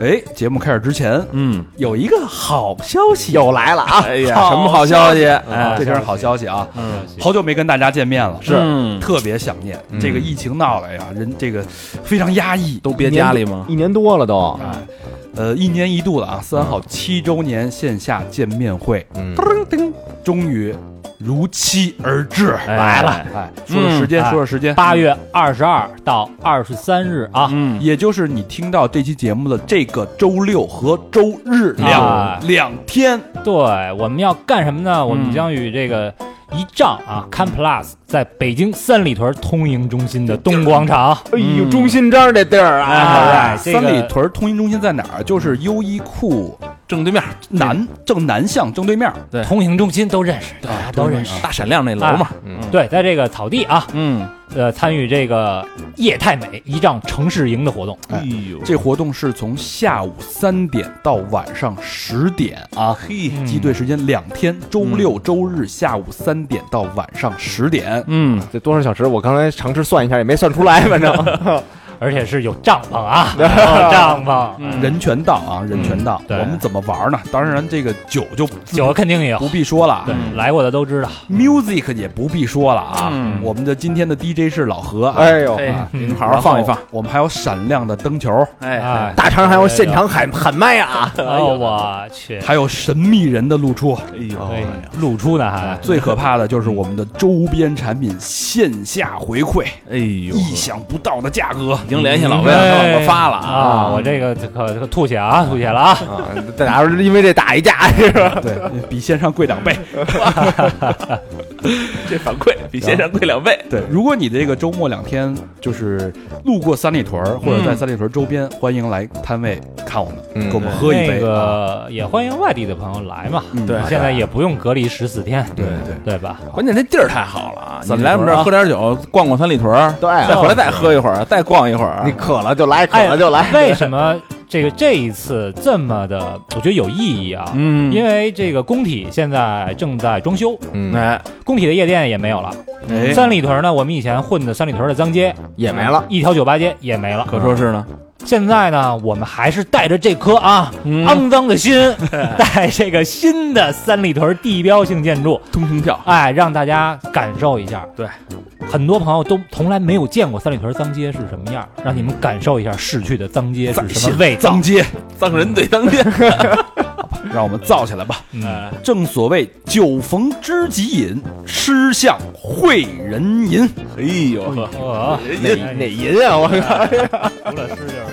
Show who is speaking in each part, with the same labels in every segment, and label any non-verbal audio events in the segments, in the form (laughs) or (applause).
Speaker 1: 哎，节目开始之前，
Speaker 2: 嗯，
Speaker 1: 有一个好消息
Speaker 3: 又来了啊！
Speaker 2: 哎
Speaker 3: (laughs)
Speaker 2: 呀，
Speaker 1: 什么好消息？哎
Speaker 2: 好，
Speaker 1: 这真是好消息啊！
Speaker 2: 嗯
Speaker 1: 好久没跟大家见面了，
Speaker 2: 是嗯
Speaker 1: 特别想念。这个疫情闹的呀，人这个非常压抑。
Speaker 2: 都憋家里吗？
Speaker 3: 一年多了都，
Speaker 1: 呃，一年一度的啊，三好七周年线下见面会，
Speaker 3: 嗯
Speaker 1: 噔噔，终于如期而至
Speaker 2: 来了
Speaker 1: 哎，说说时间，
Speaker 4: 嗯
Speaker 1: 说说时间，
Speaker 4: 八月二十二到二十三日啊，
Speaker 2: 嗯，
Speaker 1: 也就是你听到这期节目的这个周六和周日两、
Speaker 4: 啊
Speaker 1: 两天，
Speaker 2: 嗯
Speaker 4: 对，我们要干什么呢？我们将与这个一仗啊，Can Plus 在北京三里屯通营中心的东广场，
Speaker 2: 嗯
Speaker 3: 哎呦，中心张这地儿啊，
Speaker 4: 哎，这
Speaker 1: 三里
Speaker 4: 个
Speaker 1: 屯通讯中心在哪儿？就是优衣库
Speaker 2: 正对面
Speaker 1: 南正南巷正对面。啊
Speaker 4: 通营中心都认识，大家都认识。
Speaker 2: 大闪亮那楼嘛，
Speaker 4: 哎
Speaker 3: 嗯
Speaker 4: 对，在这个草地啊，
Speaker 2: 嗯，
Speaker 4: 呃，参与这个夜太美一仗城市营的活动，
Speaker 1: 哎
Speaker 2: 呦，
Speaker 1: 这活动是从下午三点到晚上十点啊，嘿，机队时间两天，周
Speaker 4: 嗯
Speaker 1: 六周日下午三点到晚上十点。
Speaker 2: 嗯，
Speaker 3: 这多少小时？我刚才尝试算一下，也没算出来，反正 (laughs)
Speaker 4: 而且是有帐篷
Speaker 2: (laughs)
Speaker 4: 啊，有帐篷，
Speaker 2: 嗯
Speaker 1: 人权道啊，人权道，
Speaker 4: 嗯对
Speaker 1: 我们怎么玩呢？当然，这个酒就
Speaker 4: 酒肯定也有
Speaker 2: 嗯
Speaker 1: 不，必说了啊
Speaker 4: 对，来过的都知道。
Speaker 1: ，music 也不必说了啊。
Speaker 2: 嗯
Speaker 1: 我们的今天的 DJ 是老何啊，
Speaker 3: 哎呦，
Speaker 2: 哎，
Speaker 4: 嗯
Speaker 2: 好好放一放，。
Speaker 1: 我们还有闪亮的灯球，
Speaker 2: 哎，
Speaker 4: 哎，
Speaker 3: 大肠还要现场喊喊麦啊！
Speaker 4: 哦，我去，
Speaker 1: 还有神秘人的露出。哦
Speaker 2: 哎呦
Speaker 4: 哎，露出呢还。
Speaker 1: 最可怕的就是我们的周边产品线下回馈，
Speaker 2: 哎呦，
Speaker 1: 意想不到的价格。
Speaker 2: 已经联系老魏了，让老魏发了啊，
Speaker 4: 啊！我这个可可吐血啊，吐血了啊！
Speaker 3: 啊， (laughs) 大家因为这打一架是吧？
Speaker 1: 嗯对比线上
Speaker 2: (laughs)
Speaker 1: 贵两倍。
Speaker 2: 这反馈比线上贵两倍，
Speaker 1: 对，如果你这个周末两天就是路过三里屯儿或者在三里屯周边，欢迎来摊位看我们，
Speaker 3: 嗯
Speaker 1: 跟我们喝一
Speaker 4: 那
Speaker 1: 杯。
Speaker 4: 个也欢迎外地的朋友来嘛，
Speaker 1: 嗯
Speaker 2: 啊对
Speaker 4: 现在也不用隔离十四天，
Speaker 1: 对对，
Speaker 4: 对吧？
Speaker 2: 关键这地儿太好了啊，哦
Speaker 1: 三
Speaker 2: 你
Speaker 1: 里屯啊
Speaker 2: 来我们这儿喝点酒，逛逛三里屯，
Speaker 3: 对啊
Speaker 5: 哎
Speaker 2: 再回来再喝一会儿，再逛一会儿
Speaker 3: 你，渴了就来，渴
Speaker 4: 哎
Speaker 3: 了就来。
Speaker 4: 为什么这个这一次这么的，我觉得有意义啊？
Speaker 2: 嗯
Speaker 4: 因为这个工体现在正在装修，
Speaker 3: 嗯，
Speaker 2: 哎，
Speaker 4: 工体的夜店也没有了。
Speaker 1: 哎
Speaker 4: 三里屯呢，我们以前混的三里屯的脏街
Speaker 3: 也没了，
Speaker 4: 一条酒吧街也没了。
Speaker 2: 可说是呢，
Speaker 4: 现在呢，我们还是带着这颗啊、
Speaker 2: 嗯
Speaker 4: 肮脏
Speaker 2: (laughs)
Speaker 4: 的心，带这个新的三里屯地标性建筑，
Speaker 2: 通通票，
Speaker 4: 哎，让大家感受一下。
Speaker 2: 对，
Speaker 4: 很多朋友都从来没有见过三里屯脏街是什么样，让你们感受一下逝去的脏街是什么味道。
Speaker 1: 脏街，
Speaker 2: 脏人对脏
Speaker 1: (laughs)
Speaker 2: 店，
Speaker 1: 让我们造起来吧。
Speaker 4: 嗯，
Speaker 1: 正所谓酒逢知己饮，吃相会人淫。
Speaker 2: 哎呦呵。
Speaker 4: 哦，
Speaker 3: 哪哪银啊！我靠，
Speaker 2: (laughs)
Speaker 4: 除了诗就是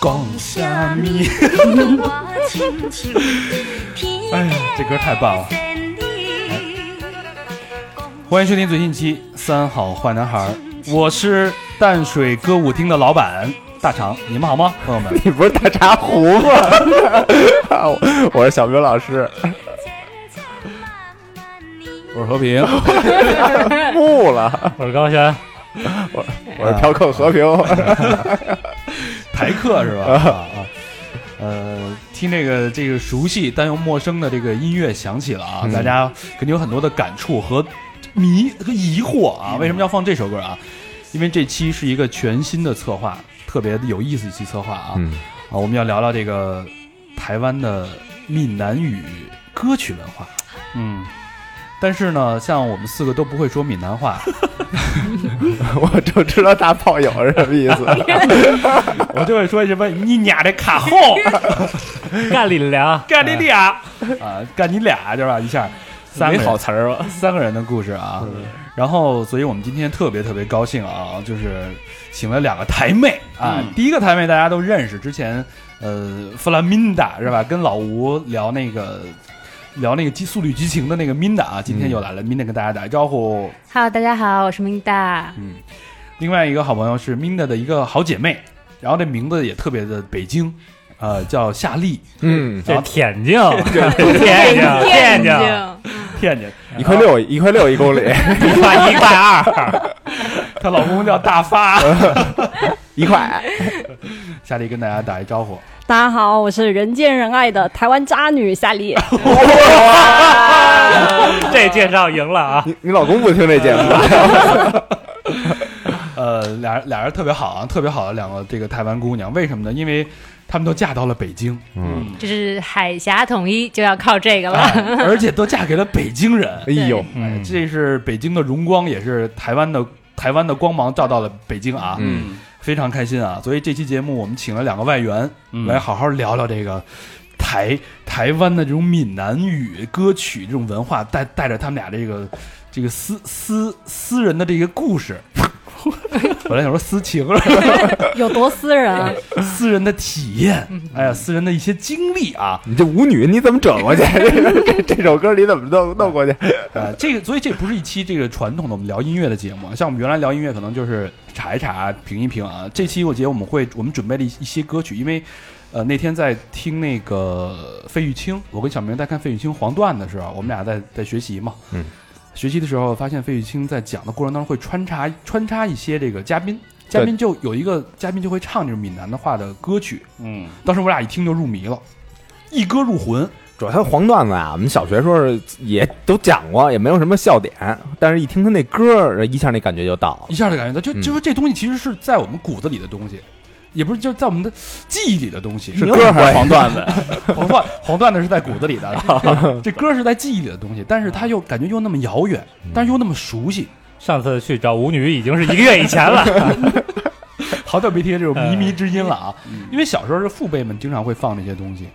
Speaker 1: 讲虾米？
Speaker 6: 哎呀，这歌太棒了！
Speaker 1: 欢迎收听最新一期《三好坏男孩儿》，我是淡水歌舞厅的老板大肠，你们好吗，朋友们？
Speaker 3: 你不是大茶壶吗？ (laughs) 我我是小明老师，
Speaker 1: 我是和平。
Speaker 3: 不了，
Speaker 4: 我是高轩，
Speaker 3: 我是嫖客和平。
Speaker 1: 台客是吧？啊啊，呃，听这个这个熟悉但又陌生的这个音乐响起了啊，
Speaker 3: 嗯
Speaker 1: 大家肯定有很多的感触和迷和疑惑啊，为什么要放这首歌啊？因为这期是一个全新的策划，特别有意思的一期策划啊、
Speaker 3: 嗯
Speaker 1: 啊，我们要聊聊这个台湾的闽南语歌曲文化，嗯。但是呢，像我们四个都不会说闽南 (laughs) 话，
Speaker 3: (laughs) 我就知道大炮友是什么意思。 (laughs)
Speaker 1: 我就会说什么“你俩的卡后”，
Speaker 4: 干你俩，
Speaker 1: 干你俩啊，干你俩，对吧？一下三个
Speaker 2: 没好
Speaker 1: 人
Speaker 2: 词儿吧？嗯
Speaker 1: 三个人的故事啊。然后，所以我们今天特别特别高兴啊，就是请了两个台妹啊。
Speaker 2: 嗯
Speaker 1: 第一个台妹大家都认识，之前呃，弗兰明达是吧？
Speaker 2: 嗯
Speaker 1: 跟老吴聊那个。聊那个激速率激情
Speaker 2: 嗯
Speaker 1: 的那个 Minda 啊，今天又来了。Minda 跟大家打一招呼，
Speaker 7: Hello，大家好，我是明达。
Speaker 1: 另外一个好朋友是 Minda 的一个好姐妹，然后这名字也特别的北京，呃，叫夏丽，
Speaker 3: 嗯，
Speaker 4: 这天 (laughs) 津，天津， (laughs)
Speaker 1: 嗯
Speaker 4: 天
Speaker 7: (laughs)
Speaker 4: 津，
Speaker 1: 天津，
Speaker 3: 一块六一块六一公里， (laughs)
Speaker 4: 一块一块二，
Speaker 1: 她老公叫大
Speaker 2: (laughs)
Speaker 1: 发。
Speaker 3: 一块。
Speaker 1: 夏丽跟大家打一招呼，
Speaker 8: 大家好，我是人见人爱的台湾渣女夏丽。
Speaker 1: (laughs)
Speaker 4: 这介绍赢了啊！
Speaker 3: (laughs) 你你老公不听这节目？
Speaker 1: 呃，俩俩人特别好啊，特别好的两个这个台湾姑娘，为什么呢？因为她们都嫁到了北京，
Speaker 3: 嗯，
Speaker 7: 就是海峡统一就要靠这个了。
Speaker 1: 哎而且都嫁给了北京人，
Speaker 3: 哎呦，
Speaker 1: 哎，这是北京的荣光，也是台湾的台湾的光芒照到了北京啊，
Speaker 9: 嗯，
Speaker 1: 非常开心啊！所以这期节目我们请了两个外援、来好好聊聊这个台台湾的这种闽南语歌曲这种文化，带带着他们俩这个这个私私私人的这个故事。本来想说私情，
Speaker 8: 有多私人
Speaker 1: (laughs)
Speaker 8: 啊？
Speaker 1: 私人的体验，哎呀，私人的一些经历啊，
Speaker 3: 你这舞女你怎么整过去？这 (laughs) 个这这首歌你怎么弄弄过去？ (laughs)
Speaker 1: 呃，这个，所以这不是一期这个传统的我们聊音乐的节目啊，像我们原来聊音乐，可能就是查一查、评一评啊。这期我觉得我们会我们准备了一一些歌曲，因为呃那天在听那个费玉清，我跟小明在看费玉清黄段的时候，我们俩在在学习嘛，
Speaker 3: 嗯，
Speaker 1: 学习的时候发现费玉清在讲的过程当中会穿插穿插一些这个嘉宾。嘉宾就有一个嘉宾就会唱这种闽南的话的歌曲，
Speaker 9: 嗯，
Speaker 1: 当时我俩一听就入迷了，一歌入魂，
Speaker 3: 主要他黄段子啊，我们小学时候也都讲过，也没有什么笑点，但是一听他那歌儿，一下那感觉就到了
Speaker 1: 一。下就感觉到，就
Speaker 3: 嗯
Speaker 1: 就是这东西其实是在我们骨子里的东西，也不是就在我们的记忆里的东西。
Speaker 3: 是歌还是
Speaker 9: 黄段子？
Speaker 1: 黄段黄段子是在骨子里
Speaker 3: (laughs)
Speaker 1: 的，这歌是在记忆里的东西，但是它又感觉又那么遥远，
Speaker 3: 嗯
Speaker 1: 但是又那么熟悉。
Speaker 4: 上次去找舞女已经是一个月以前 (laughs) 了，
Speaker 1: 好久没听见这种靡靡之音了啊！
Speaker 3: 嗯
Speaker 1: 因为小时候是父辈们经常会放这些东西，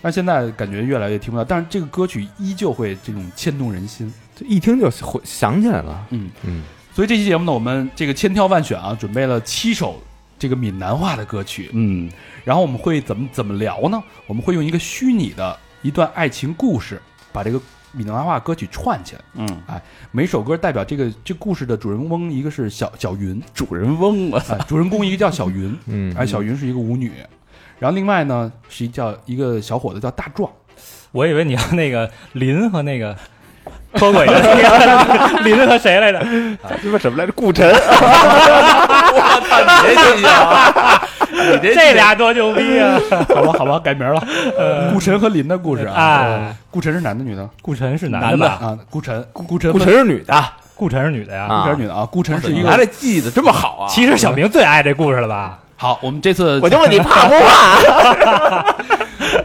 Speaker 1: 但现在感觉越来越听不到。但是这个歌曲依旧会这种牵动人心。
Speaker 3: 这一 (laughs) 听就回想起来了。
Speaker 1: 嗯
Speaker 3: 嗯，
Speaker 1: 所以这期节目呢，我们这个千挑万选啊，准备了七首这个闽南话的歌曲。
Speaker 9: 嗯，
Speaker 1: 然后我们会怎么怎么聊呢？我们会用一个虚拟的一段爱情故事，把这个闽南话歌曲串起来。
Speaker 9: 嗯，
Speaker 1: 哎，每首歌代表这个这故事的主人翁，一个是小小云，
Speaker 3: (laughs)
Speaker 9: 主人翁我
Speaker 1: 哎，主人公一个叫小云，
Speaker 3: 嗯
Speaker 1: 哎，小云是一个舞女，然后另外呢是一叫一个小伙子叫大壮，
Speaker 4: 我以为你要那个林和那个脱轨 (laughs) 的林和谁来着？
Speaker 3: 他妈什么来着？顾晨，
Speaker 9: 操，你这形象啊，你这
Speaker 4: 这俩多牛逼啊！
Speaker 1: 好吧，好吧，改名了，顾晨和林的故事啊
Speaker 4: 哎，
Speaker 1: 顾晨是男的女的
Speaker 4: 顾晨是男的吧？
Speaker 1: 啊，顾晨，顾晨，
Speaker 3: 顾晨，是女的
Speaker 4: 顾晨是女的呀。
Speaker 1: 顾
Speaker 3: 啊！
Speaker 1: 晨是女的啊，顾晨是一
Speaker 9: 你拿
Speaker 1: 个
Speaker 9: 这记得这么好啊？
Speaker 4: 其实小明最爱这故事了吧？
Speaker 1: 好，我们这次
Speaker 3: 我就问你怕不怕？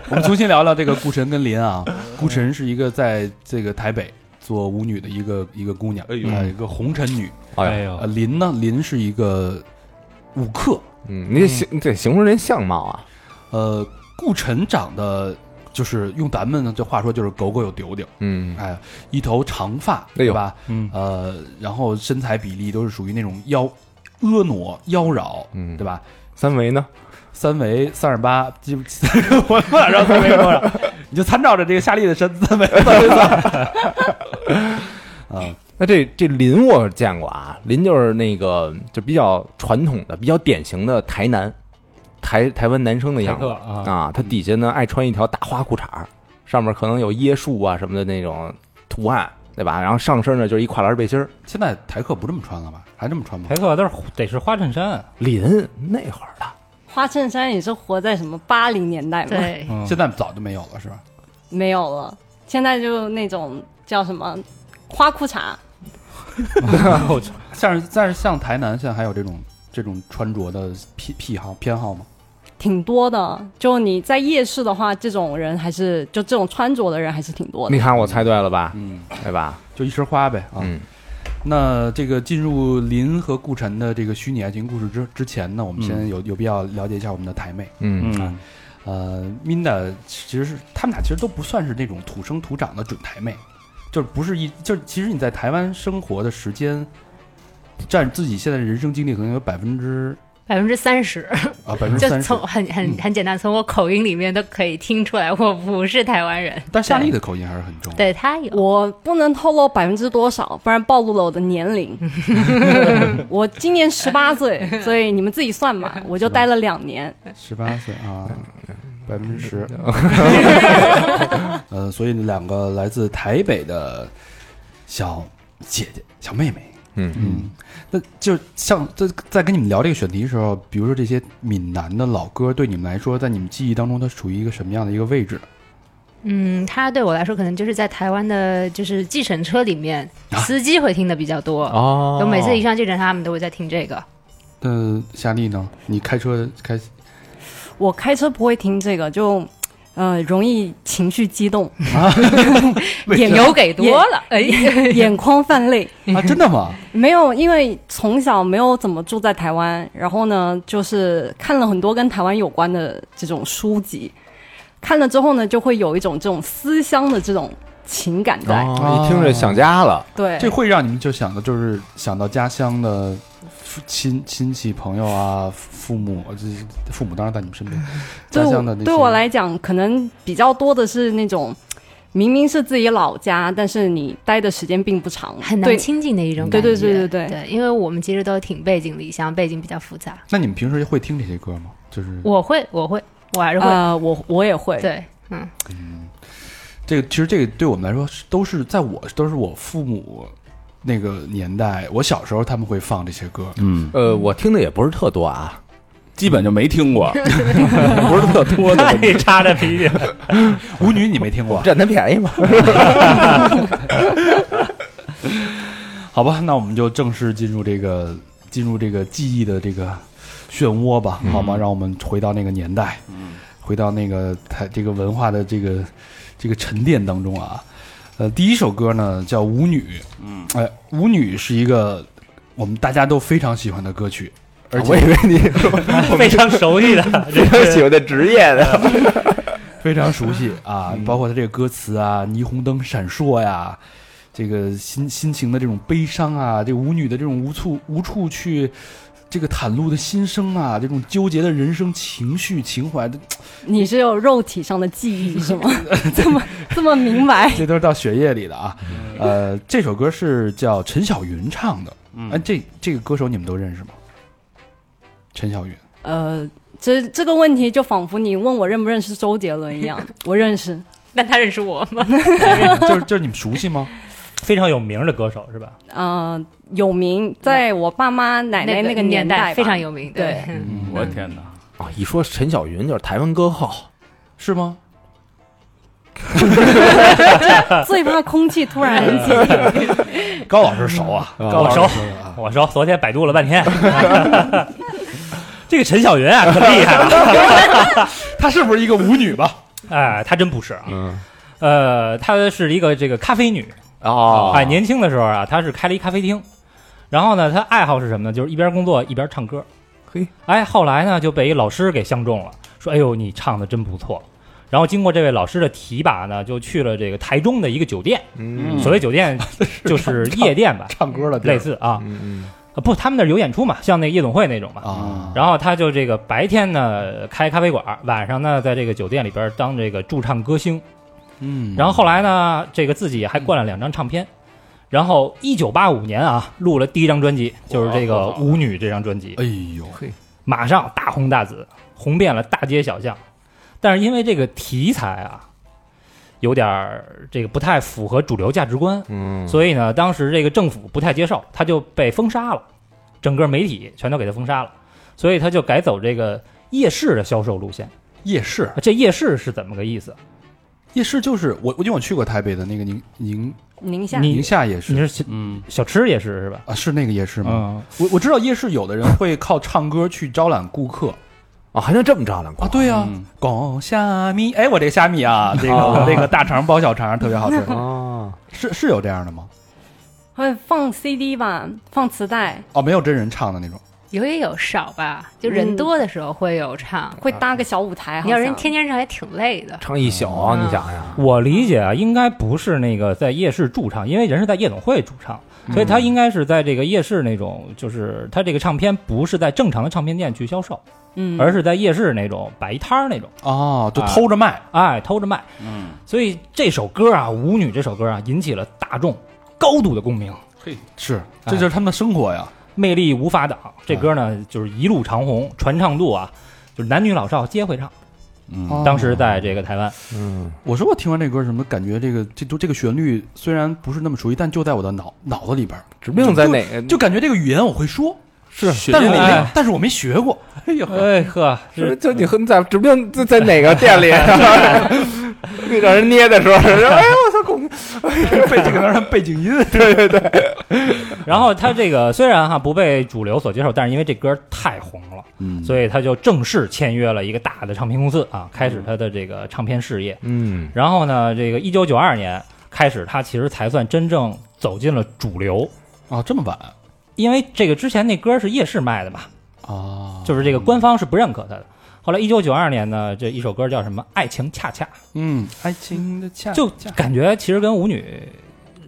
Speaker 1: 我们重新聊聊这个顾晨跟林啊。顾晨是一个在这个台北做舞女的一个一个姑娘，
Speaker 9: 哎呦
Speaker 1: 呃一个红尘女。
Speaker 4: 哎
Speaker 1: 呃，
Speaker 4: 呦，
Speaker 1: 林呢，林是一个舞客。
Speaker 3: 嗯，你得形你得形容人相貌啊。
Speaker 1: 呃，顾晨长得就是用咱们这话说就是狗狗有丢丢，
Speaker 3: 嗯
Speaker 1: 哎，一头长发，
Speaker 3: 哎
Speaker 1: 对
Speaker 3: 呦
Speaker 1: 吧？
Speaker 4: 嗯，
Speaker 1: 呃，然后身材比例都是属于那种妖婀娜妖娆，
Speaker 3: 嗯
Speaker 1: 对，吧？
Speaker 3: 三围呢？
Speaker 1: 三围三十八，基本 (laughs) 我他妈让三围多少？你就参照着这个夏利的身三围三围算。啊，
Speaker 3: 那这哎这林我见过啊，林就是那个就比较传统的、比较典型的台南台台湾男生的
Speaker 4: 台
Speaker 3: 样
Speaker 4: 客
Speaker 3: 子
Speaker 4: 啊，
Speaker 3: 啊。他底下呢爱穿一条大花裤衩儿，上面可能有椰树啊什么的那种图案，对吧？然后上身呢就是一跨栏背心儿。
Speaker 1: (laughs) 现在台客不这么穿了吧？还这么穿吗
Speaker 4: 台？客都是得是花衬衫，
Speaker 3: 林那会儿的，
Speaker 8: 花衬衫也是活在什么八零年代吗？
Speaker 7: 对，
Speaker 1: 现在早就没有了，是吧？
Speaker 8: 没有了，现在就那种叫什么花裤衩，
Speaker 4: 我操
Speaker 1: 像是但是像台南现在还有这种这种穿着的癖癖好偏好吗？
Speaker 8: 挺多的。就你在夜市的话，这种人还是就这种穿着的人还是挺多的
Speaker 3: 你。看我猜对了吧？
Speaker 1: 嗯，
Speaker 3: 对吧？
Speaker 1: 就一枝花呗啊。
Speaker 3: 嗯
Speaker 1: 那这个进入林和顾晨的这个虚拟爱情故事之之前呢，我们先有、有必要了解一下我们的台妹。
Speaker 3: 嗯
Speaker 9: 嗯，
Speaker 1: 呃，Minda 其实是他们俩其实都不算是那种土生土长的准台妹，就是不是一就是其实你在台湾生活的时间，占自己现在人生经历可能有百分之
Speaker 7: 百分之三十，
Speaker 1: 啊，百分之
Speaker 7: 就
Speaker 1: 三十嗯
Speaker 7: 从。很很很简单，从我口音里面都可以听出来我不是台湾人。
Speaker 1: 但夏丽的口音还是很重。，
Speaker 7: 对他有，
Speaker 8: 我不能透露百分之多少，不然暴露了我的年龄。我今年十八岁，所以你们自己算吧。我就待了两年，
Speaker 1: 十八岁啊，百分之十。呃，所以两个来自台北的小姐姐、小妹妹，
Speaker 3: 嗯
Speaker 1: 嗯，那就像在在跟你们聊这个选题的时候，比如说这些闽南的老歌，对你们来说，在你们记忆当中，它处于一个什么样的一个位置？
Speaker 7: 嗯，他对我来说可能就是在台湾的，就是计程车里面，
Speaker 1: 啊
Speaker 7: 司机会听的比较多。
Speaker 3: 哦
Speaker 7: 我每次一上计程车，他们都会在听这个。
Speaker 1: 那呃夏丽呢？你开车开
Speaker 8: 我开车不会听这个，就呃容易情绪激动，
Speaker 7: 也有给多了，哎，
Speaker 8: 眼眶泛泪。
Speaker 1: 啊，真的吗？
Speaker 8: 没有，因为从小没有怎么住在台湾，然后呢，就是看了很多跟台湾有关的这种书籍，看了之后呢，就会有一种这种思乡的这种情感在。
Speaker 3: 哦，一听着想家了，
Speaker 8: 对，
Speaker 1: 这会让你们就想到，就是想到家乡的父亲亲戚朋友啊，父母，这父母当然在你们身边，
Speaker 8: (laughs) 对
Speaker 1: 家
Speaker 8: 我
Speaker 1: 乡的那些
Speaker 8: 对我来讲，可能比较多的是那种明明是自己老家，但是你待的时间并不长，
Speaker 7: 很
Speaker 8: 对
Speaker 7: 难亲近的一种
Speaker 8: 对
Speaker 7: 感觉。
Speaker 8: 对对对对
Speaker 7: 对，因为我们其实都挺背井离乡，背景比较复杂。
Speaker 1: 那你们平时会听这些歌吗？就是
Speaker 7: 我会，我会，我还是会。
Speaker 8: 呃，我我也会，
Speaker 7: 对，嗯，
Speaker 1: 这个，其实这个对我们来说是都是在我都是我父母那个年代，我小时候他们会放这些歌，
Speaker 10: 嗯，
Speaker 3: 呃，我听的也不是特多啊，
Speaker 10: 基本就没听过，不是特多的。
Speaker 4: 太差这脾气了。
Speaker 1: 舞女你没听过？啊
Speaker 3: 占他便宜嘛。
Speaker 1: 好吧，那我们就正式进入这个进入这个记忆的这个漩涡吧，好吗？让我们回到那个年代，回到那个它这个文化的这个这个沉淀当中啊。呃，第一首歌呢叫《舞女》，嗯，哎、舞女》是一个我们大家都非常喜欢的歌曲，而
Speaker 3: 我以
Speaker 1: 且
Speaker 3: 为你说
Speaker 4: 非常熟悉的，这
Speaker 3: 非常
Speaker 4: 是
Speaker 3: 喜欢的职业呢。
Speaker 1: 非常熟悉啊，包括它这个歌词啊，霓虹灯闪烁呀。这个心心情的这种悲伤啊，这个舞女的这种无处无处去这个袒露的心声啊，这种纠结的人生情绪情怀，这
Speaker 8: 你是有肉体上的记忆是
Speaker 7: (laughs)
Speaker 8: 吗？这么这么明白？
Speaker 1: 这都是到血液里的啊。呃，这首歌是叫陈小云唱的，哎、这这个歌手你们都认识吗？陈 (laughs) 小云，
Speaker 8: 呃，这这个问题就仿佛你问我认不认识周杰伦一
Speaker 7: (laughs)
Speaker 8: 样，我认识。
Speaker 7: 那他认识我吗？
Speaker 1: 就是就是你们熟悉吗？
Speaker 4: 非常有名的歌手是吧？
Speaker 8: 呃，有名，在我爸妈奶奶那
Speaker 7: 个
Speaker 8: 个
Speaker 7: 年
Speaker 8: 代吧
Speaker 7: 非常有名，
Speaker 8: 对
Speaker 7: 嗯
Speaker 10: 我天哪！
Speaker 3: 啊，一说陈小云就是台湾歌后，
Speaker 1: 是吗？
Speaker 8: 最怕空气突
Speaker 7: (laughs)
Speaker 8: 然安静。
Speaker 1: 高老师熟啊，高老
Speaker 4: 我
Speaker 1: 师
Speaker 4: 熟
Speaker 1: 说的啊，
Speaker 4: 我说昨天百度了半天， (laughs) 这个陈小云啊可厉害了，
Speaker 1: (laughs) 她是不是一个舞女吧？
Speaker 4: 哎，她真不是啊，
Speaker 3: 嗯，
Speaker 4: 呃，她是一个这个咖啡女，
Speaker 3: 哦，
Speaker 4: 哎，年轻的时候啊，她是开了一咖啡厅，然后呢，她爱好是什么呢？就是一边工作一边唱歌，
Speaker 3: 嘿，
Speaker 4: 哎，后来呢就被一老师给相中了，说哎呦你唱的真不错，然后经过这位老师的提拔呢，就去了这个台中的一个酒店，
Speaker 3: 嗯
Speaker 4: 所谓酒店就是夜店吧，
Speaker 1: 唱歌的地儿
Speaker 4: 类似啊，
Speaker 3: 嗯
Speaker 4: 啊不，他们那儿有演出嘛，像那夜总会那种嘛，
Speaker 1: 啊，
Speaker 4: 然后他就这个白天呢开咖啡馆，晚上呢在这个酒店里边当这个驻唱歌星。
Speaker 1: 嗯，
Speaker 4: 然后后来呢，这个自己还灌了两张唱片。然后一九八五年啊，录了第一张专辑，就是这个《舞女》这张专辑
Speaker 1: 哎，呦，
Speaker 4: 马上大红大紫，红遍了大街小巷。但是因为这个题材啊，有点儿这个不太符合主流价值观，
Speaker 3: 嗯，
Speaker 4: 所以呢，当时这个政府不太接受，他就被封杀了，整个媒体全都给他封杀了，所以他就改走这个夜市的销售路线。
Speaker 1: 夜市，
Speaker 4: 这夜市是怎么个意思？
Speaker 1: 夜市就是我，我因为我去过台北的那个宁宁
Speaker 8: 宁夏，
Speaker 4: 你
Speaker 1: 宁夏夜市
Speaker 4: 你是小
Speaker 10: 嗯，
Speaker 4: 小吃夜市是吧？
Speaker 1: 啊，是那个夜市吗？
Speaker 4: 嗯，
Speaker 1: 我我知道夜市有的人会靠唱歌去招揽顾客
Speaker 3: 啊，还能这么着呢？
Speaker 1: 啊，对啊
Speaker 10: 嗯，
Speaker 1: 拱虾米，哎，我这个虾米啊，这个
Speaker 3: 啊
Speaker 1: 我这个大肠包小肠特别好吃，
Speaker 8: 啊
Speaker 3: 哦，
Speaker 1: (laughs) 是是有这样的吗？
Speaker 8: 会放 CD 吧，放磁带，
Speaker 1: 哦，没有真人唱的那种，
Speaker 7: 有也有少吧，就人多的时候会有唱。
Speaker 8: 会搭个小舞台。
Speaker 7: 你要人
Speaker 8: 好像
Speaker 7: 天天唱也挺累的，
Speaker 3: 唱一宿啊，你想想，
Speaker 4: 我理解啊，应该不是那个在夜市驻唱，因为人是在夜总会驻唱，所以
Speaker 7: 嗯
Speaker 4: 他应该是在这个夜市那种，就是他这个唱片不是在正常的唱片店去销售，
Speaker 8: 嗯，
Speaker 4: 而是在夜市那种摆一摊儿那种，
Speaker 1: 哦，就偷着卖，
Speaker 4: 哎，偷着卖。
Speaker 1: 嗯，
Speaker 4: 所以这首歌啊，《舞女》这首歌啊，引起了大众高度的共鸣，
Speaker 1: 嘿，是，哎这就是他们的生活呀，
Speaker 4: 魅力无法挡。这歌呢，就是一路长红，传唱度啊，就是男女老少皆会唱。
Speaker 1: 嗯，哦
Speaker 4: 当时在这个台湾，
Speaker 3: 嗯，
Speaker 1: 我说我听完这歌，什么感觉？这个这都这个旋律虽然不是那么熟悉，但就在我的脑脑子里边儿，
Speaker 3: 指不定在哪个，
Speaker 1: 就感觉这个语言我会说，
Speaker 3: 是
Speaker 1: 但是
Speaker 4: 练
Speaker 1: 我没
Speaker 4: 哎，
Speaker 1: 但是我没学过。哎呦，
Speaker 4: 哎呵，
Speaker 3: 是就你和你在，指不定在在哪个店 (laughs) 里，那让人捏的时候，哎呦我操，恐
Speaker 1: (laughs) 背景让背景 (laughs) 音，
Speaker 4: 然后他这个虽然哈不被主流所接受，但是因为这歌太红了，
Speaker 1: 嗯
Speaker 4: 所以他就正式签约了一个大的唱片公司啊，开始他的这个唱片事业。
Speaker 3: 嗯
Speaker 4: 然后呢，这个一九九二年开始，他其实才算真正走进了主流，
Speaker 1: 啊，这么晚
Speaker 4: 因为这个之前那歌是夜市卖的嘛，
Speaker 1: 啊，
Speaker 4: 就是
Speaker 3: 哦
Speaker 4: 这个官方是不认可他的。后来一九九二年呢，这一首歌叫什么？爱情恰恰，
Speaker 1: 嗯，爱情的恰
Speaker 4: 就
Speaker 1: 恰
Speaker 4: 感觉其实跟舞女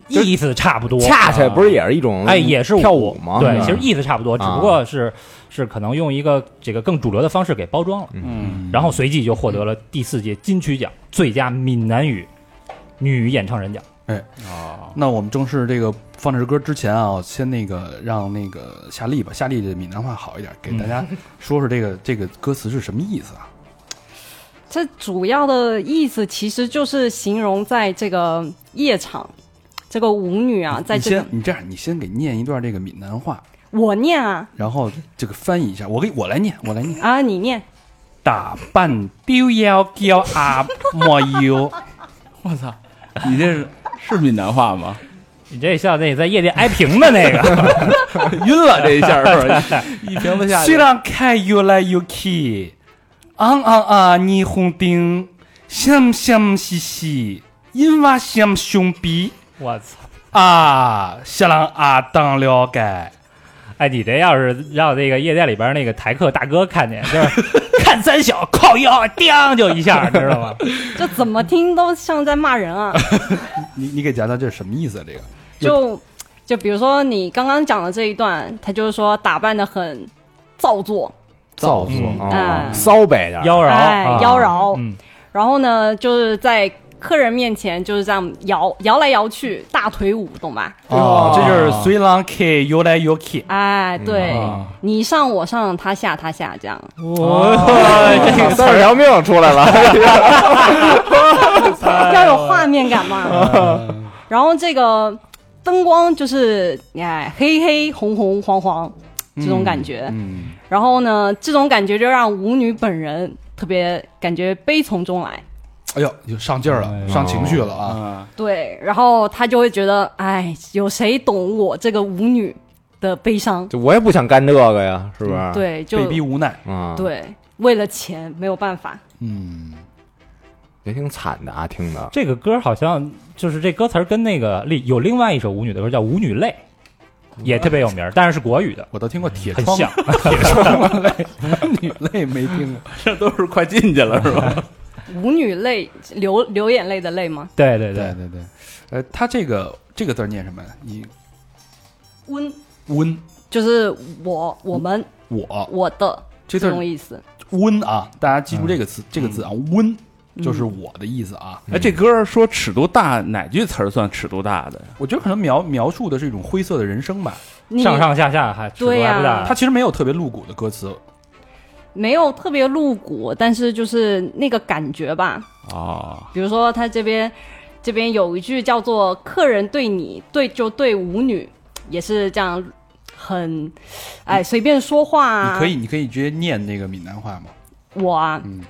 Speaker 3: 就是
Speaker 4: 意思差不多，
Speaker 3: 恰恰不
Speaker 4: 啊
Speaker 3: 是啊也是一种
Speaker 4: 哎，也是
Speaker 3: 跳舞吗？
Speaker 4: 对，
Speaker 3: 是吧
Speaker 4: 其实意思差不多，只不
Speaker 3: 啊
Speaker 4: 过是是可能用一个这个更主流的方式给包装了，
Speaker 1: 嗯，
Speaker 4: 然后随即就获得了第四届金曲奖最佳闽南语女演唱人奖。
Speaker 1: 那我们正式这个放这首歌之前啊，先那个让那个夏丽吧，夏丽这闽南话好一点，给大家说说这个、这个歌词是什么意思啊？
Speaker 8: 这主要的意思其实就是形容在这个夜场，这个舞女啊，在
Speaker 1: 你
Speaker 8: 这
Speaker 1: 先
Speaker 8: 个
Speaker 1: 你这样，你先给念一段这个闽南话，
Speaker 8: 我念啊
Speaker 1: 然后这个翻译一下，我给我来念，我来念。
Speaker 8: 啊，你念
Speaker 1: 打扮表要叫阿莫有，
Speaker 5: 我操，你这是是闽南话吗？
Speaker 4: 你这像那在夜店挨瓶的那个，
Speaker 5: 晕了这一下是吧？一瓶子下去
Speaker 1: 虽，然看越来越去，昂昂昂霓虹灯，闪闪兮兮，因我像兄弟
Speaker 4: (laughs) 我操！
Speaker 1: 啊，小人啊当了解。
Speaker 4: 哎，你这要是让那个夜店里边那个台客大哥看见，就是 (laughs) 看三小靠腰，叮就一下，知 (laughs) 道吗？
Speaker 8: 这怎么听都像在骂人啊！
Speaker 1: 你你给讲讲这是什么意思、啊？这个
Speaker 8: 就就比如说你刚刚讲的这一段，他就是说打扮的很造作，
Speaker 3: 造作
Speaker 1: 嗯
Speaker 3: 啊，
Speaker 8: 嗯
Speaker 3: 骚呗 (laughs) 点儿，
Speaker 4: 妖娆，
Speaker 8: 哎
Speaker 4: 啊，
Speaker 8: 妖娆，
Speaker 4: 嗯，
Speaker 8: 然后呢就是在客人面前就是这样摇摇来摇去，大腿舞，懂吧？
Speaker 1: 哦，这就是虽然看越来越去。
Speaker 8: 哎，对、
Speaker 4: 嗯
Speaker 1: 啊
Speaker 8: 你上我上，他下他下，这样
Speaker 4: (laughs) 我这个
Speaker 3: 三十条命出来 (laughs) 了，
Speaker 4: 哎
Speaker 8: 要有画面感
Speaker 4: 啊
Speaker 8: 嘛。
Speaker 1: 嗯
Speaker 8: 然后这个灯光就是哎黑黑红红黄黄这种感觉，
Speaker 1: 嗯，
Speaker 8: 然后呢这种感觉就让舞女本人特别感觉悲从中来。
Speaker 1: 哎呦，又上劲儿了，上情绪了啊！
Speaker 8: 嗯对，然后她就会觉得，哎，有谁懂我这个舞女的悲伤？
Speaker 3: 就我也不想干这个呀，是不是？，
Speaker 8: 对，就
Speaker 1: 啊被逼无奈，
Speaker 3: 啊，，
Speaker 8: 对，为了钱没有办法。
Speaker 1: 嗯，
Speaker 3: 也挺惨的啊，听的，
Speaker 4: 这个歌好像就是这歌词儿跟那个另有另外一首舞女的歌叫《舞女泪》，也特别有名儿，但是是国语的，
Speaker 1: 我倒听过 (laughs) 铁
Speaker 4: 很
Speaker 1: 窗，
Speaker 4: 像。
Speaker 1: 女泪没听过。
Speaker 5: 这都是快进去了是吧？
Speaker 8: 舞女泪，流流眼泪的泪吗？
Speaker 4: 对对
Speaker 1: 对
Speaker 4: 对，
Speaker 1: 对对，呃，他这个这个字儿念什么呀？你
Speaker 8: 温
Speaker 1: 温
Speaker 8: 就是我我们
Speaker 1: 我
Speaker 8: 我的
Speaker 1: 这字
Speaker 8: 这
Speaker 1: 儿
Speaker 8: 种意思。
Speaker 1: 温啊，大家记住这个词、这个字啊，温就是我的意思啊。
Speaker 5: 哎，这歌说尺度大，哪句词儿算尺度大的呀？
Speaker 1: 我觉得可能描描述的是一种灰色的人生吧，
Speaker 8: 你
Speaker 4: 上上下下还尺度
Speaker 8: 对
Speaker 4: 还
Speaker 8: 呀
Speaker 4: 不大。
Speaker 1: 它其实没有特别露骨的歌词，
Speaker 8: 没有特别露骨，但是就是那个感觉吧。
Speaker 5: 哦，
Speaker 8: 比如说他这边这边有一句叫做“客人对你对就对舞女”，也是这样很哎随便说话啊。
Speaker 1: 你可以你可以直接念那个闽南话吗？
Speaker 8: 我啊，
Speaker 1: 嗯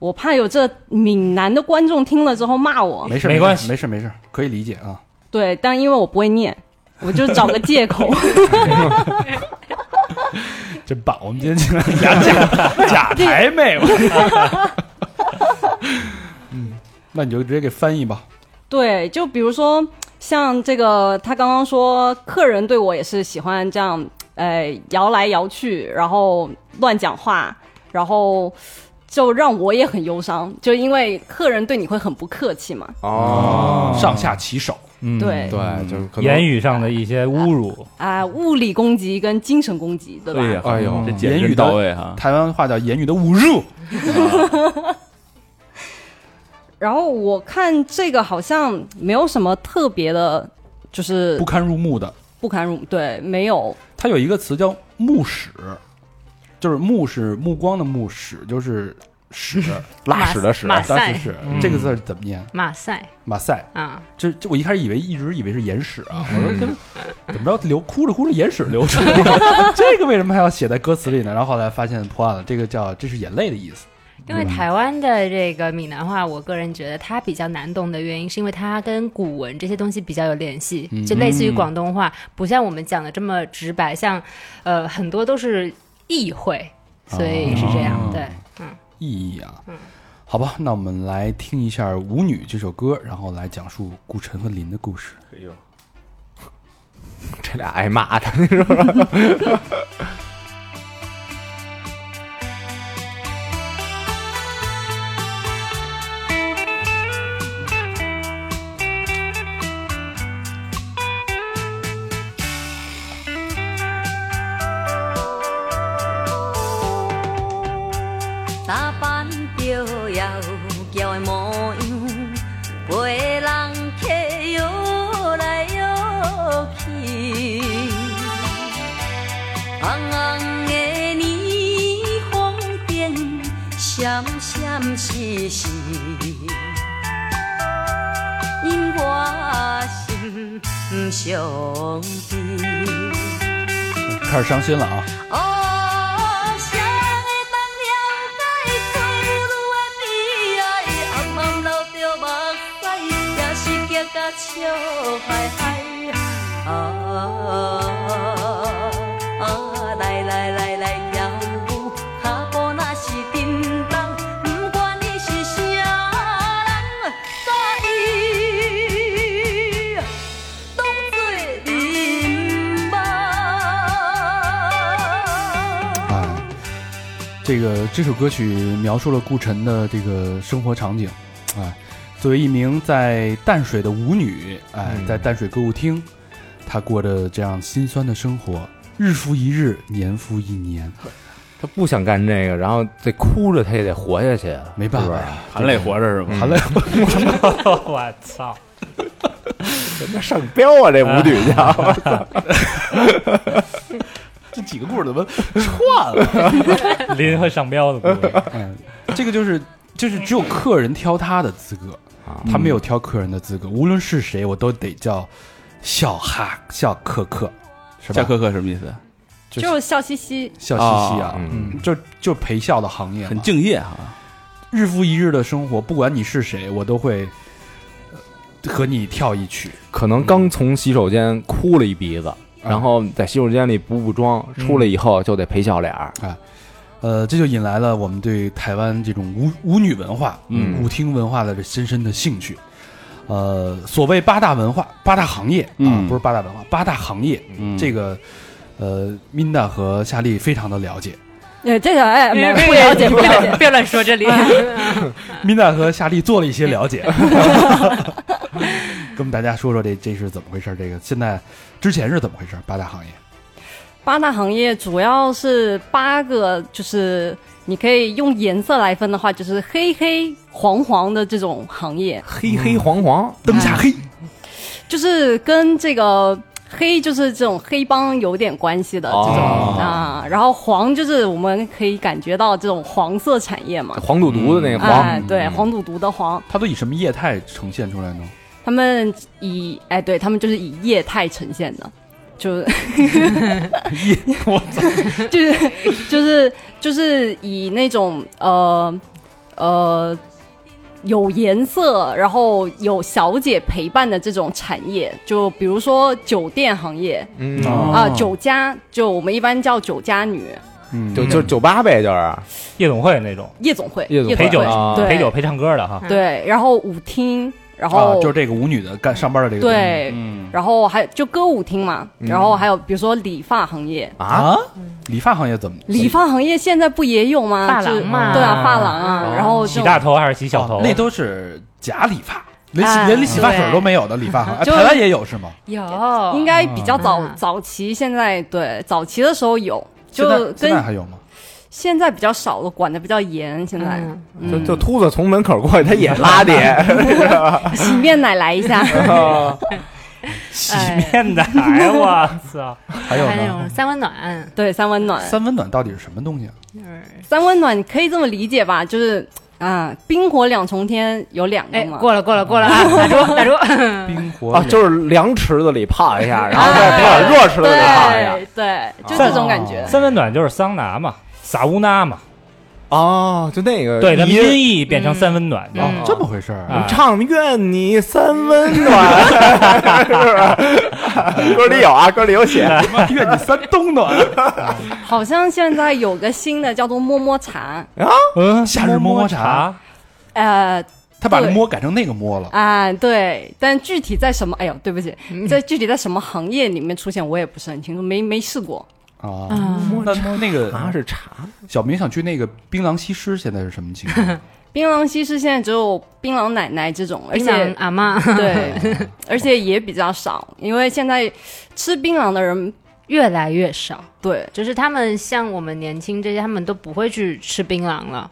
Speaker 8: 我怕有这闽南的观众听了之后骂我。
Speaker 1: 嗯没事，
Speaker 4: 没关系
Speaker 1: 没事没事，可以理解啊。
Speaker 8: 对，但因为我不会念，我就找个借
Speaker 5: (laughs)
Speaker 8: 口。
Speaker 1: 真棒！我们今天进来假假假台妹，我嗯， (laughs) 那你就直接给翻译吧。
Speaker 8: 对，就比如说像这个，他刚刚说客人对我也是喜欢这样呃摇来摇去，然后乱讲话，然后就让我也很忧伤，就因为客人对你会很不客气嘛。
Speaker 3: 哦，
Speaker 1: 上下其手，
Speaker 11: 嗯
Speaker 8: 对
Speaker 3: 对，就是可能
Speaker 4: 言语上的一些侮辱，
Speaker 8: 啊、物理攻击跟精神攻击，对吧？
Speaker 5: 对呀，
Speaker 3: 哎呦
Speaker 5: 这简
Speaker 1: 言语
Speaker 5: 直
Speaker 1: 的
Speaker 5: 到位哈。
Speaker 1: 台湾话叫言语的侮辱。
Speaker 8: 然后我看这个好像没有什么特别的，就是
Speaker 1: 不堪入目的。
Speaker 8: 不堪入目，对，没有
Speaker 1: 它有一个词叫目屎，就是目是目光的目屎，就是屎，
Speaker 3: 拉屎的屎，
Speaker 7: 马
Speaker 1: 拉屎
Speaker 7: 赛
Speaker 1: 屎
Speaker 5: 嗯。
Speaker 1: (laughs) 这个字儿怎么念？
Speaker 7: 马赛
Speaker 1: 马赛。
Speaker 7: 啊，
Speaker 1: 这这，我一开始以为一直以为是眼屎啊，我说这怎么着流哭着哭着眼屎流出来了，这个为什么还要写在歌词里呢？然后后来发现破案了，这个叫这是眼泪的意思。
Speaker 7: 因为台湾的这个闽南话，我个人觉得它比较难懂的原因，是因为它跟古文这些东西比较有联系，
Speaker 1: 嗯
Speaker 7: 就类似于广东话，不像我们讲的这么直白，像呃很多都是意会，所以是这样， (laughs)
Speaker 1: 哦
Speaker 7: 对，
Speaker 1: 意义啊。好吧，那我们来听一下《舞女》这首歌，然后来讲述顾晨和林的故事。
Speaker 3: 这俩挨骂的，
Speaker 6: 打扮着妖娇的模样，陪人客摇来摇去。红红的霓虹灯，闪闪烁烁，引我心伤悲。
Speaker 1: 开始伤心了啊！
Speaker 6: 哦，谁的梦在水愈的啊悲哀，暗暗流着目屎，也是结甲笑嗨嗨。啊啊，来来来来跳舞，脚步若是沉重，不管你是啥人，所以。当作人梦。
Speaker 1: 哎，这个这首歌曲描述了顾晨的这个生活场景，哎，作为一名在淡水的舞女，哎，
Speaker 3: 嗯
Speaker 1: 在淡水歌舞厅，她过着这样心酸的生活，日复一日，年复一年，
Speaker 3: 他不想干这个，然后这哭着他也得活下去，
Speaker 1: 没办
Speaker 3: 是
Speaker 1: 法
Speaker 3: 吧
Speaker 1: 呀，
Speaker 5: 含泪活着是吗？
Speaker 3: 含泪
Speaker 4: 我操，
Speaker 3: 那上标啊，这舞女叫，
Speaker 1: 这几个故事怎么 (laughs) 串了？
Speaker 4: 林和上彪的故事，
Speaker 1: 嗯，这个就是就是只有客人挑她的资格，
Speaker 3: 啊
Speaker 1: 她没有挑客人的资格，无论是谁，我都得叫笑哈笑可可，是
Speaker 5: 夏
Speaker 1: 吧？
Speaker 5: 可可什么意思？
Speaker 1: 就是
Speaker 8: 就是笑嘻嘻，
Speaker 1: 笑嘻嘻啊，
Speaker 3: 嗯
Speaker 1: 嗯，就就陪笑的行业嘛，
Speaker 5: 很敬业哈。
Speaker 1: 日复一日的生活，不管你是谁，我都会呃和你跳一曲。
Speaker 3: 可能刚从洗手间哭了一鼻子，然后在洗手间里补补妆，出来以后就得赔笑脸儿，
Speaker 1: 呃，这就引来了我们对台湾这种舞舞女文化、
Speaker 3: 嗯
Speaker 1: 舞厅文化的这深深的兴趣。呃，所谓八大文化、八大行业啊、
Speaker 5: 嗯
Speaker 1: 不是八大文化，八大行业，
Speaker 5: 嗯
Speaker 1: 这个呃，Minda 和夏丽非常的了解。
Speaker 8: 呃，这个哎，没
Speaker 7: (laughs)
Speaker 8: 不
Speaker 7: 不
Speaker 8: 了解，不了解，
Speaker 7: 别乱说这里。
Speaker 1: Minda 和夏丽做了一 (laughs) 些了解，跟我们大家说说这这是怎么回事儿？这个现在之前是怎么回事儿？八大行业，
Speaker 8: 八大行业主要是八个，就是你可以用颜色来分的话，就是黑黑黄黄的这种行业，
Speaker 3: 黑黑黄黄，
Speaker 1: 灯下黑，
Speaker 8: 就是跟这个黑就是这种黑帮有点关系的这种、
Speaker 3: 哦
Speaker 8: 啊。然后黄就是我们可以感觉到这种黄色产业嘛，
Speaker 3: 黄赌毒的那个
Speaker 8: 哎
Speaker 3: 黄，，
Speaker 8: 对，黄赌毒的黄，
Speaker 1: 它都以什么业态呈现出来呢？
Speaker 8: 他们以哎，对他们就是以业态呈现的。就业，我操， (laughs) 就是就是就是以那种呃呃有颜色，然后有小姐陪伴的这种产业，就比如说酒店行业
Speaker 3: 嗯，
Speaker 1: 哦
Speaker 8: 啊、酒家，就我们一般叫酒家女，
Speaker 1: 嗯，
Speaker 3: 就就酒吧呗，就是
Speaker 4: 夜总会那种
Speaker 8: 夜总会，
Speaker 3: 夜总会
Speaker 8: 总
Speaker 4: 陪酒
Speaker 3: 啊
Speaker 8: 对
Speaker 4: 陪酒陪唱歌的哈，
Speaker 8: 对，然后舞厅，然
Speaker 1: 啊
Speaker 8: 后、，
Speaker 1: 就是这个舞女的干上班的这个
Speaker 8: 对
Speaker 1: 嗯
Speaker 8: 然后还有就歌舞厅嘛，然后还有比如说理发行业，
Speaker 3: 啊，
Speaker 1: 啊，理发行业怎么
Speaker 8: 理发行业现在不也有吗？
Speaker 7: 发
Speaker 8: 就是
Speaker 7: 廊嘛
Speaker 8: 对啊，发廊啊，
Speaker 1: 哦
Speaker 8: 然后
Speaker 4: 洗
Speaker 8: 这
Speaker 4: 大
Speaker 8: 种
Speaker 4: 头还是洗小头？
Speaker 1: 哦那都是假理发，连
Speaker 7: 哎
Speaker 1: 洗连洗发水
Speaker 7: 对
Speaker 1: 都没有的理发行，哎
Speaker 8: 就
Speaker 1: 台湾也有是吗？
Speaker 7: 有
Speaker 8: 应该比较早
Speaker 7: 啊
Speaker 8: 早期，现在对早期的时候有，就
Speaker 1: 现在现在
Speaker 8: 跟
Speaker 1: 还有吗？
Speaker 8: 现在比较少了，管的比较严，现在
Speaker 7: 嗯
Speaker 1: (laughs)
Speaker 3: 就就秃子从门口过去，他也拉你，
Speaker 8: (laughs)
Speaker 3: (laughs)
Speaker 8: 洗面奶来一下，
Speaker 1: (laughs)
Speaker 4: 洗面奶，我操！
Speaker 1: 还有
Speaker 7: 哎还有那
Speaker 1: 呢？
Speaker 7: 种三温暖，
Speaker 8: 对，三温暖，
Speaker 1: 三温暖到底是什么东西啊？
Speaker 8: 三温暖可以这么理解吧，就是啊，冰火两重天有两个
Speaker 7: 哎，
Speaker 8: 嘛，
Speaker 7: 过了过了过了啊，打 (laughs) 住打
Speaker 8: 嗯
Speaker 7: 住，
Speaker 1: 冰火
Speaker 3: 啊，就是凉池子里泡一下，然后再泡点热池子里
Speaker 1: 哎
Speaker 3: 泡一下。
Speaker 8: 对对，就这种感觉。
Speaker 4: 三温暖就是桑拿嘛，撒乌那嘛，
Speaker 3: 哦，就那个
Speaker 4: 对，咱们音
Speaker 3: 音
Speaker 4: 译变成三温暖就。
Speaker 7: 嗯
Speaker 1: 哦，这么回事儿啊？
Speaker 4: 啊
Speaker 3: 唱愿你三温暖， (laughs) 是吧？歌里有啊，歌里有写。
Speaker 1: 愿你三冬暖，
Speaker 8: 好像现在有个新的叫做摸摸茶，
Speaker 4: 嗯，
Speaker 1: 夏日摸摸茶，
Speaker 8: 呃
Speaker 1: (laughs) 他把那摸改成那个摸了。
Speaker 8: 啊对，但具体在什么？哎呦，对不起，在具体在什么行业里面出现，我也不是很清楚，没没试过。
Speaker 1: 啊，
Speaker 7: 嗯
Speaker 1: 那那
Speaker 3: 啊，
Speaker 1: 个
Speaker 3: 是茶，
Speaker 1: 小明想去那个槟榔西施，现在是什么情况？
Speaker 8: 槟榔西施现在只有槟榔奶奶这种，而
Speaker 7: 槟
Speaker 8: 且
Speaker 7: 榔阿妈
Speaker 8: 对，而且也比较少，因为现在吃槟榔的人
Speaker 7: 越来越少，
Speaker 8: 对
Speaker 7: 就是他们像我们年轻这些，他们都不会去吃槟榔了，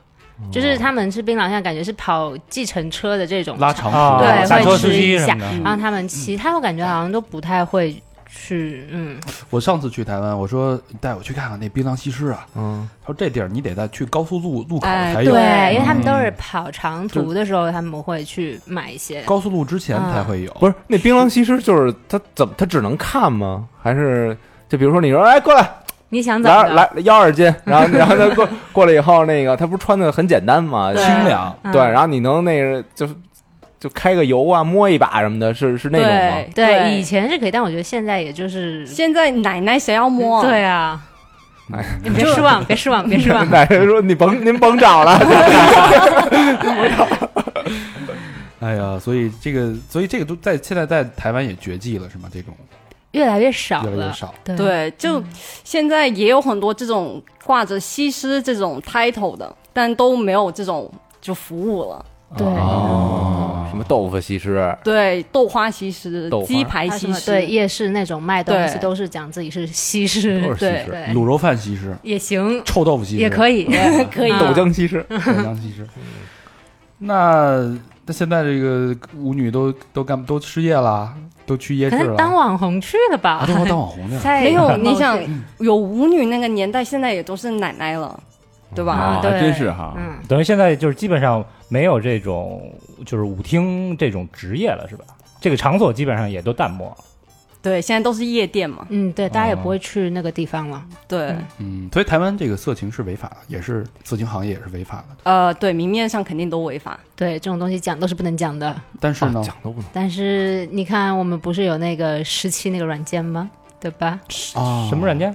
Speaker 7: 就是他们吃槟榔，像感觉是跑计程车的这种
Speaker 1: 拉长
Speaker 4: 啊，
Speaker 1: 途
Speaker 7: 对
Speaker 4: 打
Speaker 7: 会
Speaker 4: 车
Speaker 7: 吃
Speaker 4: 司机
Speaker 7: 一
Speaker 4: 什
Speaker 7: 下
Speaker 4: 么的。
Speaker 7: 让他们其他我感觉好像都不太会去，嗯，
Speaker 1: 我上次去台湾，我说带我去看看那槟榔西施啊，
Speaker 3: 嗯，
Speaker 1: 他说这地儿你得在去高速路路口
Speaker 8: 哎
Speaker 1: 才有，
Speaker 7: 对，因为他们
Speaker 1: 嗯
Speaker 7: 都是跑长途的时候，他们会去买一些。
Speaker 1: 高速路之前才会有。
Speaker 3: 不是那槟榔西施，就是他怎么他只能看吗？还是就比如说你说哎过来
Speaker 7: 你想怎么
Speaker 3: 来
Speaker 7: 着？
Speaker 3: 来要二斤，然后然后他过过来以后那个他不是穿的很简单吗？
Speaker 8: 对
Speaker 1: 清凉，
Speaker 7: 嗯
Speaker 3: 对，然后你能那个就就开个油啊，摸一把什么的，是是那种吗？
Speaker 8: 对
Speaker 7: 对，以前是可以，但我觉得现在也就是，
Speaker 8: 现在奶奶谁要摸？
Speaker 7: 对啊
Speaker 3: 哎，。
Speaker 7: 你别失望，别失望，别失望
Speaker 3: (laughs) 奶奶说：“你甭您甭找了。
Speaker 1: 哎呀，所以这个，所以这个都在现在在台湾也绝迹了，是吗？这种
Speaker 7: 越来越少
Speaker 1: 越来越
Speaker 7: 了，
Speaker 1: 少。
Speaker 7: 对
Speaker 8: 对，就现在也有很多这种挂着西施这种 title 的，但都没有这种就服务了。
Speaker 7: 对”
Speaker 3: 哦， (laughs) 什么豆腐西施？
Speaker 8: 对，豆花西施
Speaker 3: 豆花、
Speaker 8: 鸡排
Speaker 7: 还有什
Speaker 8: 西
Speaker 7: 么
Speaker 8: 施，
Speaker 7: 对夜市那种卖东西
Speaker 8: 对
Speaker 7: 都是讲自己是西式，
Speaker 3: 都是西施
Speaker 7: 对
Speaker 1: 卤肉饭西施、
Speaker 7: 也行，
Speaker 1: 臭豆腐西施
Speaker 7: 哎 (laughs) 也可以，可以
Speaker 3: 豆浆西施，
Speaker 1: 豆浆西施。那那现在这个舞女都都干都失业了，都去夜
Speaker 7: 可
Speaker 1: 市
Speaker 7: 能
Speaker 1: 了，
Speaker 7: 当网红去了
Speaker 1: 啊
Speaker 7: 吧
Speaker 1: 都。当网红去了。
Speaker 7: 在
Speaker 8: 没有，你
Speaker 7: 某些嗯
Speaker 8: 想有舞女那个年代，现在也都是奶奶了，对吧？
Speaker 5: 啊，
Speaker 7: 对
Speaker 5: 还真是哈。
Speaker 7: 嗯，
Speaker 4: 等于现在就是基本上没有这种就是舞厅这种职业了，是吧？这个场所基本上也都淡漠了。
Speaker 8: 对，现在都是夜店嘛。
Speaker 7: 嗯，对，大家也不会去那个地方了。
Speaker 8: 对，
Speaker 7: 嗯
Speaker 1: 嗯，所以台湾这个色情是违法的，也是色情行业也是违法的。
Speaker 8: 呃，对，明面上肯定都违法。
Speaker 7: 对，这种东西讲都是不能讲的。
Speaker 1: 但是呢，
Speaker 3: 啊讲都不能。
Speaker 7: 但是你看，我们不是有那个十七那个软件吗？对吧？
Speaker 1: 啊
Speaker 4: 什么软？件？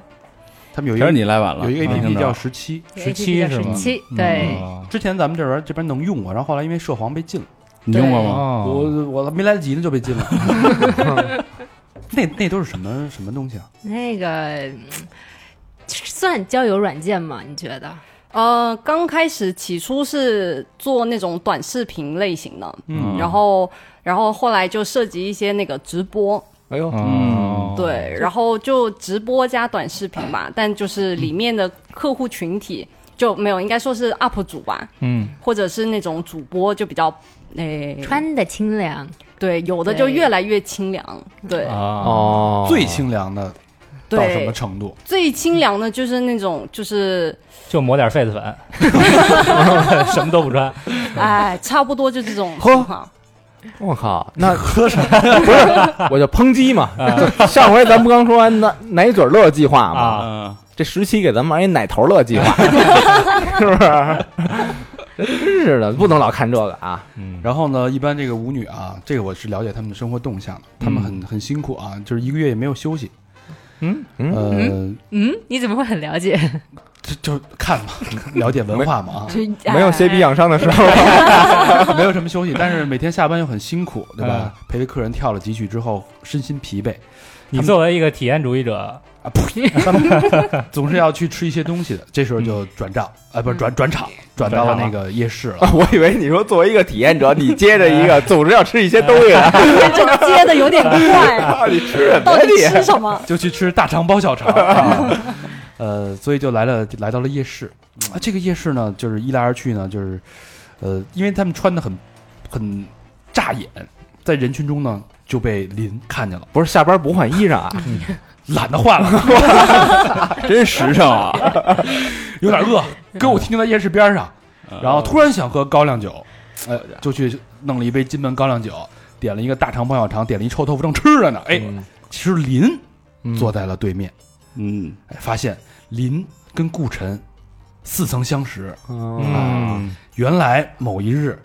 Speaker 1: 他们有一
Speaker 5: 其实
Speaker 1: 个
Speaker 5: 你来晚了，
Speaker 1: 有一个
Speaker 5: 没听
Speaker 1: APP
Speaker 5: 着
Speaker 1: 叫十七，
Speaker 7: 有
Speaker 4: 17
Speaker 7: APP 叫
Speaker 4: 是吗
Speaker 7: 十七，对，
Speaker 4: 哦
Speaker 1: 之前咱们这边这边能用过，然后后来因为涉黄被禁了。
Speaker 5: 你用过吗？
Speaker 4: 哦，
Speaker 1: 我我没来得及呢就被禁了。那那都是什么什么东西啊？
Speaker 7: 那个嗯算交友软件吗？你觉得？
Speaker 8: 呃，刚开始起初是做那种短视频类型的，
Speaker 5: 嗯
Speaker 8: 然后，然后后来就涉及一些那个直播，
Speaker 3: 哎呦，
Speaker 4: 嗯，
Speaker 8: 对，
Speaker 7: 哦
Speaker 8: 然后就直播加短视频吧，但就是里面的客户群体就没有，应该说是 UP 主吧，
Speaker 4: 嗯，
Speaker 8: 或者是那种主播就比较，哎诶、
Speaker 7: 穿的清凉，
Speaker 8: 对，有的就越来越清凉，对
Speaker 4: 啊，
Speaker 3: 哦，
Speaker 1: 最清凉的到什么
Speaker 8: 对，
Speaker 1: 程度？
Speaker 8: 最清凉的就是那种就是，
Speaker 4: 就抹点痱子粉，什么都不穿，
Speaker 8: 哎，差不多就这种
Speaker 3: 呵
Speaker 8: 情况，
Speaker 3: 我靠，那喝啥？不是，我就抨击嘛。就上回咱不刚说完奶奶嘴乐计划吗？
Speaker 4: 啊
Speaker 5: 嗯，
Speaker 3: 这十七给咱们玩一奶头乐计 (laughs) 划，是不 (laughs) 是？真是的，不能老看这个啊！
Speaker 4: 嗯，
Speaker 1: 然后呢，一般这个舞女啊，这个我是了解他们的生活动向的，他们很很辛苦啊，就是一个月也没有休息。
Speaker 4: 嗯
Speaker 3: 嗯
Speaker 1: 呃，
Speaker 7: (laughs) 嗯，你怎么会很了解？
Speaker 1: 就就看嘛，了解文化嘛啊。
Speaker 8: 就
Speaker 3: 没有 CB 养伤的时候， (laughs)
Speaker 1: 没有什么休息，但是每天下班又很辛苦，对吧？陪陪客人跳了几曲之后，身心疲惫
Speaker 4: 你作为一个体验主义者，
Speaker 1: 啊，呸！他们总是要去吃一些东西的，这时候就转账，啊，不是转转场，转到了那个夜市了。
Speaker 3: 我以为你说作为一个体验者，你接着一个，总是要吃一些东西的，
Speaker 8: 这个接的
Speaker 3: (laughs)
Speaker 8: 有点快，
Speaker 3: 到底吃什么
Speaker 8: 到
Speaker 3: 呀
Speaker 8: 底
Speaker 3: 你？
Speaker 8: 吃什么？
Speaker 1: (laughs) 就去吃大肠包小肠、啊，呃，所以就来了，来到了夜市。啊，这个夜市呢，就是一来二去呢，就是，呃，因为他们穿的很很扎眼，在人群中呢就被林看见了，
Speaker 3: (laughs) 不是下班不换衣裳啊， (laughs)
Speaker 1: 懒得换了，
Speaker 5: 真时尚啊！
Speaker 1: 有点饿，给我停留在夜市边上，然后突然想喝高粱酒，呃，就去弄了一杯金门高粱酒，点了一个大肠包小肠，点了一臭豆腐，正吃着呢，哎，
Speaker 4: 嗯
Speaker 1: 其实林坐在了对面。
Speaker 5: 嗯，
Speaker 1: 哎，发现林跟顾晨似曾相识。
Speaker 4: 嗯，
Speaker 1: 原来某一日，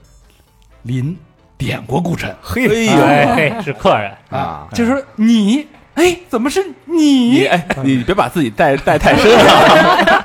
Speaker 1: 林点过顾晨
Speaker 3: 嘿哎
Speaker 4: 对，嘿嗯哎是客人，
Speaker 3: 啊，
Speaker 1: 这时候你哎，怎么是
Speaker 5: 你
Speaker 1: 你？
Speaker 5: 哎，你别把自己带带太深了。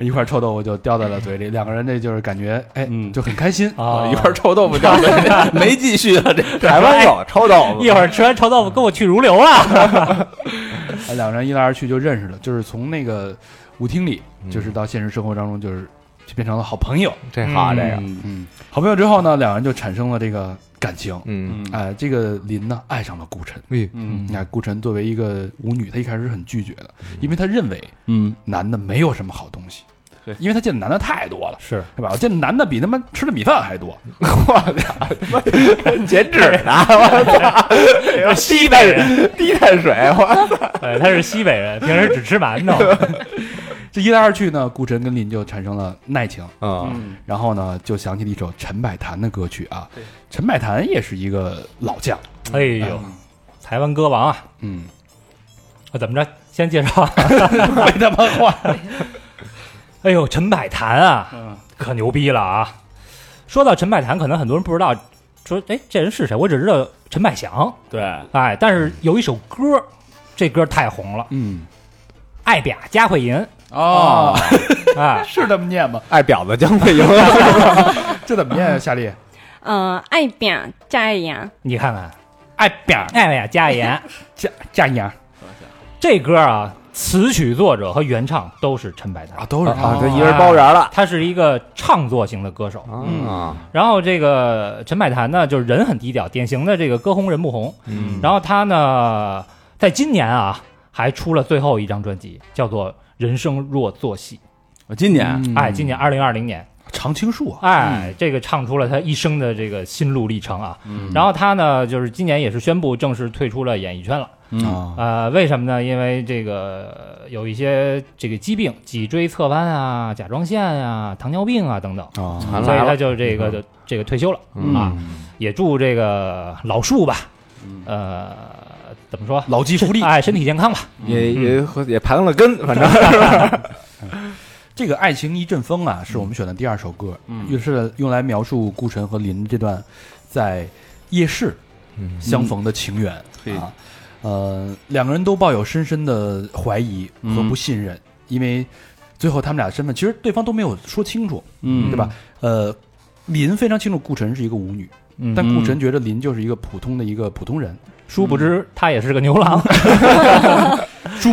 Speaker 1: 一块臭豆腐就掉在了嘴里，两个人这就是感觉哎，
Speaker 5: 嗯
Speaker 1: 就很开心。
Speaker 4: 啊，
Speaker 5: 一块臭豆腐掉了，没继续了。这
Speaker 3: 台湾有臭豆
Speaker 4: 一
Speaker 3: 腐，
Speaker 4: 会儿吃完臭豆腐跟我去如流了， (laughs)
Speaker 1: 哎两人一来二去就认识了，就是从那个舞厅里，
Speaker 3: 嗯
Speaker 1: 就是到现实生活当中，就是就变成了好朋友。
Speaker 3: 这好这个，
Speaker 5: 嗯
Speaker 1: 嗯，好朋友之后呢，两人就产生了这个感情。
Speaker 3: 嗯，
Speaker 1: 哎，这个林呢爱上了顾晨。
Speaker 5: 嗯
Speaker 1: 你看顾晨作为一个舞女，她一开始是很拒绝的，因为她认为
Speaker 5: 嗯，
Speaker 1: 男的没有什么好东西
Speaker 5: 对，
Speaker 1: 因为她见的男的太多了，
Speaker 4: 是
Speaker 1: 是吧？我见的男的比他妈吃的米饭还多，
Speaker 3: 减脂 (laughs) 呢，哎我操，低碳 (laughs) 低碳水，我
Speaker 4: 哎对，他是西北人，平时只吃馒头，
Speaker 1: 这一来二去呢，顾晨跟林就产生了耐情，
Speaker 3: 嗯
Speaker 1: 然后呢就想起了一首陈百潭的歌曲啊，陈百潭也是一个老将，
Speaker 4: 哎呦，台湾歌王啊，
Speaker 1: 嗯， (laughs)
Speaker 4: 啊怎么着？先介绍啊，
Speaker 1: 没他妈话，
Speaker 4: 哎呦，陈百潭啊，可牛逼了啊！说到陈百潭，可能很多人不知道，说哎这人是谁？我只知道陈百祥，
Speaker 5: 对，
Speaker 4: 哎，但是有一首歌，这歌太红了，《
Speaker 1: 嗯，
Speaker 4: 爱表佳慧银
Speaker 1: 哦，》
Speaker 4: 啊
Speaker 1: (laughs) ，是这么念吗？
Speaker 3: 爱哎婊子将会赢， (laughs)
Speaker 1: 这怎么念啊，夏丽？
Speaker 8: 嗯、爱扁加牙，
Speaker 4: 你看看，
Speaker 1: 爱表
Speaker 4: 《爱表佳言》
Speaker 1: 加加牙
Speaker 4: 这歌啊，词曲作者和原唱都是陈百
Speaker 1: 啊，
Speaker 4: 潭，
Speaker 1: 都是他
Speaker 3: 啊，这一人包圆了
Speaker 4: 他是一个唱作型的歌手。
Speaker 3: 啊，
Speaker 4: 然后这个陈百潭呢，就是人很低调，典型的这个歌红人不红。
Speaker 3: 嗯
Speaker 4: 然后他呢，在今年啊，还出了最后一张专辑，叫做《人生若做戏
Speaker 5: 我嗯今年》。
Speaker 1: 嗯
Speaker 4: 哎，今年二零二零年，
Speaker 1: 常青树啊，
Speaker 4: 哎，这个唱出了他一生的这个心路历程啊。然后他呢，就是今年也是宣布正式退出了演艺圈了。
Speaker 1: 啊，
Speaker 4: 呃，为什么呢？因为这个呃有一些这个疾病，脊椎侧弯啊、甲状腺啊、糖尿病啊等等，
Speaker 1: 啊
Speaker 3: 全
Speaker 4: 所以
Speaker 3: 来
Speaker 4: 他
Speaker 3: 了，
Speaker 4: 就这
Speaker 1: 嗯
Speaker 4: 个、这个退休了、啊。也祝这个老树吧，
Speaker 1: 嗯
Speaker 4: 呃，怎么说？
Speaker 1: 老骥伏
Speaker 4: (laughs)
Speaker 1: 枥，
Speaker 4: 哎，身体健康吧。
Speaker 3: 嗯也也和也盘了根，反正
Speaker 1: 这个《爱情一阵风》啊，是我们选的第二首歌，
Speaker 5: 嗯
Speaker 1: 也是用来描述顾晨和林这段在夜市相逢的情缘、
Speaker 5: 嗯
Speaker 1: 啊。呃，两个人都抱有深深的怀疑和不信任，因为最后他们俩身份其实对方都没有说清楚，啊
Speaker 5: 嗯
Speaker 1: 对吧？呃，林非常清楚顾晨是一个舞女，
Speaker 5: 嗯
Speaker 1: 但顾晨觉得林就是一个普通的一个普通人，
Speaker 4: 殊不
Speaker 1: 嗯
Speaker 4: 知他也是个牛郎
Speaker 1: 殊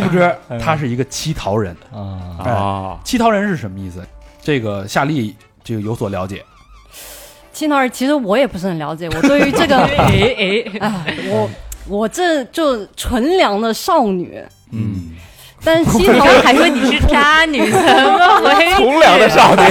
Speaker 5: (laughs)
Speaker 1: 不知
Speaker 5: 哎
Speaker 1: 他是一个乞讨人。
Speaker 4: 啊，
Speaker 5: 啊，
Speaker 1: 乞讨人是什么意思？这个夏丽这个有所了解，
Speaker 8: 七那儿其实我也不是很了解，我对于这
Speaker 3: (laughs)
Speaker 8: 个，哎哎，我我这就纯良的少女，
Speaker 1: 嗯，
Speaker 8: 但是七
Speaker 7: 你
Speaker 8: 头
Speaker 3: (laughs)
Speaker 7: 刚还说你是渣女，怎么
Speaker 8: (laughs) 哎
Speaker 7: 回事？
Speaker 3: 从良的少 (laughs) 女，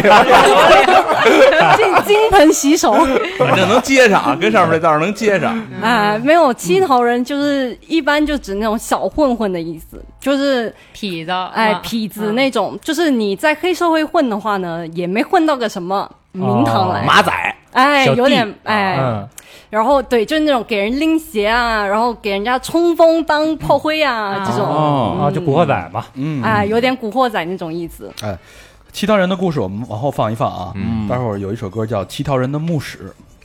Speaker 8: 金金盆洗手。
Speaker 5: 反正能接上啊，跟上面这道儿能接上。
Speaker 8: 啊，没有七头人就是一般就指那种小混混的意思，就是
Speaker 7: 痞子，
Speaker 8: 哎
Speaker 7: 嗯
Speaker 8: 痞子那种，就是你在黑社会混的话呢，也没混到个什么 (laughs) 名堂来，
Speaker 3: 马仔，
Speaker 8: 哎
Speaker 4: 哦小弟
Speaker 8: 有点哎，
Speaker 4: 嗯，
Speaker 8: 然后对就是那种给人拎鞋啊，然后给人家冲锋当炮灰啊、
Speaker 7: 嗯
Speaker 8: 这种，
Speaker 5: 哦
Speaker 4: 啊，就古惑仔嘛，
Speaker 1: 嗯
Speaker 8: 哎有点古惑仔那种意思，
Speaker 1: 乞讨人的故事我们往后放一放啊，
Speaker 5: 嗯
Speaker 1: 待会儿有一首歌叫《乞讨人的墓室》，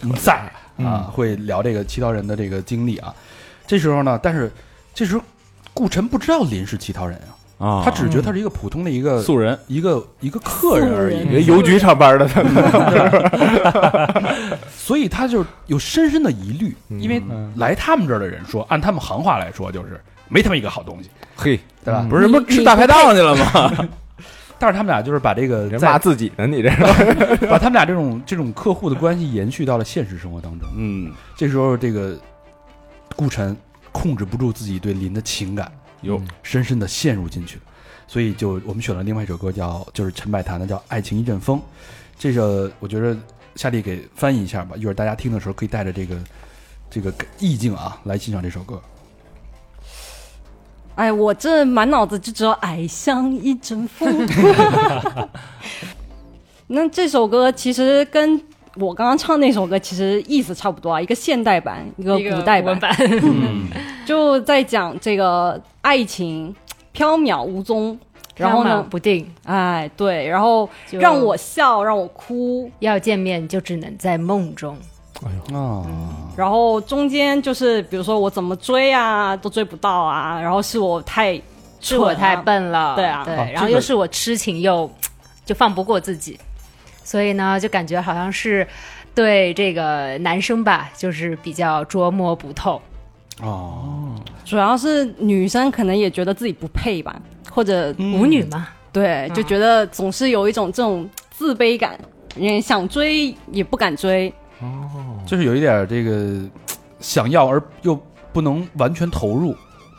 Speaker 1: 我们在
Speaker 5: 嗯
Speaker 1: 啊会聊这个乞讨人的这个经历啊。这时候呢，但是这时候顾晨不知道林是乞讨人
Speaker 5: 啊，
Speaker 1: 啊，
Speaker 5: 呃
Speaker 1: 他只觉得他是一个普通的一个
Speaker 5: 素人，
Speaker 1: 一个一个客人而已，
Speaker 3: 以为邮局上班的，
Speaker 1: 所以他就有深深的疑虑，
Speaker 3: 嗯
Speaker 1: 因为来他们这儿的人说，按他们行话来说，就是没他妈一个好东西，
Speaker 3: (laughs) 嘿，
Speaker 1: 对
Speaker 3: 嗯
Speaker 1: 吧？
Speaker 5: 不是什么吃大排档去了吗？
Speaker 1: 但是他们俩就是把这个
Speaker 3: 人骂
Speaker 1: 在
Speaker 3: 自己呢，你这是
Speaker 1: 把他们俩这种这种客户的关系延续到了现实生活当中。
Speaker 5: 嗯，
Speaker 1: 这时候，这个顾晨控制不住自己对林的情感，
Speaker 3: 嗯
Speaker 5: 有
Speaker 1: 深深的陷入进去了。所以就我们选了另外一首歌叫，就是陈百强的叫《爱情一阵风》，这个我觉得夏丽给翻译一下吧，一会儿大家听的时候可以带着这个这个意境啊来欣赏这首歌。
Speaker 8: 哎，我这满脑子就只有“矮像一阵
Speaker 4: (laughs)
Speaker 8: 风” 。那这首歌其实跟我刚刚唱那首歌其实意思差不多啊，一个现代版，一个
Speaker 7: 一个
Speaker 8: 古代版
Speaker 7: 文，版， (laughs)
Speaker 8: 就在讲这个爱情飘渺无踪，然后
Speaker 7: (laughs) 浪
Speaker 8: 呢
Speaker 7: 漫，不定，
Speaker 8: 哎，对，然后
Speaker 7: 就
Speaker 8: 让我笑，让我哭，
Speaker 7: 要见面就只能在梦中。
Speaker 1: 啊，
Speaker 8: 然后中间就是比如说我怎么追啊，都追不到啊，然后是我太
Speaker 7: 是
Speaker 8: 蠢啊
Speaker 7: 我太，笨了，
Speaker 8: 对啊
Speaker 7: 对
Speaker 1: 啊，
Speaker 7: 然后
Speaker 1: 这个
Speaker 7: 又是我痴情又就放不过自己，所以呢，就感觉好像是对这个男生吧，就是比较捉摸不透。
Speaker 1: 哦
Speaker 8: 主要是女生可能也觉得自己不配吧，或者、
Speaker 1: 嗯
Speaker 7: 舞女嘛，
Speaker 8: 对，
Speaker 7: 嗯
Speaker 8: 就觉得总是有一种这种自卑感，也想追也不敢追，
Speaker 1: 就是有一点这个想要而又不能完全投入，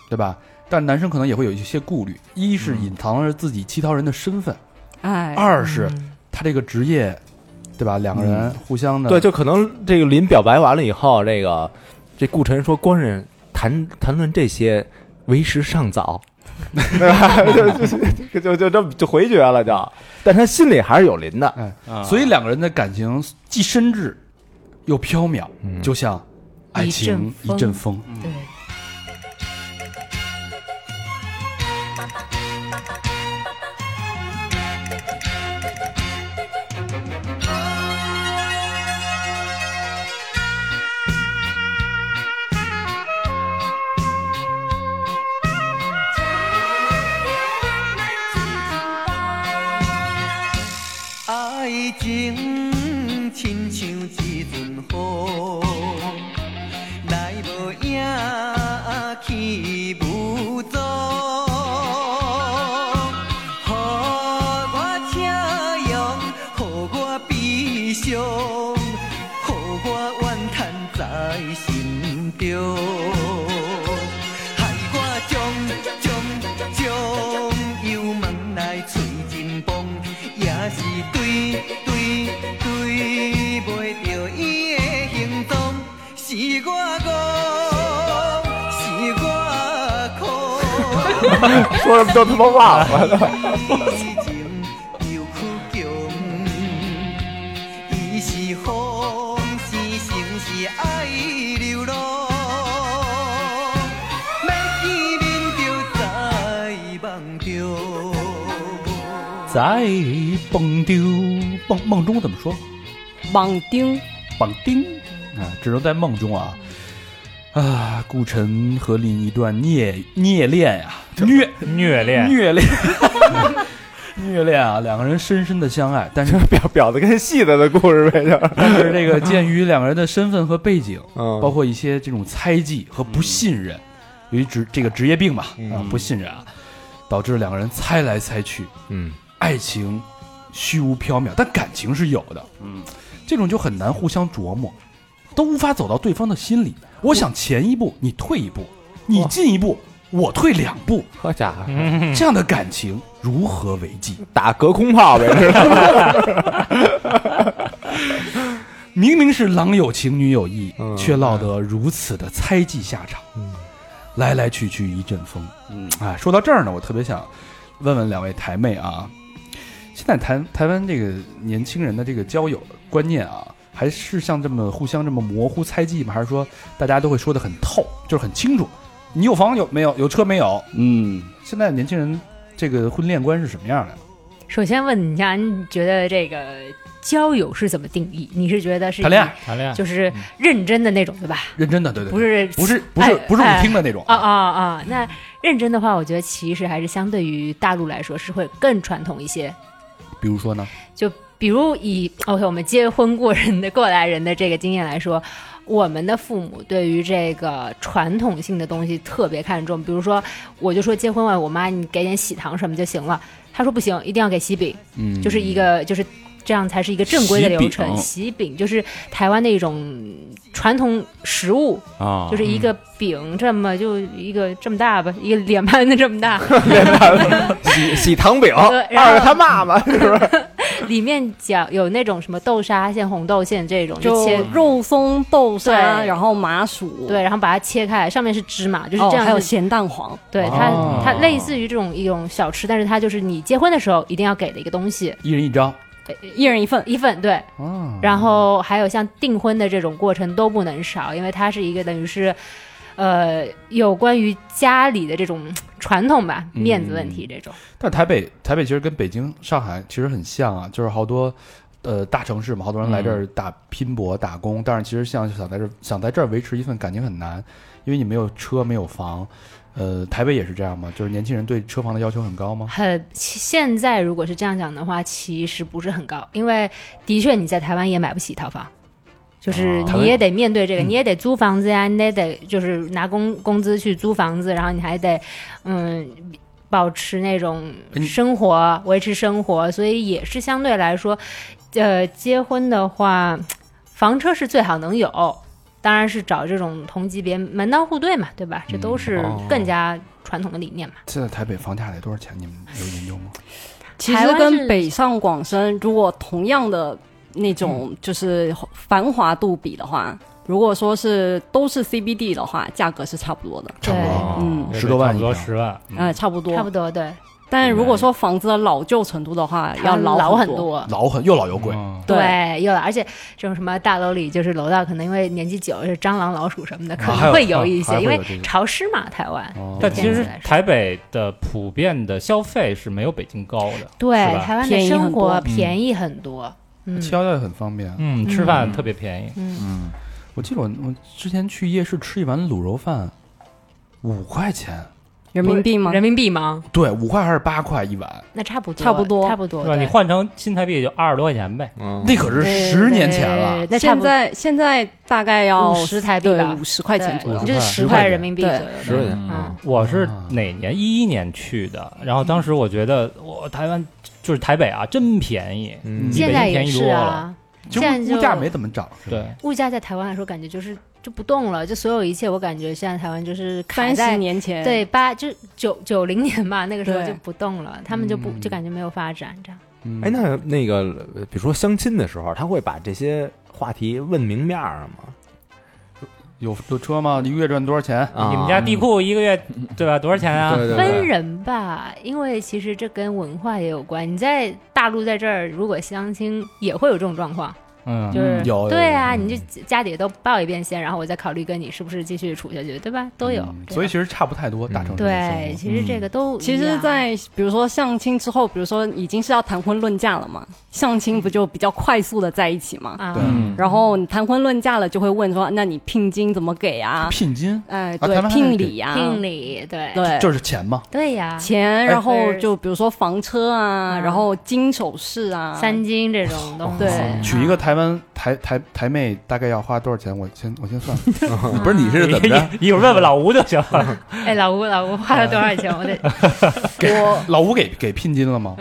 Speaker 1: 对吧？但男生可能也会有一些顾虑，一是隐藏着自己乞讨人的身份，
Speaker 8: 哎，
Speaker 7: 哦
Speaker 1: 二是
Speaker 7: 嗯
Speaker 1: 他这个职业，对吧？两个人互相的，
Speaker 3: 对，就可能这个林表白完了以后，这个这顾晨说，光是谈谈论这些为时尚早， (laughs) 对吧？ (laughs) 就就就这么就回绝了，就，但他心里还是有林的，
Speaker 1: 哎，
Speaker 5: 啊
Speaker 1: 所以两个人的感情既深挚又缥缈，
Speaker 3: 嗯
Speaker 1: 就像爱情
Speaker 7: 一阵风
Speaker 1: 一阵风。
Speaker 7: 嗯对，
Speaker 12: 爱情亲像一阵风，来无影啊去无踪。予我请容，予我悲伤，予我怨叹在心中，害我将将将忧梦来催真风。也是对对对袂着伊的行踪，是我戆，是我苦。
Speaker 3: 说什么都他妈忘了。 (laughs)
Speaker 12: 伊情又曲强，伊是风，是情，是爱流浪。要见面就在梦中。
Speaker 1: 在蹦丢梦梦中怎么说？
Speaker 8: 网丁
Speaker 1: 绑钉啊，只能在梦中啊啊！顾晨和林一段孽孽恋呀、虐 (laughs)
Speaker 4: 虐恋，
Speaker 1: 虐恋， (laughs) 虐恋啊！两个人深深的相爱，但是
Speaker 3: 表婊子跟戏子的故事呗，就是，
Speaker 1: 但是这个鉴于两个人的身份和背景，包
Speaker 3: 嗯，
Speaker 1: 括一些这种猜忌和不信任，由于职这个职业病吧啊，不信任啊，导致两个人猜来猜去，
Speaker 3: 嗯，
Speaker 1: 爱情虚无缥缈，但感情是有的。嗯，这种就很难互相琢磨，都无法走到对方的心里。我想前一步，你退一步；你进一步，我退两步。
Speaker 3: 好家伙，
Speaker 4: 嗯，
Speaker 1: 这样的感情如何为继？
Speaker 3: 打隔空炮呗，是 (laughs) 吧？
Speaker 1: 明明是郎有情，女有意，
Speaker 3: 嗯
Speaker 1: 却落得如此的猜忌下场。
Speaker 3: 嗯
Speaker 1: 来来去去一阵风。
Speaker 5: 嗯
Speaker 1: 啊，说到这儿呢，我特别想问问两位台妹啊，现在台台湾这个年轻人的这个交友观念啊，还是像这么互相这么模糊猜忌吗？还是说大家都会说的很透，就是很清楚？你有房有没有？有车没有？
Speaker 5: 嗯，
Speaker 1: 现在年轻人这个婚恋观是什么样的？
Speaker 7: 首先问一下，你觉得这个交友是怎么定义？你是觉得是
Speaker 1: 谈恋爱
Speaker 4: 谈恋爱
Speaker 7: 就是认真的那种对吧？
Speaker 1: 认真的，对对对
Speaker 7: 不是
Speaker 1: 不是不是
Speaker 7: 哎
Speaker 1: 不是
Speaker 7: 哎
Speaker 1: 你听的那种
Speaker 7: 啊啊啊！那认真的话，我觉得其实还是相对于大陆来说是会更传统一些。
Speaker 1: 比如说呢？
Speaker 7: 就比如以 OK 我们结婚过人的过来人的这个经验来说，我们的父母对于这个传统性的东西特别看重。比如说，我就说结婚了，我妈你给点喜糖什么就行了，她说不行，一定要给喜饼，
Speaker 1: 嗯，
Speaker 7: 就是一个就是。这样才是一个正规的流程。
Speaker 5: 喜
Speaker 7: 喜饼就是台湾的一种传统食物，
Speaker 5: 啊，
Speaker 7: 就是一个饼这么就一个这么大吧，一个脸盘子这么大，
Speaker 3: 喜喜糖饼，
Speaker 7: 对然后
Speaker 3: (laughs) 二个他妈妈是不是？
Speaker 7: 里面讲有那种什么豆沙馅、红豆馅这种，
Speaker 8: 就
Speaker 7: 切
Speaker 8: 肉松豆沙，
Speaker 7: 对
Speaker 8: 然后麻薯，
Speaker 7: 对，，然后把它切开，上面是芝麻，就是
Speaker 8: 哦
Speaker 7: 这样子。
Speaker 8: 还有咸蛋黄，
Speaker 7: 对它，它类似于这种一种小吃，但是它就是你结婚的时候一定要给的一个东西，
Speaker 1: 一人一张
Speaker 8: 一人一份。
Speaker 7: 一份对。
Speaker 1: 啊，
Speaker 7: 然后还有像订婚的这种过程都不能少，因为它是一个等于是，呃，有关于家里的这种传统吧，
Speaker 1: 嗯
Speaker 7: 面子问题这种。
Speaker 1: 但台北台北其实跟北京、上海其实很像啊，就是好多呃大城市嘛，好多人来这
Speaker 3: 嗯
Speaker 1: 儿打拼搏打工，但是其实像想在这儿想在这儿维持一份感情很难，因为你没有车没有房。呃，台北也是这样吗？就是年轻人对车房的要求很高吗？
Speaker 7: 很其现在如果是这样讲的话，其实不是很高，因为的确你在台湾也买不起一套房，就是
Speaker 1: 台湾
Speaker 7: 你也得面对这个，你也得租房子呀，你也得就是拿工工资去租房子，然后你还得嗯保持那种
Speaker 1: 你
Speaker 7: 生活，维持生活，所以也是相对来说，呃，结婚的话，房车是最好能有。当然是找这种同级别门当户对嘛，对吧？这都是
Speaker 1: 哦
Speaker 7: 更加传统的理念嘛。
Speaker 1: 现在台北房价得多少钱？你们有研究吗？
Speaker 8: 其
Speaker 7: 台
Speaker 8: 实
Speaker 7: 湾是
Speaker 8: 跟北上广深如果同样的那种就是繁华度比的话，如果说是都是 CBD 的话，价格是差不多的，
Speaker 7: 对，
Speaker 8: 嗯，
Speaker 1: 哦十多万
Speaker 4: 差不多
Speaker 1: 以上
Speaker 4: 十万，
Speaker 1: 嗯
Speaker 8: 呃，差不多。
Speaker 7: 差不多对，
Speaker 8: 但如果说房子的老旧程度的话，要
Speaker 7: 老
Speaker 8: 老
Speaker 7: 很
Speaker 8: 多。
Speaker 7: 多。
Speaker 1: 老很又老又贵，
Speaker 8: 对，
Speaker 7: 对，有了，而且这种什么大楼里，就是楼道，可能因为年纪久，是蟑螂、老鼠什么的，可
Speaker 1: 哦还有嗯
Speaker 7: 能会有一
Speaker 1: 还
Speaker 7: 些，因
Speaker 1: 会有
Speaker 7: 为
Speaker 1: 这个
Speaker 7: 潮湿嘛，台湾。
Speaker 3: 嗯
Speaker 1: 哦
Speaker 4: 但其
Speaker 7: 这
Speaker 4: 实
Speaker 7: 样子
Speaker 4: 台北的普遍的消费是没有北京高的，
Speaker 7: 对
Speaker 4: 是，吧
Speaker 7: 台湾
Speaker 8: 便
Speaker 7: 的
Speaker 8: 宜
Speaker 7: 生
Speaker 8: 很多
Speaker 7: 活
Speaker 8: 嗯
Speaker 7: 便宜很多。嗯
Speaker 1: 七幺幺也很方便。
Speaker 4: 嗯，吃饭特别便宜，
Speaker 7: 嗯，
Speaker 1: 我记得我我之前去夜市吃一碗卤肉饭，五块钱，
Speaker 8: 人民币吗？
Speaker 7: 人民币吗？
Speaker 1: 对，五块还是八块一碗？
Speaker 7: 那差不多，
Speaker 8: 差不多
Speaker 7: 差不多。
Speaker 4: 是吧？
Speaker 7: 对
Speaker 4: 你换成新台币也就二十多块钱呗，
Speaker 3: 嗯
Speaker 1: 那可是十年前了
Speaker 7: 对。那差
Speaker 8: 现
Speaker 7: 不多
Speaker 8: 在现在大概要
Speaker 7: 50台币
Speaker 8: 对
Speaker 7: 吧
Speaker 8: 五十块钱左右。
Speaker 7: 对就是
Speaker 1: 十
Speaker 7: 十
Speaker 1: 块
Speaker 7: 块
Speaker 1: 钱
Speaker 7: 人民币左
Speaker 8: 对
Speaker 7: 右的。
Speaker 3: 十块钱
Speaker 7: 嗯，
Speaker 4: 我是哪年？一一年去
Speaker 7: 啊
Speaker 4: 的，然后当时我觉得，我台湾就是台北啊，真便宜。
Speaker 3: 嗯
Speaker 4: 比北
Speaker 7: 现
Speaker 4: 京
Speaker 7: 在也
Speaker 4: 便宜
Speaker 7: 是
Speaker 4: 多
Speaker 7: 啊，
Speaker 1: 就
Speaker 7: 现在
Speaker 1: 物
Speaker 7: 就
Speaker 1: 物价没怎么涨，是吧
Speaker 4: 对，
Speaker 7: 物价在台湾来说，感觉就是就不动了，就所有一切，我感觉现在台湾就是卡
Speaker 8: 三
Speaker 7: 在
Speaker 8: 十年前，
Speaker 7: 对，八就九九零年吧，那个时候
Speaker 8: 对
Speaker 7: 就不动了，他们就不、就感觉没有发展这样。
Speaker 1: 嗯
Speaker 3: 哎，那那个，呃比如说相亲的时候，他会把这些话题问明面儿吗？
Speaker 1: 有有车吗？一个月赚多少钱？
Speaker 3: 啊，
Speaker 4: 你们家地库一个月对吧？多少钱
Speaker 1: (laughs)
Speaker 4: 啊？
Speaker 3: 对对
Speaker 7: 分
Speaker 3: 对，
Speaker 7: 人吧，因为其实这跟文化也有关。你在大陆在这儿，如果相亲也会有这种状况，
Speaker 4: 嗯
Speaker 7: 就，是、
Speaker 1: 嗯有有
Speaker 7: 对啊，
Speaker 1: 有
Speaker 7: 你就家里都报一遍先，然后我再考虑跟你是不是继续处下去，对吧？都有。
Speaker 1: 嗯
Speaker 7: 对啊
Speaker 1: 所以其实差不太多，
Speaker 3: 嗯
Speaker 1: 大城市的
Speaker 7: 对，
Speaker 1: 生
Speaker 7: 其实这个都
Speaker 8: 其
Speaker 7: 一
Speaker 8: 实，
Speaker 7: 样
Speaker 8: 在比如说相亲之后，比如说已经是要谈婚论嫁了嘛，相亲不就比较快速的在一起嘛？
Speaker 7: 啊
Speaker 1: 对，
Speaker 5: 嗯
Speaker 8: 然后你谈婚论嫁了，就会问说，啊那你聘金怎么给啊
Speaker 1: 活，？聘金
Speaker 8: 哎，
Speaker 1: 啊谈
Speaker 8: 对，
Speaker 1: 完
Speaker 8: 聘礼呀，
Speaker 7: 聘礼，对
Speaker 8: 对，
Speaker 1: 就是钱嘛，
Speaker 7: 对呀，
Speaker 8: 钱，然后
Speaker 7: 哎
Speaker 8: 就比如说房车啊，
Speaker 7: 嗯
Speaker 8: 然后金首饰啊，
Speaker 7: 三金这种东西，
Speaker 8: 对
Speaker 1: 嗯
Speaker 7: 嗯
Speaker 1: 娶一个台湾台台台妹大概要花多少钱？我先我先算了，
Speaker 5: 不是你是怎么着？
Speaker 4: 一一会儿问问老吴就行
Speaker 7: (laughs)
Speaker 4: 了。
Speaker 7: 哎，老吴，老吴花了多少钱？我得
Speaker 1: 给老吴给给聘金了吗？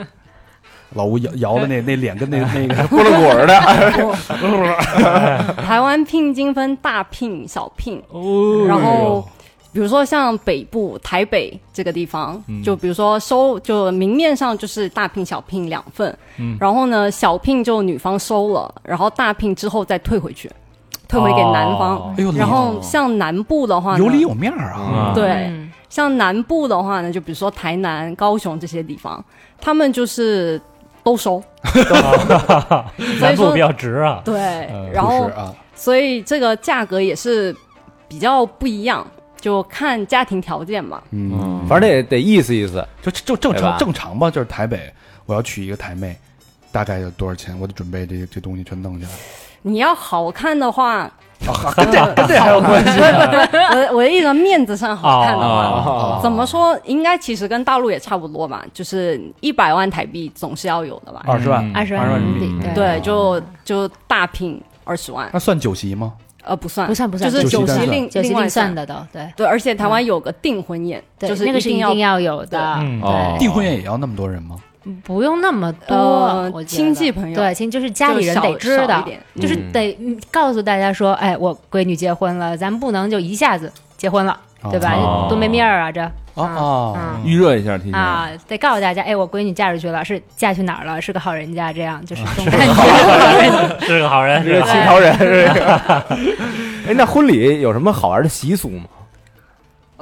Speaker 1: 老吴摇摇的那那脸跟那
Speaker 7: (laughs)
Speaker 1: 那个
Speaker 3: 拨了滚儿的，
Speaker 8: 台湾聘金分大聘、小聘，
Speaker 4: 哦
Speaker 8: 然后比如说像北部台北这个地方，就比如说收就明面上就是大聘小聘两份，然后呢小聘就女方收了，然后大聘之后再退回去，退回给男方。
Speaker 4: 哦
Speaker 1: 哎呦，
Speaker 8: 然后像南部的话呢，
Speaker 1: 有里有面儿啊，
Speaker 3: 嗯
Speaker 8: 对，
Speaker 7: 嗯
Speaker 8: 像南部的话呢，就比如说台南、高雄这些地方，他们就是都收，所
Speaker 4: (laughs) 南
Speaker 8: 以
Speaker 4: 部
Speaker 8: 说
Speaker 4: 比较值啊。
Speaker 8: 对
Speaker 4: 嗯，
Speaker 8: 然后
Speaker 1: 就是啊，
Speaker 8: 所以这个价格也是比较不一样，就看家庭条件嘛。
Speaker 1: 嗯，
Speaker 5: 嗯，
Speaker 3: 反正得得意思意思。
Speaker 1: 就就正
Speaker 3: 对
Speaker 1: 常
Speaker 3: 吧
Speaker 1: 正常吧，就是台北，我要娶一个台妹，大概要多少钱？我得准备这这东西全弄下来。
Speaker 8: 你要好看的话，
Speaker 1: 跟这跟这还有关系？
Speaker 8: 我我的意思，面子上好看的话，
Speaker 3: (laughs) 哦
Speaker 8: 怎么说？应该其实跟大陆也差不多吧，就是一百万台币总是要有的吧。
Speaker 1: 二十万，
Speaker 7: 二十万
Speaker 1: 20万
Speaker 7: 人
Speaker 1: 人
Speaker 7: 民
Speaker 1: 民
Speaker 7: 币，
Speaker 1: 币
Speaker 8: 对，就就大聘二十万，
Speaker 1: 那算酒席吗？
Speaker 8: 呃，不算，
Speaker 7: 不算不算
Speaker 8: 就是
Speaker 1: 酒席
Speaker 8: 席
Speaker 1: 单
Speaker 8: 另
Speaker 7: 酒席
Speaker 8: 另外
Speaker 7: 另算。的都对，
Speaker 8: 对，而且台湾有个订婚宴，
Speaker 7: 对，
Speaker 8: 就是
Speaker 7: 那个是
Speaker 8: 定
Speaker 7: 一
Speaker 8: 要
Speaker 7: 定要有的，
Speaker 4: 嗯
Speaker 5: 哦
Speaker 7: 对，
Speaker 1: 订婚宴也要那么多人吗？
Speaker 7: 不用那么
Speaker 8: 呃
Speaker 7: 多，我觉得
Speaker 8: 亲戚朋友
Speaker 7: 对，亲就是家里人
Speaker 8: 就少
Speaker 7: 得知
Speaker 8: 少
Speaker 7: 道
Speaker 8: 一，点
Speaker 7: 就是
Speaker 3: 嗯
Speaker 7: 得告诉大家说，哎，我闺女结婚了，咱不能就一下子结婚了，对吧
Speaker 5: 哦？
Speaker 7: 多没面儿啊，这
Speaker 1: 哦哦，
Speaker 7: 嗯
Speaker 5: 预热一下提前。
Speaker 7: 啊，得告诉大家，哎，我闺女嫁出去了，是嫁去哪儿了？是个好人家，这样
Speaker 1: 啊
Speaker 7: 就是这种感
Speaker 1: (laughs)
Speaker 7: 觉。 (laughs)
Speaker 4: 是个好人，
Speaker 3: 这个
Speaker 4: 是
Speaker 3: 乞
Speaker 4: 吧
Speaker 3: 讨人是吧？ (laughs) 哎，那婚礼有什么好玩的习俗吗？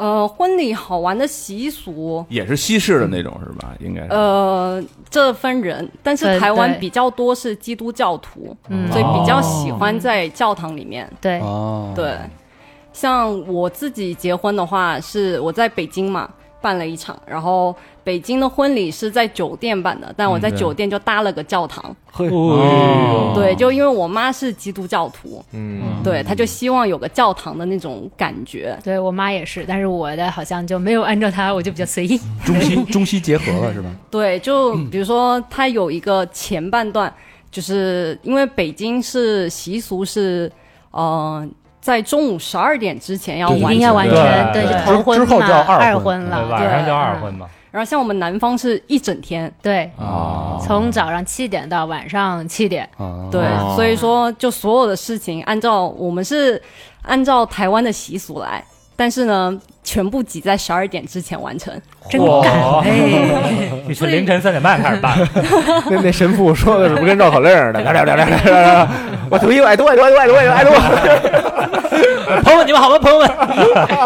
Speaker 8: 呃，婚礼好玩的习俗，
Speaker 5: 也是西式的那种是吧？应该是
Speaker 8: 呃，这分人，但是
Speaker 7: 对
Speaker 8: 台湾
Speaker 7: 对
Speaker 8: 比较多是基督教徒，
Speaker 7: 嗯
Speaker 8: 所以比
Speaker 5: 哦
Speaker 8: 较喜欢在教堂里面。
Speaker 7: 对，
Speaker 1: 哦，
Speaker 8: 对，
Speaker 5: 嗯
Speaker 8: 像我自己结婚的话，是我在北京嘛办了一场，然后北京的婚礼是在酒店办的，但我在
Speaker 5: 嗯对
Speaker 8: 酒店就搭了个教堂。
Speaker 3: 嘿，
Speaker 5: 哦
Speaker 8: 对，就因为我妈是基督教徒，
Speaker 3: 嗯，
Speaker 8: 对，她就希望有个教堂的那种感觉。
Speaker 7: 对我妈也是，但是我的好像就没有按照她，我就比较随意。
Speaker 1: 中西中西结合了是吧？
Speaker 8: 对，就比如说，它有一个前半段，就是因为北京是习俗是，呃，在中午十二点之前要
Speaker 1: 对
Speaker 7: 一
Speaker 8: 完
Speaker 7: 定要
Speaker 8: 成。
Speaker 7: 完
Speaker 4: 对
Speaker 7: 成，对，
Speaker 1: 对
Speaker 7: 是头婚
Speaker 1: 之后
Speaker 7: 嘛
Speaker 1: 就要二
Speaker 7: 二
Speaker 1: 婚
Speaker 7: 婚了
Speaker 4: 对，晚上就二婚
Speaker 7: 嘛。
Speaker 4: 嘛，
Speaker 8: 然后像我们南方是一整天，
Speaker 7: 对，
Speaker 1: 啊
Speaker 7: 从早上七点到晚上七点，
Speaker 1: 啊，
Speaker 8: 对，
Speaker 5: 哦
Speaker 8: 所以说就所有的事情按照我们是按照台湾的习俗来，但是呢，全部挤在十二点之前完成。
Speaker 7: 真
Speaker 4: 哇
Speaker 1: (laughs)
Speaker 7: 敢哎！
Speaker 4: 你是凌晨三点半开始办的， (laughs)
Speaker 3: 那那神父说的是不是跟绕口令似的？来来来来来来，我同意，我哎爱读，我爱读，我爱读，我爱读。
Speaker 4: 朋友们，你们好吗？朋友们，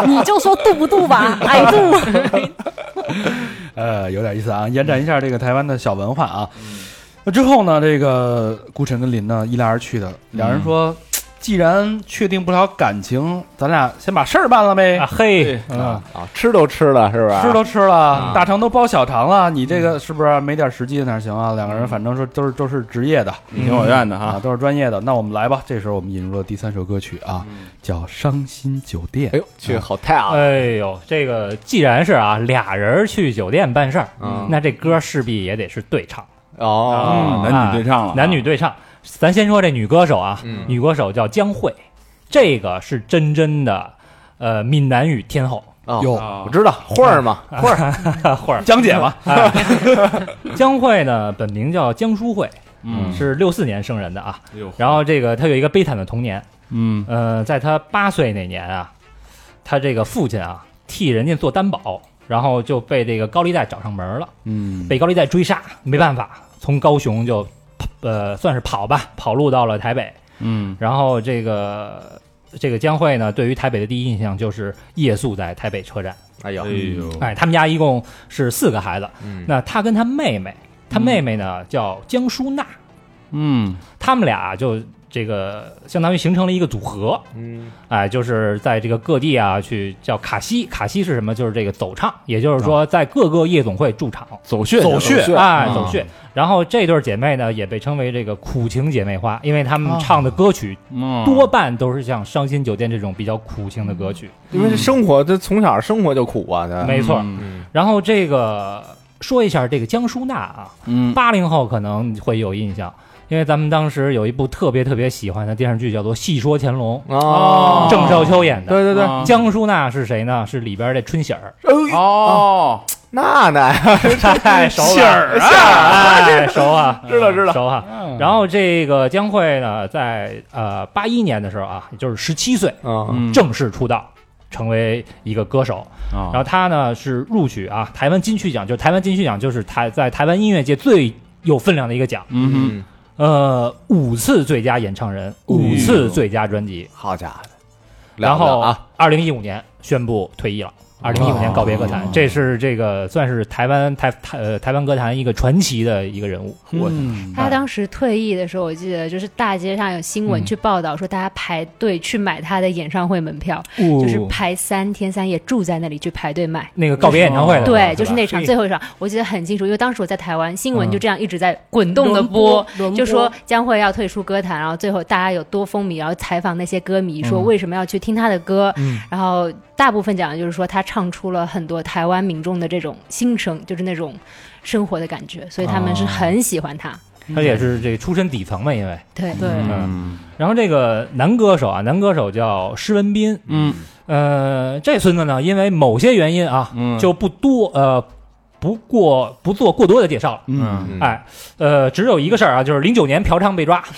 Speaker 8: 你就说度不度吧，矮度。
Speaker 1: 呃，有点意思啊，延展一下这个台湾的小文化啊。那之后呢，这个顾晨跟林呢一来二去的，两人说，既然确定不了感情，咱俩先把事儿办了呗
Speaker 4: 啊。嘿，
Speaker 1: 嗯，
Speaker 3: (laughs) 啊，吃都吃了是吧？
Speaker 1: 吃都吃了，大肠都包小肠了，你这个是不是没点实际哪行啊？两个人反正说都是都是职业的
Speaker 5: 你情我愿的
Speaker 1: 啊，
Speaker 5: 哈。
Speaker 1: 都是专业的。那我们来吧，这时候我们引入了第三首歌曲啊，叫《伤心酒店
Speaker 3: 哎》。呦，去好太啊！
Speaker 4: 哎呦，这个既然是啊俩人去酒店办事儿，
Speaker 3: 嗯
Speaker 4: 那这歌势必也得是对唱，
Speaker 3: 哦，
Speaker 4: 嗯
Speaker 5: 男女对唱了，
Speaker 4: 男女对唱。咱先说这女歌手啊，
Speaker 3: 嗯
Speaker 4: 女歌手叫江蕙，这个是真真的，呃，闽南语天后。
Speaker 3: 哦
Speaker 1: 哟，
Speaker 3: 我知道会儿嘛，
Speaker 4: 或者或者
Speaker 1: 江姐吧，
Speaker 4: 江蕙呢，本名叫江淑慧，
Speaker 5: 嗯
Speaker 4: 是六四年生人的啊。
Speaker 5: 哎呦
Speaker 4: 然后这个她有一个悲惨的童年，
Speaker 1: 嗯，
Speaker 4: 呃，在她八岁那年啊，她这个父亲啊替人家做担保，然后就被这个高利贷找上门了，
Speaker 1: 嗯，
Speaker 4: 被高利贷追杀，没办法，从高雄就呃算是跑吧，跑路到了台北。
Speaker 1: 嗯，
Speaker 4: 然后这个这个江蕙呢，对于台北的第一印象就是夜宿在台北车站。
Speaker 3: 哎呦
Speaker 5: 哎，呦，
Speaker 4: 哎，他们家一共是四个孩子，
Speaker 3: 嗯
Speaker 4: 那他跟他妹妹，他妹妹呢叫江淑娜，
Speaker 1: 嗯，
Speaker 4: 他们俩就这个相当于形成了一个组合，
Speaker 3: 嗯
Speaker 4: 哎，就是在这个各地啊去叫卡西，卡西是什么？就是这个走唱，也就是说在各个夜总会驻场。
Speaker 5: 走穴
Speaker 1: 走穴
Speaker 5: 去了
Speaker 4: 哎，
Speaker 5: 嗯
Speaker 4: 走穴。然后这对姐妹呢，也被称为这个苦情姐妹花，因为她们唱的歌曲
Speaker 5: 嗯
Speaker 4: 多半都是像《伤心酒店》这种比较苦情的歌曲。
Speaker 3: 因为这生活，这从小生活就苦啊，他
Speaker 4: 没错
Speaker 3: 嗯
Speaker 4: 然后这个说一下这个江淑娜啊，
Speaker 5: 嗯
Speaker 4: 八零后可能会有印象，因为咱们当时有一部特别特别喜欢的电视剧，叫做《戏说乾隆
Speaker 3: 哦》，，
Speaker 4: 郑少秋演的。
Speaker 3: 对对对，
Speaker 4: (laughs)
Speaker 5: 啊
Speaker 1: 嗯
Speaker 4: 江淑娜是谁呢？是里边的春喜
Speaker 3: 哎
Speaker 4: 儿，
Speaker 5: 哦，
Speaker 3: 娜娜，
Speaker 4: 太熟
Speaker 5: 杏
Speaker 4: 了，
Speaker 5: 儿啊，
Speaker 4: 哎，熟啊，
Speaker 3: 知道知道，
Speaker 4: 熟啊。然后这个江蕙呢，在呃八一年的时候啊，也就是十七岁
Speaker 3: 嗯
Speaker 4: 正式出道，成为一个歌手。
Speaker 1: 嗯
Speaker 4: 然后
Speaker 5: 然
Speaker 4: 他呢是录取啊台湾金曲奖，就是台湾金曲奖就是台在台湾音乐界最有分量的一个奖，
Speaker 5: 嗯哼，
Speaker 3: 嗯，
Speaker 4: 呃，五次最佳演唱人，五次最佳专辑，
Speaker 3: 好家伙，
Speaker 4: 然
Speaker 3: 了不
Speaker 4: 后
Speaker 3: 得啊，
Speaker 4: 二零一五年宣布退役了。二零一五年告别歌坛，这是这个算是台湾台台呃台湾歌坛一个传奇的一个人物。
Speaker 1: 我
Speaker 7: 他当时退役的时候，我记得就是大街上有新闻去报道说，大家排队去买他的演唱会门票，
Speaker 4: 哦
Speaker 7: 就是排三天三夜住在那里去排队买。
Speaker 4: 那个告别演唱会的，
Speaker 7: 对，
Speaker 4: 吧
Speaker 7: 就是那场最后一场，我记得很清楚，因为当时我在台湾，新闻就这样一直在滚动的
Speaker 8: 轮
Speaker 7: 播，，
Speaker 8: 轮
Speaker 7: 就
Speaker 8: 播
Speaker 7: 说将会要退出歌坛，然后最后大家有多风靡，然后采访那些歌迷说为什么要去听他的歌，然后大部分讲的就是说他唱出了很多台湾民众的这种心声，就是那种生活的感觉，所以他们是很喜欢他。
Speaker 4: 他也是这个出身底层嘛，因为
Speaker 7: 对，
Speaker 8: 对，
Speaker 5: 嗯
Speaker 4: 然后这个男歌手啊，男歌手叫施文斌，
Speaker 5: 嗯
Speaker 4: 呃，这孙子呢，因为某些原因啊，
Speaker 5: 嗯
Speaker 4: 就不多呃，不过不做过多的介绍了。
Speaker 5: 嗯
Speaker 3: 嗯
Speaker 4: 哎，呃，只有一个事儿啊，就是零九年嫖娼被
Speaker 5: (laughs)
Speaker 4: 抓， (laughs)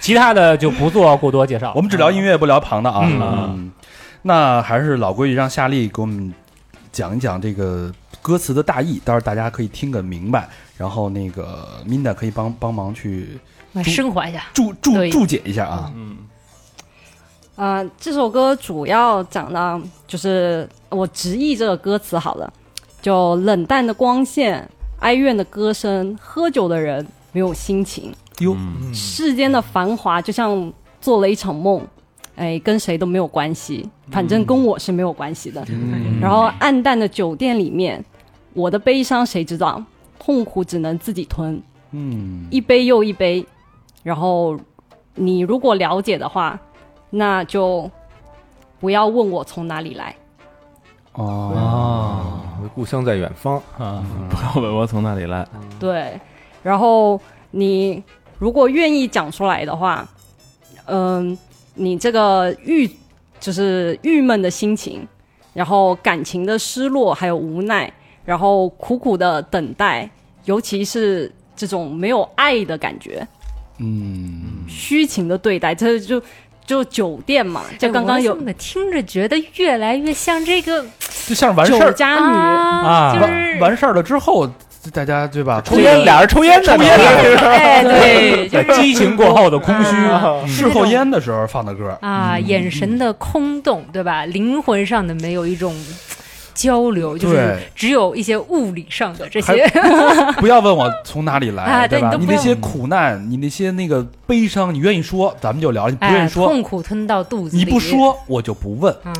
Speaker 4: 其他的就不做过多介绍。
Speaker 1: 我们只聊音乐，不聊旁的啊。
Speaker 4: 嗯
Speaker 1: 那还是老规矩，让夏丽给我们讲一讲这个歌词的大意，到时候大家可以听个明白。然后那个 Minda 可以帮帮忙去
Speaker 7: 来升华一下。
Speaker 1: 注注
Speaker 7: 对
Speaker 1: 注解一下啊。
Speaker 5: 嗯
Speaker 8: 呃，这首歌主要讲的，就是我直译这个歌词好了，就冷淡的光线，哀怨的歌声，喝酒的人没有心情，
Speaker 1: 哟，
Speaker 5: 嗯
Speaker 8: 世间的繁华就像做了一场梦，哎，跟谁都没有关系，反正跟我是没有关系的。
Speaker 1: 嗯
Speaker 8: 然后暗淡的酒店里面，我的悲伤谁知道，痛苦只能自己吞。
Speaker 1: 嗯，
Speaker 8: 一杯又一杯，然后你如果了解的话，那就不要问我从哪里来。
Speaker 1: 哦，
Speaker 3: 故乡在远方，嗯
Speaker 5: 不要问我从哪里
Speaker 3: (laughs)
Speaker 5: 来。
Speaker 8: 对，然后你如果愿意讲出来的话，嗯，你这个郁就是郁闷的心情，然后感情的失落，还有无奈，然后苦苦的等待，尤其是这种没有爱的感觉，
Speaker 1: 嗯，
Speaker 8: 虚情的对待，这就就酒店嘛，就刚刚有
Speaker 7: 哎怎么听着觉得越来越像这个
Speaker 1: 就像
Speaker 7: 哎
Speaker 1: 完事
Speaker 8: 酒
Speaker 1: 儿
Speaker 8: 家女，
Speaker 7: 啊，就
Speaker 1: 完
Speaker 7: 是
Speaker 1: 完事儿了之后，大家对吧？
Speaker 3: 抽烟，俩人抽烟呢，抽烟
Speaker 7: 哎，对，就是
Speaker 4: 激情过后的空虚，
Speaker 7: 啊
Speaker 1: 事后烟的时候放的歌。
Speaker 7: 啊，眼神的空洞，对吧？灵魂上的没有一种交流，就是
Speaker 1: 对
Speaker 7: 只有一些物理上的这
Speaker 1: 还
Speaker 7: 些。哎 (laughs)
Speaker 1: 不要问我从哪里来，
Speaker 7: 啊对
Speaker 1: 吧？
Speaker 7: 你都
Speaker 1: 你
Speaker 7: 不
Speaker 1: 那
Speaker 7: 用
Speaker 1: 些苦难，你那些那个悲伤，你愿意说，咱们就聊；你不愿
Speaker 7: 哎，
Speaker 1: 意说，
Speaker 7: 痛苦吞到肚子
Speaker 1: 你
Speaker 7: 里。
Speaker 1: 不说，我就不问。
Speaker 7: 啊，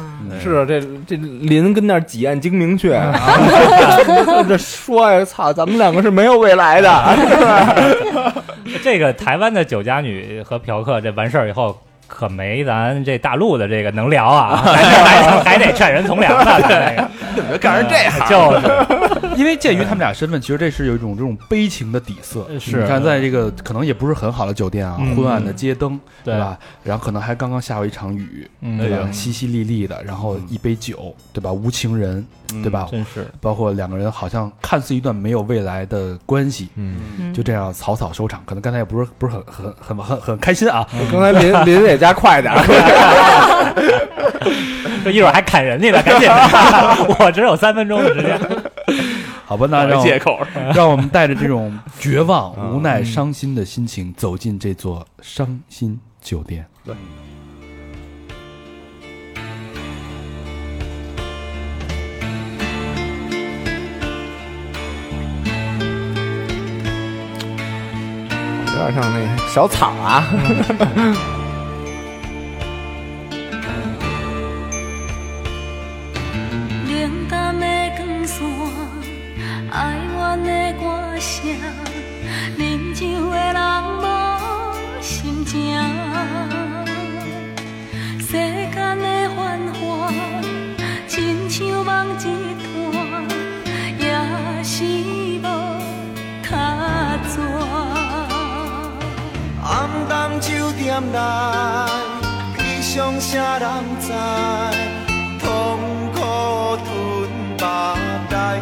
Speaker 3: 是这这林跟那儿挤按精明穴， (laughs) 这说呀，操，咱们两个是没有未来的。
Speaker 4: 这个台湾的酒家女和嫖客，这完事儿以后可没咱这大陆的这个能聊啊，
Speaker 5: (laughs)
Speaker 4: 还得还还得劝人从良呢，咱这个
Speaker 5: 怎么干成这样？
Speaker 4: 就是
Speaker 1: 因为鉴于他们俩身份，其实这是有一种这种悲情的底色。
Speaker 4: 是
Speaker 1: 你看在这个可能也不是很好的酒店啊，
Speaker 4: 嗯
Speaker 1: 昏暗的街灯，
Speaker 4: 对
Speaker 1: 吧？然后可能还刚刚下过一场雨，对吧？淅淅沥沥的，然后一杯酒，对吧？无情人，对吧？
Speaker 4: 真嗯是
Speaker 1: 包括两个人好像看似一段没有未来的关系，
Speaker 3: 嗯，
Speaker 7: 嗯
Speaker 1: 就这样草草收场。可能刚才也不是不是很很很很很开心啊，
Speaker 3: 刚才林林也加快点儿，
Speaker 4: 这一会儿还砍人去了，
Speaker 5: (laughs)
Speaker 4: 赶紧，我只有三分钟的时间。
Speaker 1: 好吧？那让我
Speaker 5: 借口
Speaker 1: (laughs) 让我们带着这种绝望、
Speaker 3: 嗯
Speaker 1: 无奈、伤心的心情走进这座伤心酒店。
Speaker 3: 有点像那小草啊。
Speaker 6: 冷淡的光线，哀怨的歌声，饮酒的人无心情。世间的繁华，亲像梦一段，也是无卡纸。
Speaker 12: 暗淡酒店内，悲伤啥人知？痛苦吞腹内，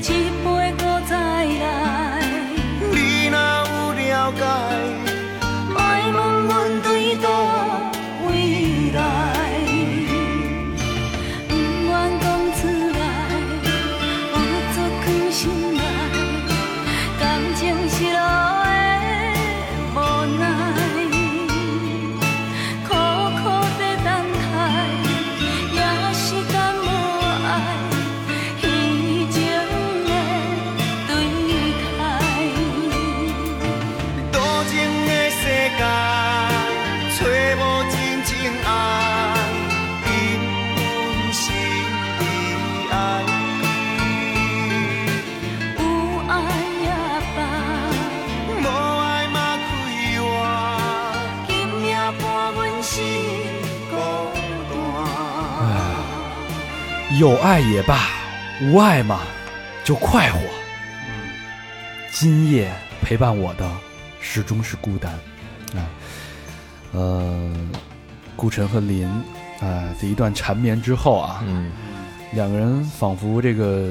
Speaker 6: 一杯搁再来，
Speaker 12: 你若有了解，
Speaker 6: 莫问阮对倒位来，不愿讲出来，有足放心内，感情是路的无奈，苦苦
Speaker 1: 有爱也罢，无爱嘛，就快活。今夜陪伴我的，始终是孤单。啊，呃，顾晨和林啊的一段缠绵之后啊，
Speaker 3: 嗯，
Speaker 1: 两个人仿佛这个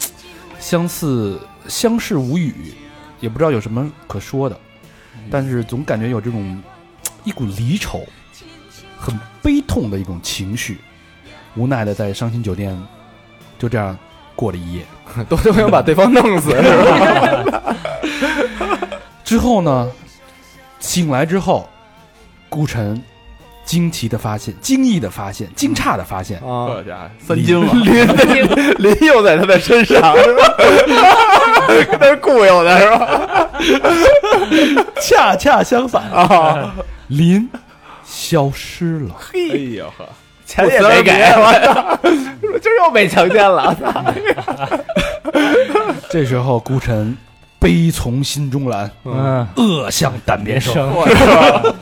Speaker 1: 嘖相似相视无语，也不知道有什么可说的，但是总感觉有这种嘖一股离愁，很悲痛的一种情绪，无奈的在伤心酒店就这样过了一夜。
Speaker 3: 都都想把对方弄 (laughs) 死，是吧？
Speaker 1: 之后呢，醒来之后，顾晨惊奇的发现，惊异的发现，惊诧的发现，
Speaker 3: 啊，
Speaker 13: 这家伙三斤了，
Speaker 3: 林又在他的身上，是 (laughs) 吧？跟他雇佣的是吧？
Speaker 1: 恰恰相反啊，林消失了。
Speaker 13: 哎呦呵，
Speaker 3: 钱也没给，我 (laughs) 操！说今儿又被强奸了，操！
Speaker 1: 这时候，顾晨悲从心中来，
Speaker 4: 嗯，
Speaker 1: 恶向胆边
Speaker 13: 嗯
Speaker 1: 生，
Speaker 4: 生，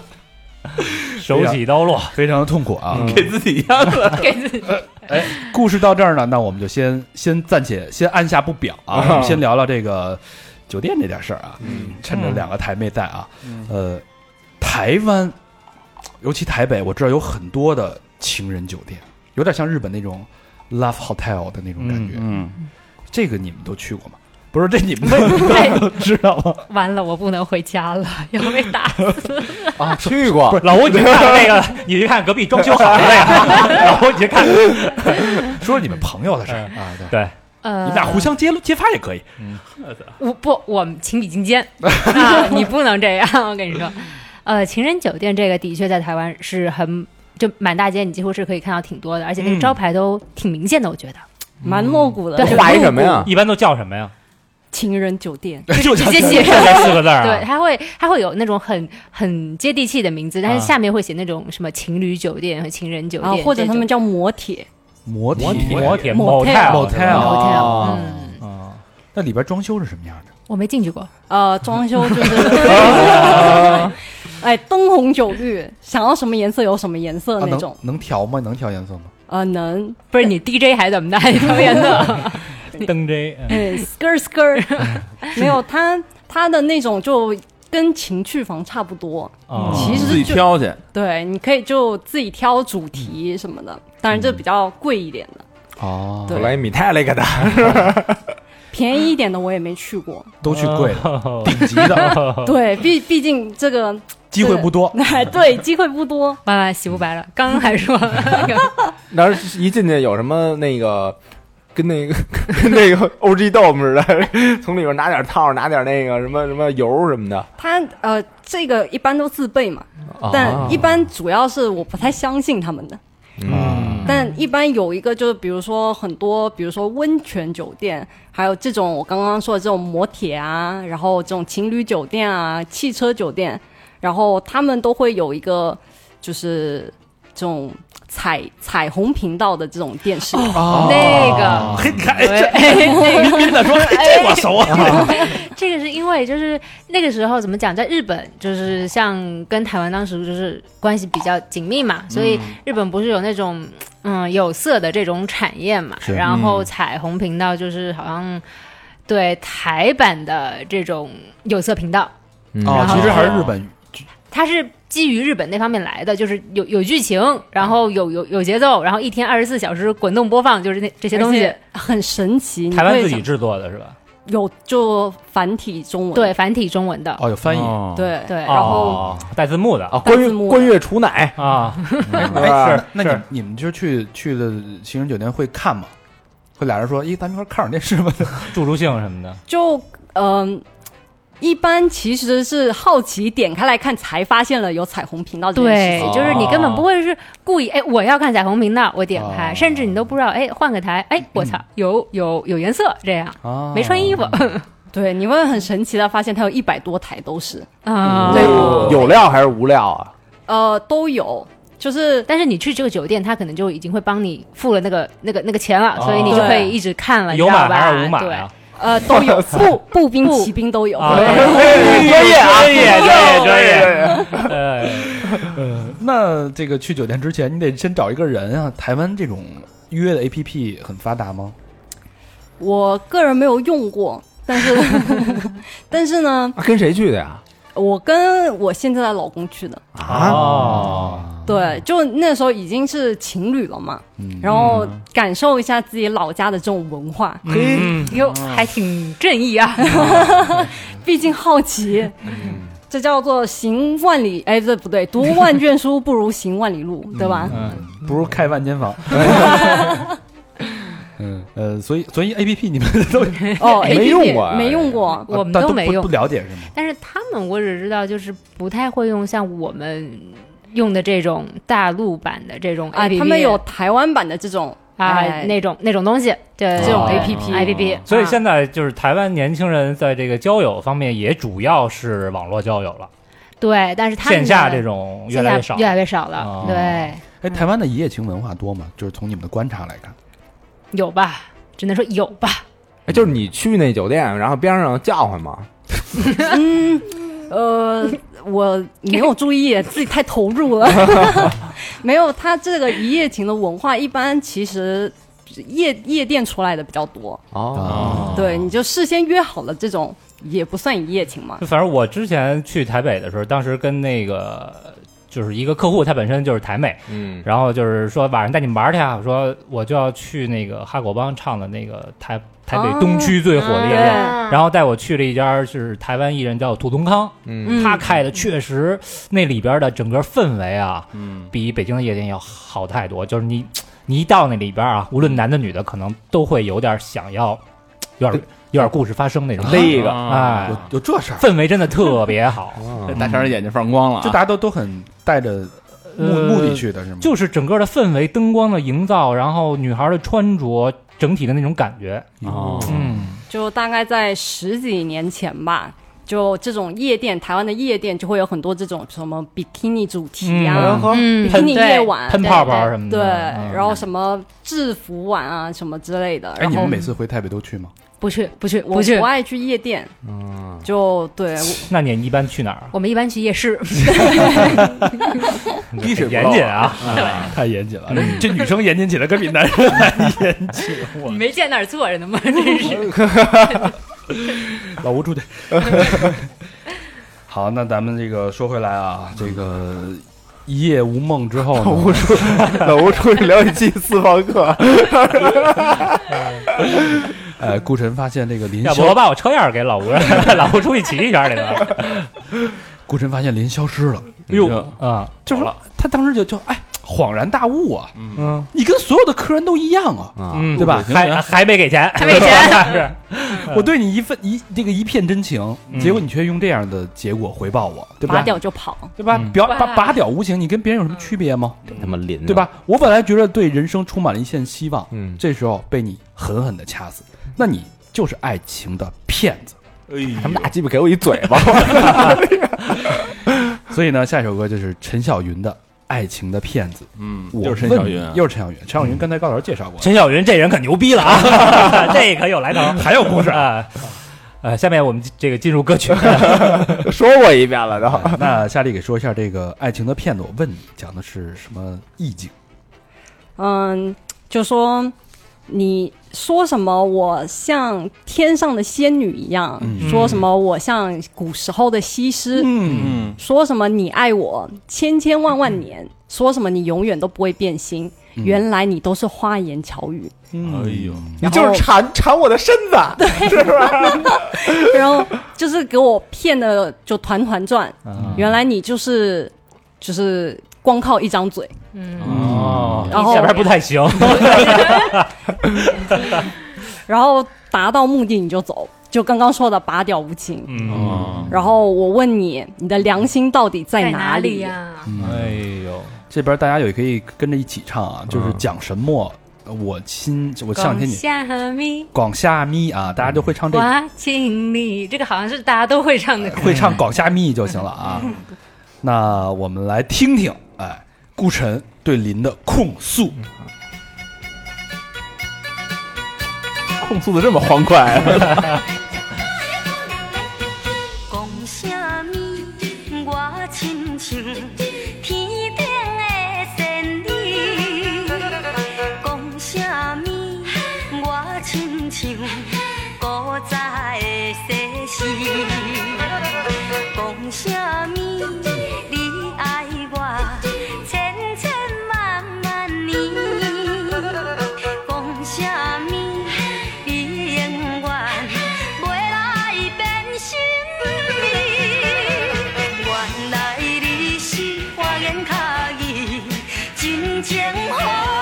Speaker 4: 手起刀落，
Speaker 1: 非常的痛苦啊。哎
Speaker 13: 给自己压了。 (laughs)
Speaker 7: 给自己
Speaker 1: 故事到这儿呢，那我们就先先暂且先按下不表啊，
Speaker 13: 嗯
Speaker 1: 我们先聊聊这个酒店这点事儿啊。趁着两个台妹在啊，
Speaker 13: 嗯
Speaker 1: 呃，台湾，尤其台北，我知道有很多的情人酒店，有点像日本那种 love hotel 的那种感觉。
Speaker 13: 嗯，
Speaker 1: 这个你们都去过吗？不是，这你
Speaker 13: (laughs)
Speaker 1: 们都知道吗？
Speaker 7: (laughs) 完了，我不能回家了，要被打
Speaker 1: (laughs)
Speaker 7: 死。
Speaker 3: 啊，去过，
Speaker 4: 老吴，你去看那个，你去看隔壁装修好了
Speaker 5: (laughs)
Speaker 4: 呀。老吴，你去看，
Speaker 1: 说说你们朋友的事儿
Speaker 13: 哎
Speaker 1: 啊，对，
Speaker 4: 对，
Speaker 1: 你
Speaker 7: 呃，
Speaker 1: 们俩互相揭露揭发也可以。
Speaker 7: 我不，我们情比金坚啊！你不能这样，我跟你说，呃，情人酒店这个的确在台湾是很，就满大街你几乎是可以看到挺多的，而且那个招牌都挺明显的，我觉得
Speaker 8: 蛮露骨的，
Speaker 7: 对
Speaker 8: 就
Speaker 3: 画一什么呀？
Speaker 4: 一般都叫什么呀？
Speaker 8: 情人酒店，
Speaker 7: 就直接写
Speaker 4: 就这四个字儿
Speaker 7: 对，
Speaker 4: 啊。
Speaker 7: 它会它会有那种很很接地气的名字，但
Speaker 4: 啊
Speaker 7: 是下面会写那种什么情侣酒店和情人酒
Speaker 8: 啊，
Speaker 7: 店，
Speaker 8: 或者他们叫摩铁，
Speaker 1: 摩
Speaker 4: 摩
Speaker 1: 天
Speaker 4: 摩铁
Speaker 8: Motel
Speaker 4: motel 是吧
Speaker 1: Motel
Speaker 7: hotel，
Speaker 3: 哦
Speaker 7: 嗯，
Speaker 4: 嗯
Speaker 1: 那里边装修是什么样的？
Speaker 7: 我没进去过，
Speaker 8: 呃，装修就是哎，灯红酒绿，想要什么颜色有什么颜色
Speaker 1: 啊，
Speaker 8: 那种
Speaker 1: 能，能调吗？能调颜色吗？
Speaker 8: 呃，能，
Speaker 7: 不是你 DJ 还怎么的？你什么颜色？
Speaker 4: 灯 J，嗯
Speaker 8: 嗯，skr skr，没有，它它的那种就跟情趣房差不多，
Speaker 4: 哦
Speaker 1: 嗯
Speaker 8: 其
Speaker 13: 自己
Speaker 8: 实就
Speaker 13: 挑去，
Speaker 8: 对，你可以就自己挑主题什么的，当然这比较贵一点的，
Speaker 1: 哦
Speaker 8: 对
Speaker 3: 来米泰那个的，
Speaker 8: 便宜一点的我也没去过，
Speaker 1: 都去贵的、
Speaker 4: 哦
Speaker 1: 顶级的，
Speaker 8: 对，毕毕竟这个，
Speaker 1: (laughs) 机会不多。
Speaker 8: 哎，对，机会不多，
Speaker 7: 完完洗不白了，刚刚还说 (laughs)
Speaker 3: 然后一进去有什么那个。跟那个跟那个 (laughs) O G Dome 似的，从里边拿点套，拿点那个什么什么油什么的。
Speaker 8: 它呃，这个一般都自备嘛，
Speaker 3: 啊哦
Speaker 8: 但一般主要是我不太相信他们的。
Speaker 3: 嗯
Speaker 8: 但一般有一个就是，比如说很多，比如说温泉酒店，还有这种我刚刚说的这种摩铁啊，然后这种情侣酒店啊、汽车酒店，然后他们都会有一个就是这种彩彩虹频道的这种电视。
Speaker 4: 哦
Speaker 7: 那个，
Speaker 4: 嗯
Speaker 1: (laughs)
Speaker 9: 嘿，你看，哎，
Speaker 7: 对
Speaker 9: 这
Speaker 7: 哎
Speaker 9: 您您
Speaker 7: (laughs)
Speaker 9: 再说，嘿这我熟啊。
Speaker 7: 这个是因为就是那个时候怎么讲，在日本就是像跟台湾当时就是关系比较紧密
Speaker 9: 嗯
Speaker 7: 嘛，所以日本不是有那种嗯有色的这种产业嘛，
Speaker 1: 是
Speaker 7: 然后彩虹频道就是好像对台版的这种有色频道，
Speaker 1: 哦
Speaker 7: 然，后
Speaker 1: 其实还是日本
Speaker 7: 它是基于日本那方面来的，就是有有剧情，然后
Speaker 9: 嗯
Speaker 7: 有有有节奏，然后一天二十四小时滚动播放，就是那这些东
Speaker 8: 而
Speaker 7: 西
Speaker 8: 且。很神奇，你
Speaker 4: 台湾
Speaker 8: 会
Speaker 4: 自己
Speaker 8: 想
Speaker 4: 制作的是吧？
Speaker 8: 有就繁体中文
Speaker 7: 对繁体中文的，
Speaker 1: 哦有翻译。
Speaker 13: 哦，
Speaker 8: 对
Speaker 7: 对，
Speaker 8: 然后
Speaker 4: 哦带字幕的
Speaker 3: 啊，
Speaker 4: 啊
Speaker 3: 关
Speaker 8: 大
Speaker 3: 月
Speaker 8: 字幕
Speaker 3: 关月厨奶，
Speaker 4: 啊，
Speaker 1: 哎，是那你
Speaker 4: 是
Speaker 1: 们你们就是去去了情人酒店会看吗？会俩人说，哎咦，咱们一块儿看会儿电视吧。
Speaker 4: 助助兴什么的。
Speaker 8: 就嗯、一般其实是好奇点开来看，才发现了有彩虹频道这件事情
Speaker 7: 对，就是你根本
Speaker 4: 哦
Speaker 7: 不会是故意，哎，我要看彩虹频道，我点开，
Speaker 1: 哦
Speaker 7: 甚至你都不知道，哎，换个台，哎，我
Speaker 4: 嗯
Speaker 7: 操，有有有颜色，这 (laughs) 样
Speaker 4: 哦
Speaker 1: 啊
Speaker 7: 没穿衣
Speaker 4: (laughs)
Speaker 7: 服，
Speaker 8: 对，你会很神奇的发现它有一百多台都是，
Speaker 7: 啊，
Speaker 8: 对
Speaker 3: 有料还是无料啊？
Speaker 8: 呃，都有，就是
Speaker 7: 但是你去这个酒店，他可能就已经会帮你付了那个那个那个钱了，所以你就
Speaker 8: 对
Speaker 7: 可以一直看了，你
Speaker 4: 哦有
Speaker 7: 知道
Speaker 4: 买
Speaker 7: 吧？
Speaker 4: 还是无买
Speaker 7: 对
Speaker 4: 啊？
Speaker 8: 呃都 (laughs) 有步步 (laughs) 兵、骑兵都有，
Speaker 3: 哎
Speaker 4: 啊，
Speaker 8: 对
Speaker 4: 专业啊，专业，专业，专业。
Speaker 1: 那这个去酒店之前，你得先找一个人啊。台湾这种约的 APP 很发达吗？
Speaker 8: 我个人没有用过，但 (laughs) 是但是呢，
Speaker 3: 啊跟谁去的呀？
Speaker 8: 我跟我现在的老公去的，
Speaker 4: 哎
Speaker 3: 啊，
Speaker 1: 哦，
Speaker 8: 对，就那时候已经是情侣了嘛，
Speaker 1: 嗯
Speaker 8: 然后感受一下自己老家的这种文化，
Speaker 3: 嘿，
Speaker 4: 嗯
Speaker 7: 哟，还挺正义啊！
Speaker 8: 毕竟好奇，
Speaker 3: 嗯
Speaker 8: 这叫做行万里，哎，这不对，读万卷书不如行万里
Speaker 3: 嗯
Speaker 8: 路，对吧？
Speaker 1: 不如开万
Speaker 7: (laughs)
Speaker 1: 间房。 (laughs) 嗯呃，所以所以 A P P 你们都
Speaker 8: 哦，
Speaker 3: (laughs) 没用过啊
Speaker 8: 没用过，
Speaker 7: 我们
Speaker 1: 但
Speaker 7: 都
Speaker 1: 不
Speaker 7: 没用
Speaker 1: 不了解是吗？
Speaker 7: (laughs) 但是他们我只知道，就是不太会用像我们用的这种大陆版的这种 APP，、
Speaker 8: 啊，他们有台湾版的这种
Speaker 7: 啊、
Speaker 8: 哎
Speaker 7: 那种那种东西，对
Speaker 8: 这种
Speaker 4: 哦
Speaker 8: APP
Speaker 7: A P 啊 P，
Speaker 4: 所以现在就是台湾年轻人在这个交友方面也主要是网络交友了，
Speaker 7: 对，但是他们
Speaker 4: 线下这
Speaker 7: 种
Speaker 4: 种越来越少。
Speaker 7: 越来越少了，
Speaker 4: 哦
Speaker 7: 对，
Speaker 1: 哎，台湾的一夜情文化多吗？就是从你们的观察来看，
Speaker 7: 有吧？只能说有吧。
Speaker 3: 哎就是你去那酒店，然后边上叫唤嘛，
Speaker 8: 嗯，呃，我没有注意，自己太投入了。
Speaker 3: (laughs)
Speaker 8: 没有，他这个一夜情的文化，一般其实夜夜店出来的比较多。
Speaker 1: 啊
Speaker 3: 哦，
Speaker 8: 对，你就事先约好了这种，也不算一夜情嘛。
Speaker 4: 就反正我之前去台北的时候，当时跟那个就是一个客户，他本身就是台妹，
Speaker 3: 嗯，
Speaker 4: 然后就是说晚上带你们玩儿去啊，我说我就要去那个哈狗帮唱的那个台台北东区最火的夜店，
Speaker 7: 啊
Speaker 4: 然后带我去了一家是台湾艺人叫杜东康，
Speaker 3: 嗯，
Speaker 8: 嗯
Speaker 4: 他开的确实那里边的整个氛围啊，
Speaker 5: 嗯，
Speaker 4: 比北京的夜店要好太多。就是你你一到那里边啊，无论男的女的，可能都会有点想要，有点有点故事发生那种。
Speaker 3: 勒一个，
Speaker 1: 嗯
Speaker 4: 哎，
Speaker 1: 有有这事儿，
Speaker 4: 氛围真的特别好，
Speaker 3: 哦
Speaker 5: 大成人眼睛放光了啊，
Speaker 1: 哎就大家都都很带着目
Speaker 4: 呃
Speaker 1: 目的去的是吗？
Speaker 4: 就是整个的氛围、灯光的营造，然后女孩的穿着，整体的那种感觉，
Speaker 3: 哦，
Speaker 4: 嗯，
Speaker 8: 就大概在十几年前吧。就这种夜店，台湾的夜店就会有很多这种什么比基尼主题呀、
Speaker 4: 嗯
Speaker 7: 嗯
Speaker 8: 比基尼夜晚，
Speaker 4: 喷泡泡什么的，
Speaker 8: 对，
Speaker 4: 嗯
Speaker 8: 然后什么制服晚啊什么之类的。
Speaker 1: 哎，
Speaker 8: 然
Speaker 1: 你
Speaker 8: 后
Speaker 1: 们每次回台北都去吗？
Speaker 7: 不去不去
Speaker 8: 我
Speaker 7: 不去
Speaker 8: 不，爱去夜店，就对我
Speaker 4: 那你一般去哪儿啊？
Speaker 7: 我们一般去夜市。
Speaker 1: 滴水不
Speaker 4: 严
Speaker 1: 漏
Speaker 4: 谨啊，
Speaker 1: 太严谨了，这女生严谨起来可比男生还严谨。我
Speaker 7: 你没见那儿坐着
Speaker 1: (laughs)
Speaker 7: 呢吗？真是。
Speaker 1: 老吴出去。 (laughs) 好，那咱们这个说回来啊，这个一夜无梦之后呢，
Speaker 3: 老吴出去聊一期私房 (laughs) 课，
Speaker 1: 呃，顾晨发现这个林
Speaker 4: (laughs) 要不我
Speaker 1: 萧，
Speaker 4: 把我车钥匙给老吴， (laughs) 老吴出去骑一圈去了。
Speaker 1: 顾晨发现林消失了，
Speaker 4: 哟
Speaker 1: 嗯
Speaker 4: 啊，
Speaker 1: 就是他当时就就哎恍然大悟啊，
Speaker 4: 嗯
Speaker 1: 你跟所有的客人都一样啊，
Speaker 3: 啊，
Speaker 4: 嗯，
Speaker 1: 对吧
Speaker 4: 还还没给钱， (laughs) 还
Speaker 7: 没钱
Speaker 4: 是
Speaker 5: 嗯
Speaker 1: 我对你一份一这个一片真情，
Speaker 4: 嗯
Speaker 1: 结果你却用这样的结果回报我，对
Speaker 8: 拔
Speaker 1: 吧？
Speaker 8: 掉就跑。
Speaker 1: 对吧？
Speaker 4: 嗯
Speaker 1: 表拔拔屌无情，你跟别人有什么区别吗？
Speaker 5: 嗯
Speaker 3: 他妈林，啊
Speaker 1: 对？吧？我本来觉得对人生充满了一线希望，
Speaker 3: 嗯，
Speaker 1: 这时候被你狠狠的掐死，那你就是爱情的骗
Speaker 5: (laughs)
Speaker 1: 子。
Speaker 5: 哎
Speaker 3: 他们大鸡巴给我一嘴巴， (laughs)
Speaker 1: 所以呢，下一首歌就是陈小云的《爱情的骗子》。
Speaker 5: 嗯，
Speaker 1: 我
Speaker 5: 就是陈
Speaker 1: 问
Speaker 5: 小
Speaker 1: 你
Speaker 5: 云啊，
Speaker 1: 又是陈小云。陈小云刚才高老师介绍过，
Speaker 4: 陈小云这人可牛逼了
Speaker 1: (laughs)
Speaker 4: 啊，这可有来头，还有故事啊。呃，下面我们这个进入歌曲，
Speaker 3: 说过一遍了都。
Speaker 5: 嗯
Speaker 1: 哎那夏丽给说一下这个《爱情的骗子》，我问你讲的是什么意境？
Speaker 8: 嗯，就说你说什么我像天上的仙女一样，
Speaker 1: 嗯
Speaker 8: 说什么我像古时候的西施，
Speaker 1: 嗯，
Speaker 5: 嗯，
Speaker 8: 说什么你爱我千千万万年，说什么你永远都不会变心。原来你都是花言巧语，
Speaker 5: 哎呦，
Speaker 3: 你就是缠缠我的身子， (laughs) 啊
Speaker 8: 然后就是给我骗的就团团转。原来你就是就是光靠一张嘴，
Speaker 7: 嗯，
Speaker 4: 哦
Speaker 8: 然后
Speaker 4: 下边不太行，
Speaker 8: 然后达到目的你就走，就刚刚说的拔屌无情。
Speaker 4: 嗯，
Speaker 8: 然后我问你，你的良心到底在
Speaker 7: 哪
Speaker 8: 哪里？
Speaker 7: 呀？
Speaker 4: 哎呦，
Speaker 1: 这边大家也可以跟着一起唱
Speaker 5: 嗯
Speaker 1: 啊，就是讲什么，呃我亲，我上两天你
Speaker 7: 下米，
Speaker 1: 广厦咪啊，大家就会唱这个，
Speaker 7: 我请你，这个好像是大家都会唱的歌。
Speaker 1: 会唱广厦咪就行了啊。那我们来听听，哎，顾晨对林的控诉。
Speaker 5: 嗯控诉的这么欢快，
Speaker 6: 讲什么？我亲像天古早的世事，讲什么你爱我千千万万年，讲什么你永远袂来变心。原来你是花言巧语，真情乎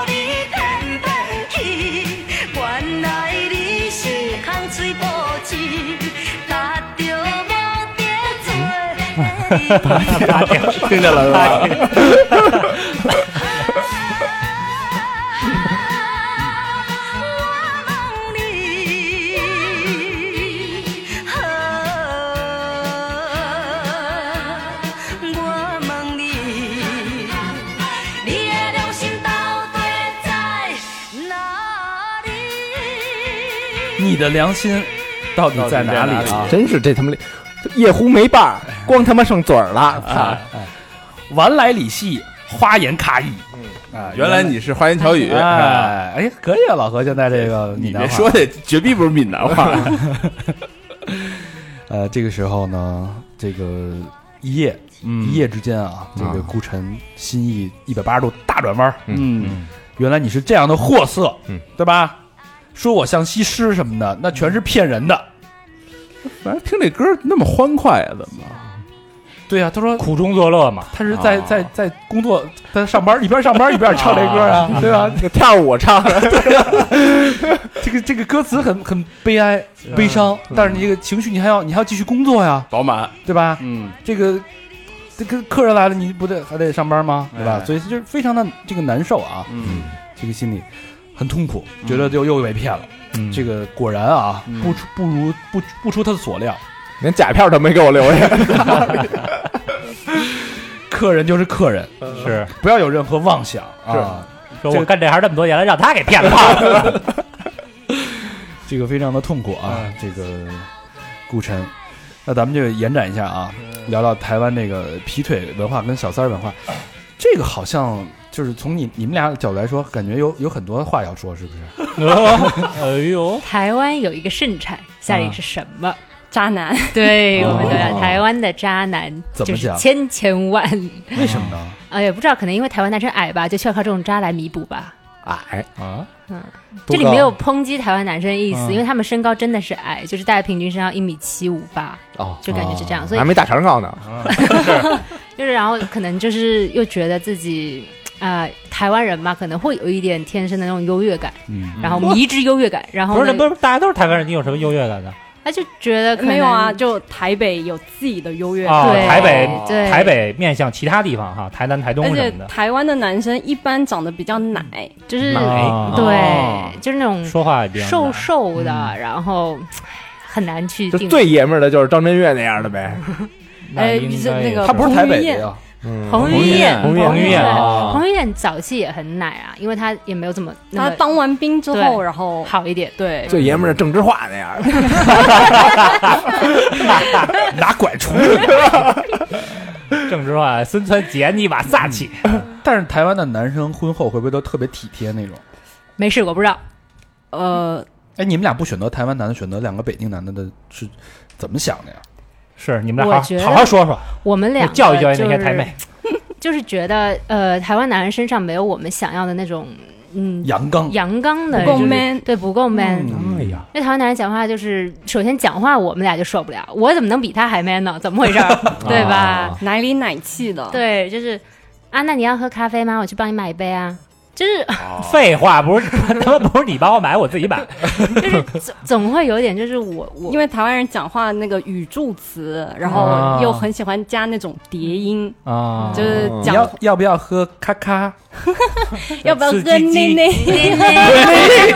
Speaker 6: 你骗骗去。原来你是空嘴保持，搭着我在做的你。
Speaker 3: 听见了是吧？
Speaker 6: 我问你，好，我问你，你的良心到底在哪里？
Speaker 1: 你的良心到底在哪里啊？
Speaker 3: 真是这他妈夜壶没伴儿，光他妈剩嘴儿了。操！
Speaker 5: 嗯
Speaker 1: 晚来里戏，花言卡意。啊，
Speaker 5: 原来你是花言巧语，啊
Speaker 1: 哎哎，可以啊，老何，现在这个
Speaker 5: 你
Speaker 1: 闽南
Speaker 5: 别
Speaker 1: 话
Speaker 5: 说这绝逼不是闽南话。 (laughs)
Speaker 1: 呃，这个时候呢，这个一夜、一夜之间啊，这个顾晨心意一百八十度大转弯。嗯，原来你是这样的货色，
Speaker 3: 嗯，
Speaker 1: 对吧？说我像西施什么的，那全是骗人的。
Speaker 5: 反正听这歌那么欢快啊，怎么？
Speaker 1: 对啊呀、他说啊
Speaker 4: 苦中作乐嘛。
Speaker 1: (laughs) 他是在、在在工作，在上班，一边上班一边唱这歌啊，对吧？
Speaker 3: 跳舞我唱，
Speaker 1: 这个这个歌词很很悲哀、悲伤，但是你这个情绪你还要你还要继续工作呀，
Speaker 5: 啊嗯饱满，
Speaker 1: 对吧？
Speaker 5: 嗯，
Speaker 1: 这个这个客人来了，你不得还得上班吗？对吧？
Speaker 5: 哎
Speaker 1: 所以就是非常的这个难受啊，
Speaker 5: 嗯，
Speaker 1: 这个心里很痛苦，觉得又又被骗了。
Speaker 5: 嗯
Speaker 1: 这个果然啊，不出不如不不出他的所料，
Speaker 3: 连假票都没给我留下。
Speaker 1: 客人就是客人，
Speaker 5: 嗯
Speaker 4: 是
Speaker 1: 不要有任何妄想啊。
Speaker 4: 说
Speaker 1: 这
Speaker 4: 我
Speaker 1: 个
Speaker 4: 干这行这么多年了，让他给骗了。
Speaker 1: (laughs) 这个非常的痛苦啊，这个顾晨。那咱们就延展一下啊，聊聊台湾这个劈腿文化跟小三儿文化。这个好像就是从你你们俩角度来说，感觉有有很多话要说，是不是？
Speaker 4: 哎呦，
Speaker 7: 台湾有一个盛产，下一个是什么？
Speaker 8: 渣男，
Speaker 7: 对，我
Speaker 1: 哦
Speaker 7: 们的台湾的渣男
Speaker 1: 怎么
Speaker 7: 就是
Speaker 1: 讲
Speaker 7: 千千万，
Speaker 1: 为什么呢？
Speaker 7: 哎，也不知道，可能因为台湾男生矮吧，就需要靠这种渣来弥补吧。
Speaker 3: (laughs) 哎，
Speaker 4: 啊，
Speaker 7: 这里
Speaker 3: 多高
Speaker 7: 没有抨击台湾男生的意思，
Speaker 1: 嗯
Speaker 7: 因为他们身高真的是矮，就是大概平均身高一米七五吧，
Speaker 3: 哦，
Speaker 7: 就感觉是这样，所以
Speaker 3: 还没大肠高呢。
Speaker 7: 就是然后可能就是又觉得自己啊、呃台湾人嘛，可能会有一点天生的那种优越感，
Speaker 1: 嗯，
Speaker 7: 然后迷之优越感，然后
Speaker 4: 不是，
Speaker 7: 呢
Speaker 4: 不是，大家都是台湾人，你有什么优越感呢？
Speaker 7: 他就觉得可能
Speaker 8: 没有啊，，就台北有自己的优越感。
Speaker 4: 啊，
Speaker 7: 对
Speaker 4: 台北，
Speaker 7: 对
Speaker 4: 台北面向其他地方哈，台南、台东
Speaker 8: 而
Speaker 4: 什
Speaker 8: 且
Speaker 4: 么的，
Speaker 8: 台湾的男生一般长得比较奶，
Speaker 7: 就是、
Speaker 1: 哦
Speaker 4: 哎
Speaker 7: 对，就是那种
Speaker 4: 说话也比较
Speaker 7: 瘦
Speaker 4: 难嗯
Speaker 7: 瘦的，然后很难去
Speaker 3: 就
Speaker 7: 定。
Speaker 3: 最爷们儿的就是张震岳那样的呗。
Speaker 4: 那
Speaker 8: 哎
Speaker 4: 应
Speaker 8: 是
Speaker 4: 该
Speaker 8: 那个
Speaker 1: 他不是台北
Speaker 8: 彭于
Speaker 1: 的
Speaker 8: 晏
Speaker 1: 呀，
Speaker 3: 嗯
Speaker 7: 彭于晏，
Speaker 4: 彭于晏彭于晏啊
Speaker 7: 彭于晏早期也很奶啊，因为他也没有怎么那
Speaker 8: 他
Speaker 7: 么
Speaker 8: 当完兵之后，
Speaker 7: 对
Speaker 8: 然后
Speaker 7: 好一点。
Speaker 8: 对，
Speaker 3: 最爷们儿的郑智化那样的。
Speaker 1: 拿拐杵。
Speaker 4: 郑智化、孙传杰、你瓦萨奇，
Speaker 8: 嗯
Speaker 1: 但是台湾的男生婚后会不会都特别体贴那种？
Speaker 7: 没事，我不知道。
Speaker 8: 呃，
Speaker 1: 哎，你们俩不选择台湾男的，选择两个北京男的的是怎么想的呀？
Speaker 4: 是你们
Speaker 7: 我
Speaker 4: 俩好
Speaker 7: 觉得
Speaker 4: 好好说说，
Speaker 7: 我们俩
Speaker 4: 教育教育那些台妹，
Speaker 7: 就是觉得呃，台湾男人身上没有我们想要的那种嗯
Speaker 1: 阳刚，
Speaker 7: 阳刚的，
Speaker 8: 不够
Speaker 7: 就是
Speaker 8: man
Speaker 7: 对，不够 man。
Speaker 4: 哎呀，
Speaker 7: 那台湾男人讲话就是，首先讲话我们俩就受不了，我怎么能比他还 man 呢？怎么回事儿？对吧？
Speaker 8: 奶里奶气的。，
Speaker 7: 对，就是啊，那你要喝咖啡吗？我去帮你买一杯啊。就是 (laughs)
Speaker 4: 废话，不是 (laughs) 他妈不是你帮我买，我自己买，
Speaker 7: 就是总总会有一点，就是我我
Speaker 8: 因为台湾人讲话那个语助词，然
Speaker 4: 啊
Speaker 8: 后又很喜欢加那种叠音，
Speaker 4: 啊
Speaker 8: 就是
Speaker 1: 你
Speaker 8: 讲
Speaker 1: 要要不要喝咔咔？
Speaker 8: (laughs) 要不要
Speaker 4: 刺
Speaker 8: 喝
Speaker 4: 激鸡
Speaker 8: 内内？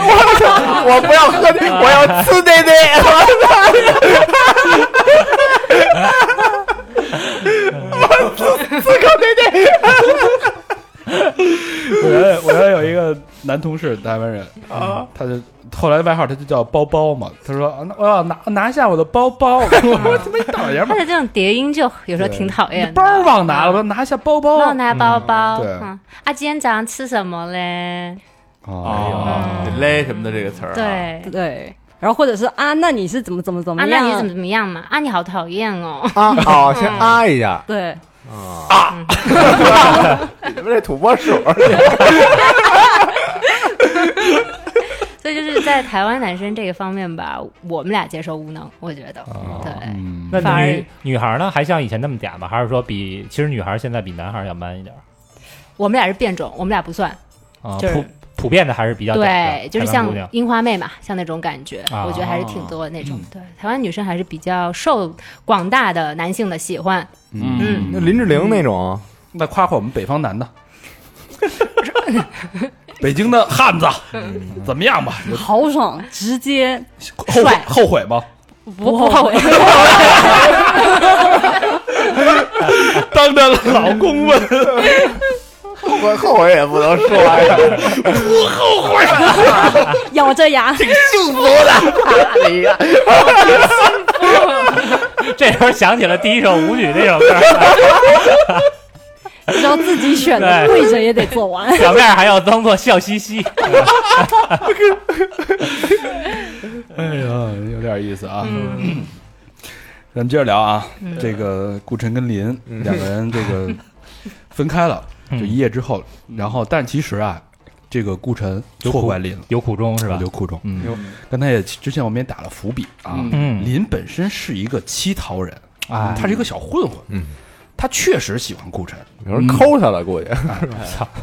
Speaker 7: (laughs)
Speaker 3: 我不要喝，我要吃那那。
Speaker 1: 我原来我原来有一个男同事，台湾人啊，他就后来外号他就叫包包嘛。他说啊，那我要拿拿下我的包包，我说他妈一大老爷
Speaker 7: 他
Speaker 1: 们儿，
Speaker 7: 的这种叠音就有时候挺讨厌的。
Speaker 1: 包儿忘拿了，我说拿下包包。
Speaker 7: 忘拿包包。
Speaker 1: 嗯对
Speaker 7: 嗯啊，今天早上吃什么嘞？嗯
Speaker 1: 哦
Speaker 3: 啊
Speaker 5: 哦，嘞什么的这个词儿，，
Speaker 7: 对，
Speaker 8: 对，然后或者是啊，那你是怎么怎么怎
Speaker 7: 啊，
Speaker 8: 么
Speaker 7: 那
Speaker 8: 样？
Speaker 7: 你怎么怎么样嘛？啊，你好讨厌哦。
Speaker 3: 啊，哦，先啊一下，
Speaker 8: 对，
Speaker 3: 你们这土拨鼠，
Speaker 7: 所以就是在台湾男生这个方面吧， (laughs) 我们俩接受无能，我觉得，对，
Speaker 1: 嗯，
Speaker 4: 那
Speaker 7: 反而
Speaker 4: 女女孩呢，还像以前那么嗲吗？还是说比其实女孩现在比男孩要 man 一点儿
Speaker 7: 我们俩是变种，我们俩不算，
Speaker 4: 啊？
Speaker 7: 就是
Speaker 4: 普普遍的还是比较嗲的
Speaker 7: 对，就是
Speaker 4: 台湾
Speaker 7: 像
Speaker 4: 姑娘
Speaker 7: 樱花妹嘛，像那种感觉，
Speaker 4: 啊
Speaker 7: 我觉得还是挺多的那种。对，台湾女生还是比较受广大的男性的喜欢，
Speaker 1: 嗯
Speaker 3: 那林志玲那种，
Speaker 1: 那夸夸我们北方男的， (laughs) 北京的汉子怎么样吧？
Speaker 8: 豪爽，直接
Speaker 1: 后悔后悔吗？
Speaker 8: 不后悔。
Speaker 1: 当着老公问，
Speaker 3: 我嗯后悔也不能说呀，
Speaker 8: (laughs) 咬着牙，
Speaker 3: 幸福的，哎呀，
Speaker 4: (laughs) 这时候想起了第一首舞曲那首歌，
Speaker 8: 只要自己选的，跪着也得做完。
Speaker 4: 表面还要装作笑嘻嘻。
Speaker 1: 哎呀，有点意思啊。咱们接着聊啊，这个顾晨跟林
Speaker 5: 嗯
Speaker 1: 两个人这个分开了，就一夜之后，然后但其实啊，这个顾晨错怪林了，
Speaker 4: (laughs) 有苦衷是吧
Speaker 1: 有？苦衷。
Speaker 4: 嗯
Speaker 1: 刚才也之前我们也打了伏笔啊，
Speaker 4: 嗯
Speaker 1: 林本身是一个乞讨人，
Speaker 4: 哎
Speaker 1: 他是一个小混混，
Speaker 3: 嗯，
Speaker 1: 他确实喜欢顾晨，
Speaker 3: 有
Speaker 5: 嗯
Speaker 3: 人抠他了，估计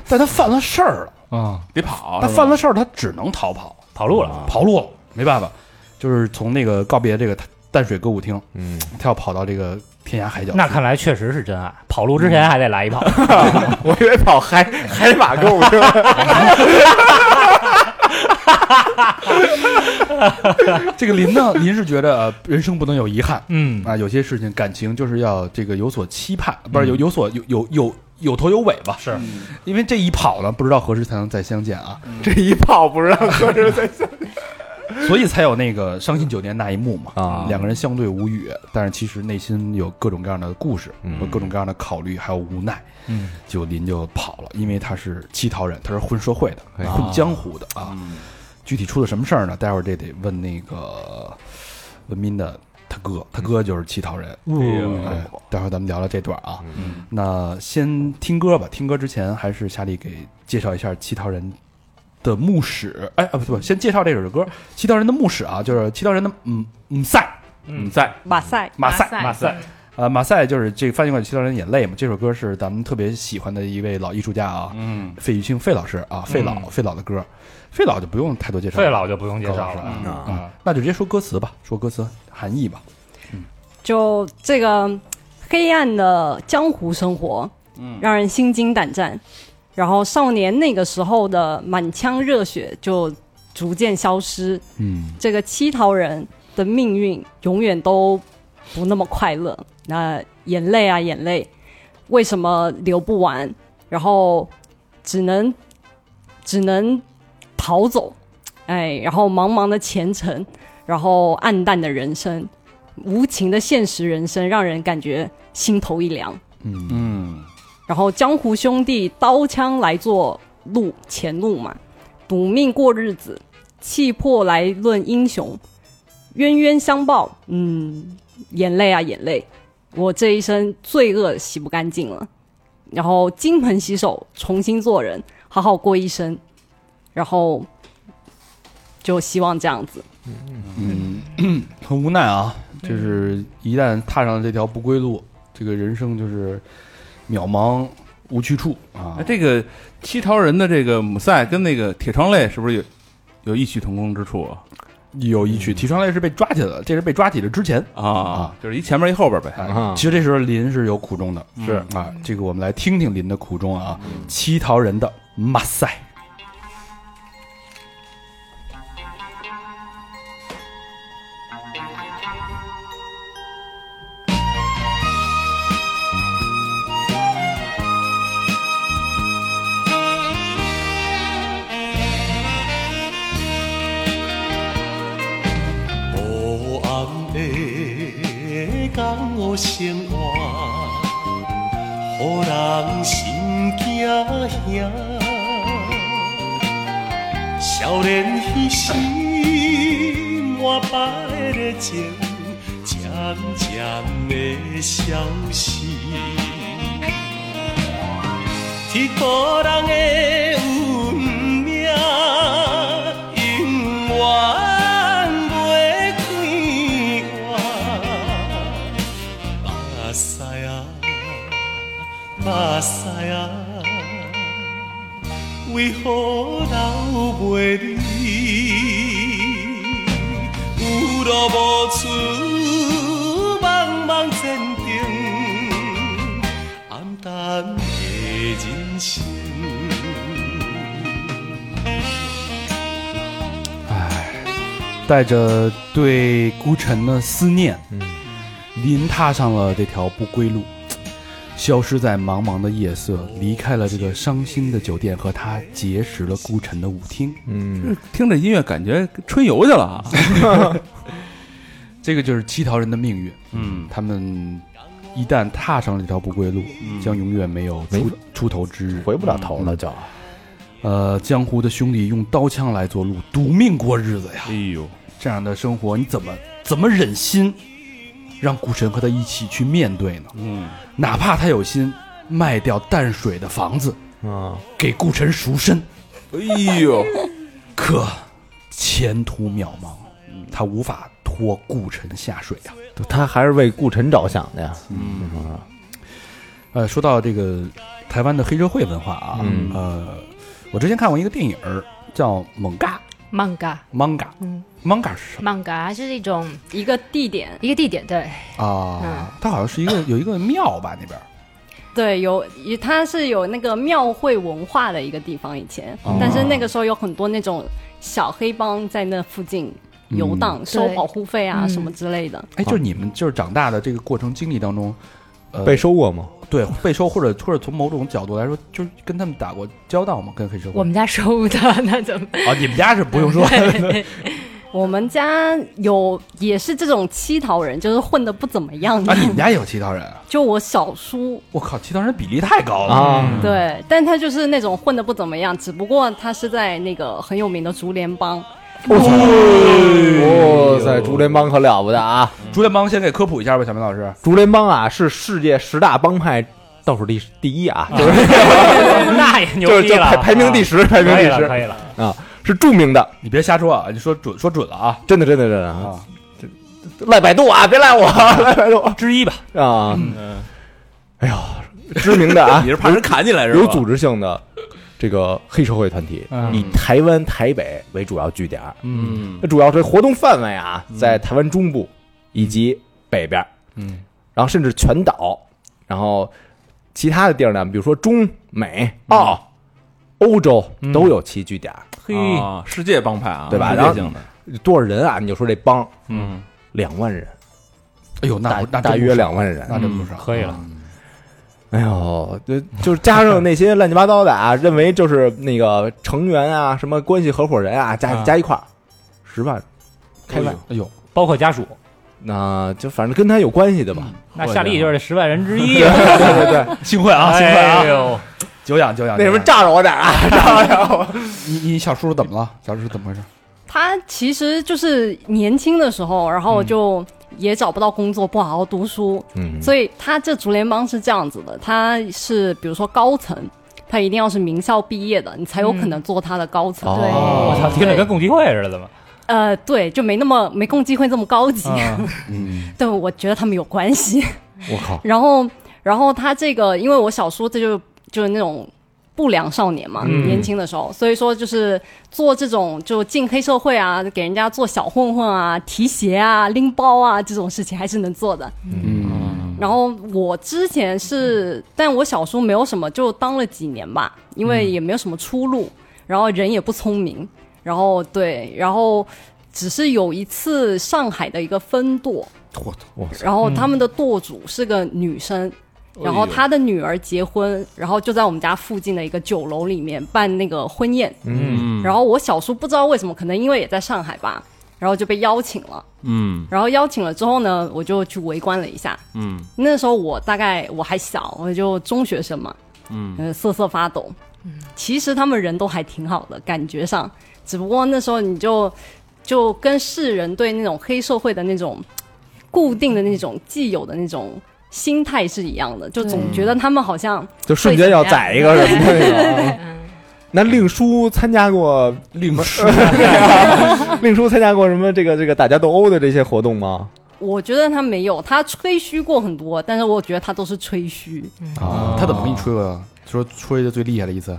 Speaker 1: 但他犯了事儿了，
Speaker 4: 啊，
Speaker 5: 得跑
Speaker 1: 他，犯了事儿，他只能逃跑，
Speaker 4: 跑路了，
Speaker 1: 跑路了，没办法，就是从那个告别这个淡水歌舞厅，
Speaker 3: 嗯，
Speaker 1: 他要跑到这个天涯海角去。
Speaker 4: 嗯那看来确实是真啊爱。跑路之前还得来一炮，
Speaker 3: (laughs) 我以为跑海海马购物车，
Speaker 1: 这个林呢，林是觉得呃人生不能有遗憾
Speaker 4: (laughs) 嗯
Speaker 1: 啊，有些事情感情就是要这个有所期盼，不
Speaker 3: 嗯
Speaker 1: 是有有所有有有有头有尾吧？
Speaker 4: 是
Speaker 1: 因为这一跑呢，不知道何时才能再相见啊，
Speaker 3: 这一炮不知道何时才下
Speaker 1: 所以才有那个伤心酒店那一幕嘛。
Speaker 3: 嗯啊
Speaker 1: 两个人相对无语，但是其实内心有各种各样的故事
Speaker 3: 嗯
Speaker 1: 和各种各样的考虑，还有无奈。
Speaker 4: 嗯，
Speaker 1: 就林就跑了，因为他是乞讨人，他是混社会
Speaker 3: 哎
Speaker 1: 的，混江湖的啊。具体出了什么事儿呢？待会儿这得问那个文斌的他哥，他哥就是乞讨人。哎，待会儿咱们聊聊这段啊。那先听歌吧，听歌之前还是夏丽给介绍一下乞讨人的牧史。哎啊，不不，先介绍这首歌《乞讨人的牧史》啊，就是乞讨人的嗯嗯赛
Speaker 5: 你在
Speaker 8: (laughs) 马赛，
Speaker 1: 马赛。
Speaker 7: 马
Speaker 4: 马赛，
Speaker 1: 呃，马赛就是这个翻译过来《七道人眼泪》嘛，这首歌是咱们特别喜欢的一位老艺术家啊，
Speaker 5: 嗯，
Speaker 1: 费玉清费老师啊，费老、费老的歌，费老就不用太多介绍了，
Speaker 4: 费老就不用介绍了。
Speaker 1: 嗯
Speaker 3: 啊
Speaker 1: 啊，那就直接说歌词吧，说歌词含义吧，
Speaker 8: 就这个黑暗的江湖生活，让人心惊胆战。然后少年那个时候的满腔热血就逐渐消失，
Speaker 1: 嗯
Speaker 8: 这个乞讨人的命运永远都不那么快乐。那眼泪啊，眼泪，为什么流不完？然后只能只能逃走，哎，然后茫茫的前程，然后暗淡的人生，无情的现实人生，让人感觉心头一凉。
Speaker 1: 嗯
Speaker 5: 嗯，
Speaker 8: 然后江湖兄弟刀枪来做路前路嘛，赌命过日子，气魄来论英雄，冤冤相报，嗯，眼泪啊眼泪，我这一生罪恶洗不干净了，然后金盆洗手，重新做人，好好过一生，然后就希望这样子，
Speaker 1: 嗯，很无奈啊，就是一旦踏上了这条不归路，这个人生就是渺茫无去处啊
Speaker 5: 哎，，这个七朝人的这个母赛跟那个铁窗泪是不是有有异曲同工之处啊？
Speaker 1: 有一曲提窗类是被抓起来的，这是被抓起来之前。
Speaker 5: 啊，就是一前面一后边呗。嗯
Speaker 3: 啊
Speaker 1: 其实这时候林是有苦衷的，
Speaker 5: 是
Speaker 1: 啊，这个我们来听听林的苦衷啊，乞讨人的马赛。
Speaker 12: 黑暗的江湖生活，予人心惊惶。少年迄时
Speaker 9: 我把你的情渐渐的消失。天个人的运命，永远袂快活。目屎啊，目屎啊，为何流袂离？有路无处，茫茫前程，暗淡的人生。
Speaker 1: 带着对孤城的思念，
Speaker 3: 嗯，
Speaker 1: 您踏上了这条不归路，消失在茫茫的夜色，离开了这个伤心的酒店，和他结识了孤城的舞厅。
Speaker 3: 嗯，
Speaker 5: 听着音乐感觉春游去了
Speaker 1: (laughs)
Speaker 5: 啊！
Speaker 1: 这个就是乞讨人的命运，
Speaker 5: 嗯，
Speaker 1: 他们一旦踏上了这条不归路，
Speaker 5: 嗯
Speaker 1: 将永远没有出出头之日。嗯
Speaker 3: 回不了头了就。
Speaker 1: 呃，江湖的兄弟用刀枪来做路，赌命过日子呀，
Speaker 5: 哎呦，
Speaker 1: 这样的生活你怎么怎么忍心让顾晨和他一起去面对呢？
Speaker 5: 嗯，
Speaker 1: 哪怕他有心卖掉淡水的房子
Speaker 5: 啊
Speaker 3: 嗯，
Speaker 1: 给顾晨赎身，
Speaker 5: 哎
Speaker 1: (laughs)
Speaker 5: 呦，
Speaker 1: 可前途渺茫，他无法拖顾晨下水啊。
Speaker 3: 他还是为顾晨着想的呀。
Speaker 1: 呃，说到这个台湾的黑社会文化啊，
Speaker 3: 嗯
Speaker 1: 呃，我之前看过一个电影儿叫《猛嘎
Speaker 7: manga
Speaker 1: manga
Speaker 7: 嗯
Speaker 1: manga 是什
Speaker 7: manga 是一种
Speaker 8: 一个地点，
Speaker 7: 一个地点，对，
Speaker 1: 么啊？它好像是一个有一个庙吧那边儿，
Speaker 8: 对，有一它是有那个庙会文化的一个地方以前，
Speaker 1: 哦
Speaker 8: 但是那个时候有很多那种小黑帮在那附近游荡，收
Speaker 7: 对
Speaker 8: 保护费啊
Speaker 7: 嗯
Speaker 8: 什么之类的。
Speaker 1: 哎，就是你们就是长大的这个过程经历当中，呃，
Speaker 3: 被收过吗？
Speaker 1: 对被收或者或者从某种角度来说，就是跟他们打过交道吗？跟黑社会？
Speaker 7: 我们家收的， (laughs) 那怎么？
Speaker 1: 啊，你们家是不用说，
Speaker 8: 我们家有也是这种乞讨人，就是混的不怎么样的。
Speaker 1: 啊，你们家也有乞讨人啊？
Speaker 8: (laughs) 就我小叔，
Speaker 1: 我靠，乞讨人比例太高了！嗯
Speaker 3: 啊，
Speaker 8: 对，但他就是那种混的不怎么样，只不过他是在那个很有名的竹联帮，
Speaker 3: 哦哇哦塞，竹联帮可了不得啊！
Speaker 1: 竹联帮先给科普一下吧，小明老师。
Speaker 3: 竹联帮啊是世界十大帮派倒数第第一啊， (laughs) 就是
Speaker 4: (laughs) 那也牛
Speaker 3: 就是
Speaker 4: 逼
Speaker 3: 就
Speaker 4: 了，
Speaker 3: 排排名第
Speaker 4: 十，
Speaker 3: 十，排名
Speaker 4: 可以
Speaker 3: 第
Speaker 4: 了，可
Speaker 3: 十
Speaker 4: 以了。
Speaker 3: 啊，是著名的，
Speaker 1: 你别瞎说啊！你说准说准了啊！
Speaker 3: 真的真的真的啊，
Speaker 1: 啊，
Speaker 3: 赖百度啊，别赖我， (laughs) 赖百度
Speaker 4: 之一吧，
Speaker 3: 啊，哎呦，知名的啊
Speaker 5: 你，是怕人砍你来是吧？
Speaker 3: 有组织性的这个黑社会团体，
Speaker 4: 嗯
Speaker 3: 以台湾台北为主要据点，
Speaker 5: 嗯
Speaker 3: 那主要是活动范围啊，在台湾中部以及北边，
Speaker 1: 嗯，
Speaker 3: 然后甚至全岛，然后其他的地儿呢，比如说中美澳、欧洲都有其据点。
Speaker 4: 嘿，
Speaker 5: 啊，世界帮派啊，
Speaker 3: 对吧
Speaker 5: 世
Speaker 3: 然后
Speaker 5: 界性的，
Speaker 3: 多少人啊？你就说这帮
Speaker 5: 嗯，
Speaker 3: 两万人，
Speaker 1: 哎呦，那
Speaker 3: 大
Speaker 1: 不那真
Speaker 3: 大
Speaker 1: 不
Speaker 3: 约
Speaker 1: 少
Speaker 3: 两万人。
Speaker 1: 那真不嗯少。
Speaker 4: 嗯可以了。
Speaker 3: 哎呦，就就是加上那些乱七八糟的啊，认为就是那个成员啊，什么关系合伙人啊，加
Speaker 5: 啊
Speaker 3: 加一块儿，十万开外，
Speaker 1: 哎呦，
Speaker 4: 包括家属，
Speaker 3: 那就反正跟他有关系的吧。
Speaker 4: 那夏利就是这十万人之一。啊 (laughs)
Speaker 3: 对对对，
Speaker 1: (laughs) 幸会啊，幸会
Speaker 4: 哎
Speaker 1: 啊！
Speaker 4: 呦，
Speaker 1: 久仰久仰。
Speaker 3: 那什么
Speaker 1: 久仰
Speaker 3: 仗着我点儿啊，仗着我。
Speaker 1: 你你小叔叔怎么了？小叔叔怎么回事？
Speaker 8: 他其实就是年轻的时候，然后就也找不到工作，不好好读书，
Speaker 3: 嗯
Speaker 8: 所以他这竹联帮是这样子的，他是比如说高层，他一定要是名校毕业的，你才有可能做他的高层。
Speaker 3: 嗯哦
Speaker 4: 我操，听着跟共济会似的嘛。
Speaker 8: 呃，对，就没那么没共济会这么高级。 (laughs) 对，我觉得他们有关系。
Speaker 3: 我靠，
Speaker 8: (laughs) 然后，然后他这个，因为我小叔这就就是那种不良少年嘛，
Speaker 4: 嗯
Speaker 8: 年轻的时候，所以说就是做这种就进黑社会啊，给人家做小混混啊、提鞋啊、拎包啊这种事情还是能做的。
Speaker 1: 嗯，
Speaker 8: 然后我之前是，但我小叔没有什么，就当了几年吧，因为也没有什么出路，然后人也不聪明，然后对，然后只是有一次上海的一个分舵，
Speaker 1: 我我
Speaker 8: 然后他们的舵主是个女生。然后她的女儿结婚，然后就在我们家附近的一个酒楼里面办那个婚宴。
Speaker 3: 嗯，
Speaker 5: 嗯，
Speaker 8: 然后我小叔不知道为什么，可能因为也在上海吧，然后就被邀请了。
Speaker 5: 嗯
Speaker 8: 然后邀请了之后呢，我就去围观了一下。
Speaker 5: 嗯
Speaker 8: 那时候我大概我还小，我就中学生嘛，
Speaker 5: 嗯，
Speaker 8: 呃，瑟瑟发抖。其实他们人都还挺好的，感觉上，只不过那时候你就就跟世人对那种黑社会的那种固定的那种既有的那种心态是一样的，就总觉得他们好像
Speaker 3: 就瞬间要宰一个什么的那种。那令叔参加过令叔，令叔参加过什么这个这个打架斗殴的这些活动吗？
Speaker 8: 我觉得他没有，他吹嘘过很多，但是我觉得他都是吹嘘。
Speaker 1: (laughs) 啊，他怎么给你吹过呀？说吹的最厉害的一次，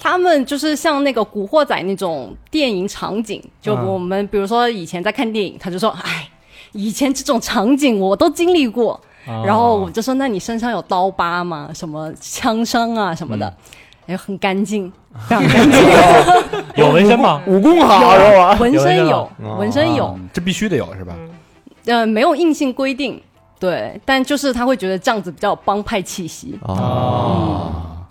Speaker 8: 他们就是像那个《古惑仔》那种电影场景，就我们比如说以前在看电影，他就说：“哎，以前这种场景我都经历过。”然后我就说：“那你身上有刀疤吗？什么枪伤啊什么的？”哎，很干净，非常干净，
Speaker 4: 有纹身吗？
Speaker 3: 武功好是吧？
Speaker 8: 纹
Speaker 4: 有
Speaker 8: 身
Speaker 4: 那
Speaker 8: 啊有啊
Speaker 4: 个，
Speaker 8: 纹身有，
Speaker 1: 嗯这必须得有是吧？
Speaker 8: 呃，没有硬性规定，对，但就是他会觉得这样子比较有帮派气息。
Speaker 3: 哦，
Speaker 1: 啊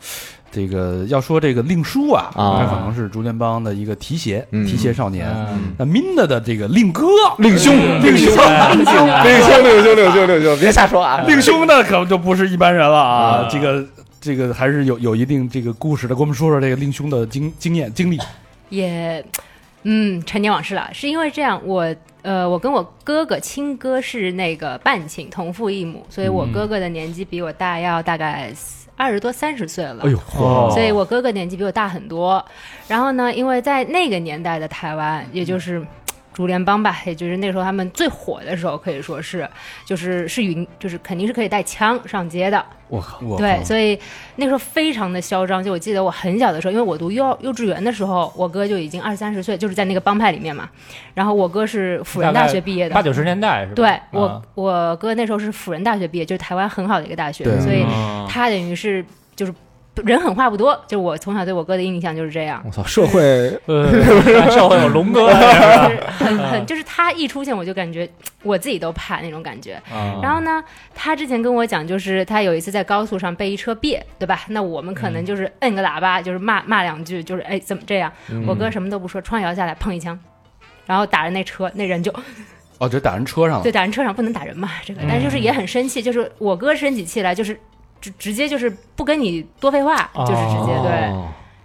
Speaker 1: 这个要说这个令叔啊，
Speaker 3: 啊
Speaker 1: 他可能是竹联帮的一个提携，
Speaker 3: 嗯
Speaker 1: 提携少年。
Speaker 4: 嗯
Speaker 1: 那 Minda 的这个令哥，
Speaker 3: 令兄，令兄，令兄，令兄，令兄，令兄，令兄，别瞎说啊！
Speaker 1: 令兄呢可就不是一般人了啊！
Speaker 3: 啊
Speaker 1: 这个这个还是有有一定这个故事的，给我们说说这个令兄的经经验经历。
Speaker 7: 也，嗯，陈年往事了。是因为这样，我呃，我跟我哥哥亲哥是那个半亲，同父异母，所以
Speaker 3: 嗯
Speaker 7: 我哥哥的年纪比我大，要大概二十多三十岁了。
Speaker 3: 哎呦，
Speaker 7: 所以我哥哥年纪比我大很多。然后呢，因为在那个年代的台湾，
Speaker 3: 嗯
Speaker 7: 也就是。嘖竹联帮吧，也就是那时候他们最火的时候，可以说是，就是是允，就是肯定是可以带枪上街的，
Speaker 1: 我靠，
Speaker 7: 对，所以那时候非常的嚣张。就我记得我很小的时候，因为我读幼幼稚园的时候，我哥就已经二三十岁，就是在那个帮派里面嘛。然后我哥是辅仁大学毕业的，
Speaker 4: 八九十年代是吧？
Speaker 7: 对我、
Speaker 4: 啊
Speaker 7: 我哥那时候是辅仁大学毕业，就是台湾很好的一个大学
Speaker 1: 对，
Speaker 7: 所以
Speaker 4: 嗯
Speaker 7: 他等于是就是人狠话不多，就是我从小对我哥的印象就是这样
Speaker 3: 我，操，社会
Speaker 4: 呃，社会有龙哥，
Speaker 7: 就是很很 (laughs) 就是他一出现我就感觉我自己都怕那种感觉。然后呢，他之前跟我讲，就是他有一次在高速上被一车别，对吧？那我们可能就是摁个喇叭，就是骂骂两句，就是哎怎么这样？我哥什么都不说，窗摇下来砰一枪，然后打着那车，那人就
Speaker 1: 哦，嗯这打人车上了
Speaker 7: 对，打人车上不能打人嘛，这个，但是就是也很生气，就是我哥生起气来就是直直接就是不跟你多废话，
Speaker 1: 哦
Speaker 7: 就是直接对，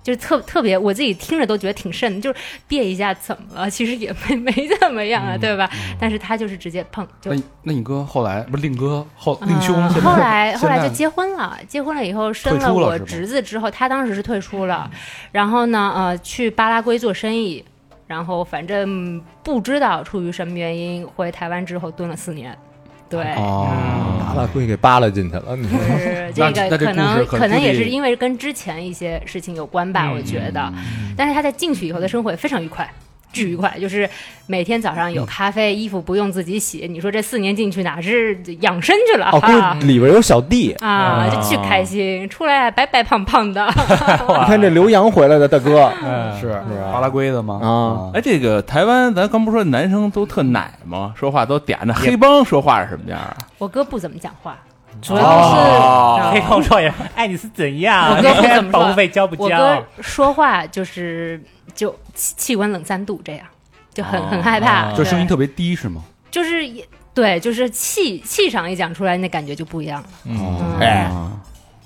Speaker 7: 就是特特别，我自己听着都觉得挺瘆的，就是憋一下怎么了，其 (laughs) 实也没没怎么样啊，
Speaker 1: 嗯
Speaker 7: 对吧？但是他就是直接碰就
Speaker 1: 那。你那你哥后来不是令哥后
Speaker 7: 嗯
Speaker 1: 令哎兄现在
Speaker 7: 后来后来
Speaker 1: 现
Speaker 7: 就
Speaker 1: 在
Speaker 7: 结婚了，结婚了以后生
Speaker 1: 退出了
Speaker 7: 我
Speaker 1: 是吧
Speaker 7: 侄子之后，他当时是退出了，然后呢，呃，去巴拉圭做生意，然后反正不知道出于什么原因回台湾之后蹲了四年，对，
Speaker 5: 嗯
Speaker 1: 哦，
Speaker 3: 扒拉龟给扒拉进去了，你
Speaker 7: 是
Speaker 1: 那
Speaker 7: 这个
Speaker 1: 那这
Speaker 7: 可
Speaker 1: 故
Speaker 7: 能
Speaker 1: 事很
Speaker 7: 可能也
Speaker 1: 估计
Speaker 7: 是因为跟之前一些事情有关吧，我觉得。
Speaker 1: 嗯
Speaker 7: 但是他在进去以后的生活也非常愉快，巨愉快，就是每天早
Speaker 1: 嗯
Speaker 7: 上有咖啡，衣服不用自己洗。你说这四年进去哪是养生去了
Speaker 3: 哦，估
Speaker 1: 啊
Speaker 7: 哈
Speaker 3: 计？里边有小弟。
Speaker 7: 啊，就巨开心，出来白白胖胖的。 (laughs)
Speaker 3: 你看这刘洋回来的大哥，
Speaker 4: 嗯
Speaker 1: 是巴拉圭的吗？
Speaker 3: 啊
Speaker 5: 哎，这个台湾，咱刚不说男生都特奶吗？说话都嗲，那黑帮说话是什么样啊？
Speaker 7: 我哥不怎么讲话，
Speaker 8: 主要是、
Speaker 7: 啊
Speaker 5: 哦，
Speaker 4: 黑帮少爷，哎，你是怎样？
Speaker 7: 我哥不
Speaker 4: 你
Speaker 7: 怎么说
Speaker 4: 保护费交不
Speaker 7: 我
Speaker 4: 交
Speaker 7: 哥？说话就是就气气温冷三度这样，就很
Speaker 1: 哦
Speaker 7: 很害怕，
Speaker 1: 啊就声音
Speaker 7: 对
Speaker 1: 特别低是吗？
Speaker 7: 就是也对，就是气气场一讲出来，那感觉就不一样了。
Speaker 1: 哦
Speaker 7: 嗯
Speaker 5: 哎，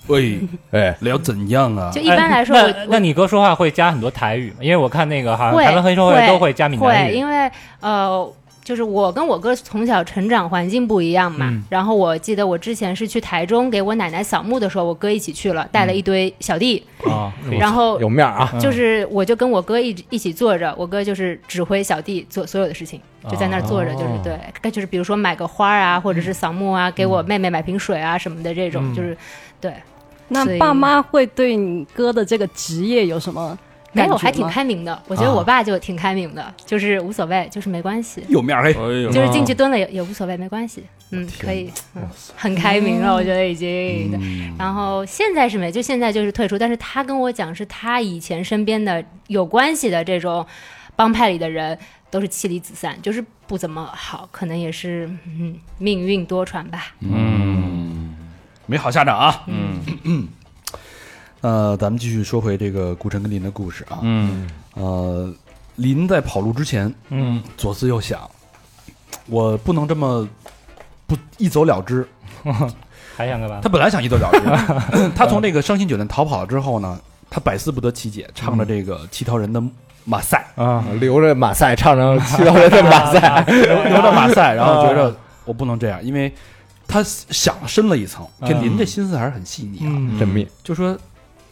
Speaker 1: 喂，
Speaker 3: 哎，
Speaker 1: 聊怎样啊
Speaker 7: 就？一般来说，
Speaker 4: 哎
Speaker 7: 我
Speaker 4: 那
Speaker 7: 我
Speaker 4: 那你哥说话会加很多台语吗？因为我看那个好像
Speaker 7: 会
Speaker 4: 台湾黑社
Speaker 7: 会
Speaker 4: 会都会加闽南
Speaker 7: 会
Speaker 4: 语啊
Speaker 7: 因为呃。就是我跟我哥从小成长环境不一样嘛，
Speaker 4: 嗯
Speaker 7: 然后我记得我之前是去台中给我奶奶扫墓的时候，我哥一起去了，带了一堆小弟，
Speaker 4: 啊，可以
Speaker 7: 然后
Speaker 3: 有面儿
Speaker 4: 嗯
Speaker 3: 啊！
Speaker 7: 就是我就跟我哥一直一起坐着，我哥就是指挥小弟做所有的事情，就在那儿
Speaker 4: 哦
Speaker 7: 坐着，就是对，该就是比如说买个花啊，或者是扫墓啊，给
Speaker 4: 嗯
Speaker 7: 我妹妹买瓶水啊什么的这种，就是对，所
Speaker 8: 那
Speaker 7: 以
Speaker 8: 爸妈会对你哥的这个职业有什么
Speaker 7: 没
Speaker 8: 感觉吗？啊
Speaker 7: 有还挺开明的，我觉得我爸就挺开明的，就是无所谓，就是没关系。
Speaker 1: 有面儿嘿，
Speaker 5: 哎呦
Speaker 8: 啊
Speaker 7: 就是进去蹲了也也无所谓，没关系，嗯，可以，嗯，很开明
Speaker 8: 嗯
Speaker 7: 了，我觉得已经。对然后现在是没，就现在就是退出，但是他跟我讲是他以前身边的有关系的这种帮派里的人都是妻离子散，就是不怎么好，可能也是 (laughs) 嗯命运多舛吧。
Speaker 1: 没好下场啊。嗯呃，咱们继续说回这个顾城跟林的故事啊。
Speaker 5: 嗯，
Speaker 1: 呃，林在跑路之前，
Speaker 4: 嗯，
Speaker 1: 左思右想，我不能这么不一走了之。
Speaker 4: 还想干嘛
Speaker 1: 他？本来想一走了之，他从这个伤心酒店逃跑了之后呢，他百思不得其解，唱着这个乞讨人的马赛，
Speaker 4: (laughs)
Speaker 3: 啊，留着马赛唱成七道人的马 (laughs) 赛，
Speaker 1: 留留着马赛，然后觉着我不能这样，因为他想深了一层，这林这心思还是很细腻啊。
Speaker 4: 嗯，
Speaker 3: 缜密。
Speaker 1: 就说，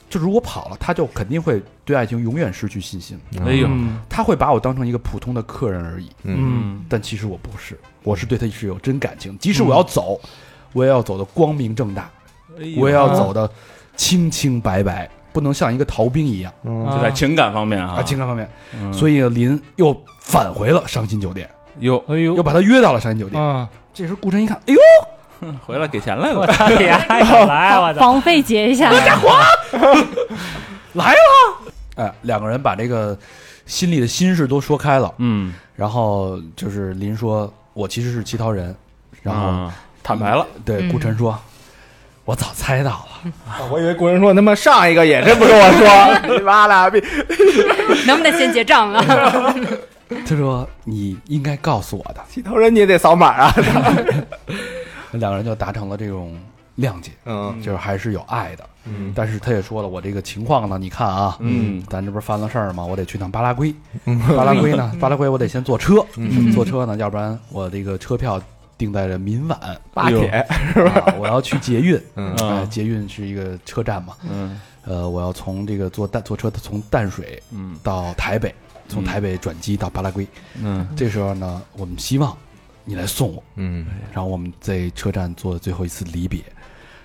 Speaker 1: 就如果跑了，他就肯定会对爱情永远失去信心，
Speaker 5: 哎呦，
Speaker 4: 嗯
Speaker 1: 他会把我当成一个普通的客人而已。
Speaker 3: 嗯，
Speaker 1: 但其实我不是，我是对他是有真感情，即使我要走，我也要走的光明正大，我也要走的清清白白，不能像一个逃兵一样
Speaker 3: 嗯
Speaker 5: 就在情感方面
Speaker 1: 啊。
Speaker 5: 啊，
Speaker 1: 情感方面，
Speaker 5: 嗯
Speaker 1: 所以林又返回了伤心酒店，
Speaker 5: 哟
Speaker 4: 哎呦
Speaker 1: 又把他约到了伤心酒
Speaker 5: 嗯
Speaker 1: 店。
Speaker 4: 啊！
Speaker 1: 这时候顾晨一看，哎呦，
Speaker 5: 回来给钱来
Speaker 4: 我
Speaker 5: 了，
Speaker 4: 操，给俺哎来，我操！
Speaker 7: 防备结一下， (laughs)
Speaker 1: 来了！哎，两个人把这个心里的心事都说开了，
Speaker 5: 嗯，
Speaker 1: 然后就是林说：“我其实是乞讨人。”然后、
Speaker 5: 啊坦白了，
Speaker 7: 嗯
Speaker 1: 对顾晨说：“我早猜到了，
Speaker 3: 啊我以为国人说他妈上一个也真不是我说， (laughs) 你妈了逼，
Speaker 7: 能不能先结账啊了？
Speaker 8: (laughs)
Speaker 1: 他说你应该告诉我的。
Speaker 3: 剃头人你也得扫码啊，”
Speaker 1: 两个人就达成了这种谅解，
Speaker 3: 嗯
Speaker 1: 就是还是有爱的。
Speaker 3: 嗯
Speaker 1: 但是他也说了，我这个情况呢，你看啊，
Speaker 5: 嗯，
Speaker 1: 咱这不是犯了事儿吗？我得去趟巴拉圭，巴拉圭呢，巴拉圭我得先坐车，坐车呢，要不然我这个车票定在了民晚，
Speaker 3: 巴铁，
Speaker 1: 啊我要去捷运，
Speaker 3: 嗯
Speaker 1: 哎捷运是一个车站嘛，
Speaker 5: 嗯
Speaker 1: 呃，我要从这个坐淡坐车从淡水
Speaker 5: 嗯
Speaker 1: 到台北，从
Speaker 5: 嗯
Speaker 1: 台北转机到巴拉圭。
Speaker 5: 嗯，
Speaker 1: 这时候呢，我们希望你来送我，
Speaker 3: 嗯
Speaker 1: 然后我们在车站做最后一次离别。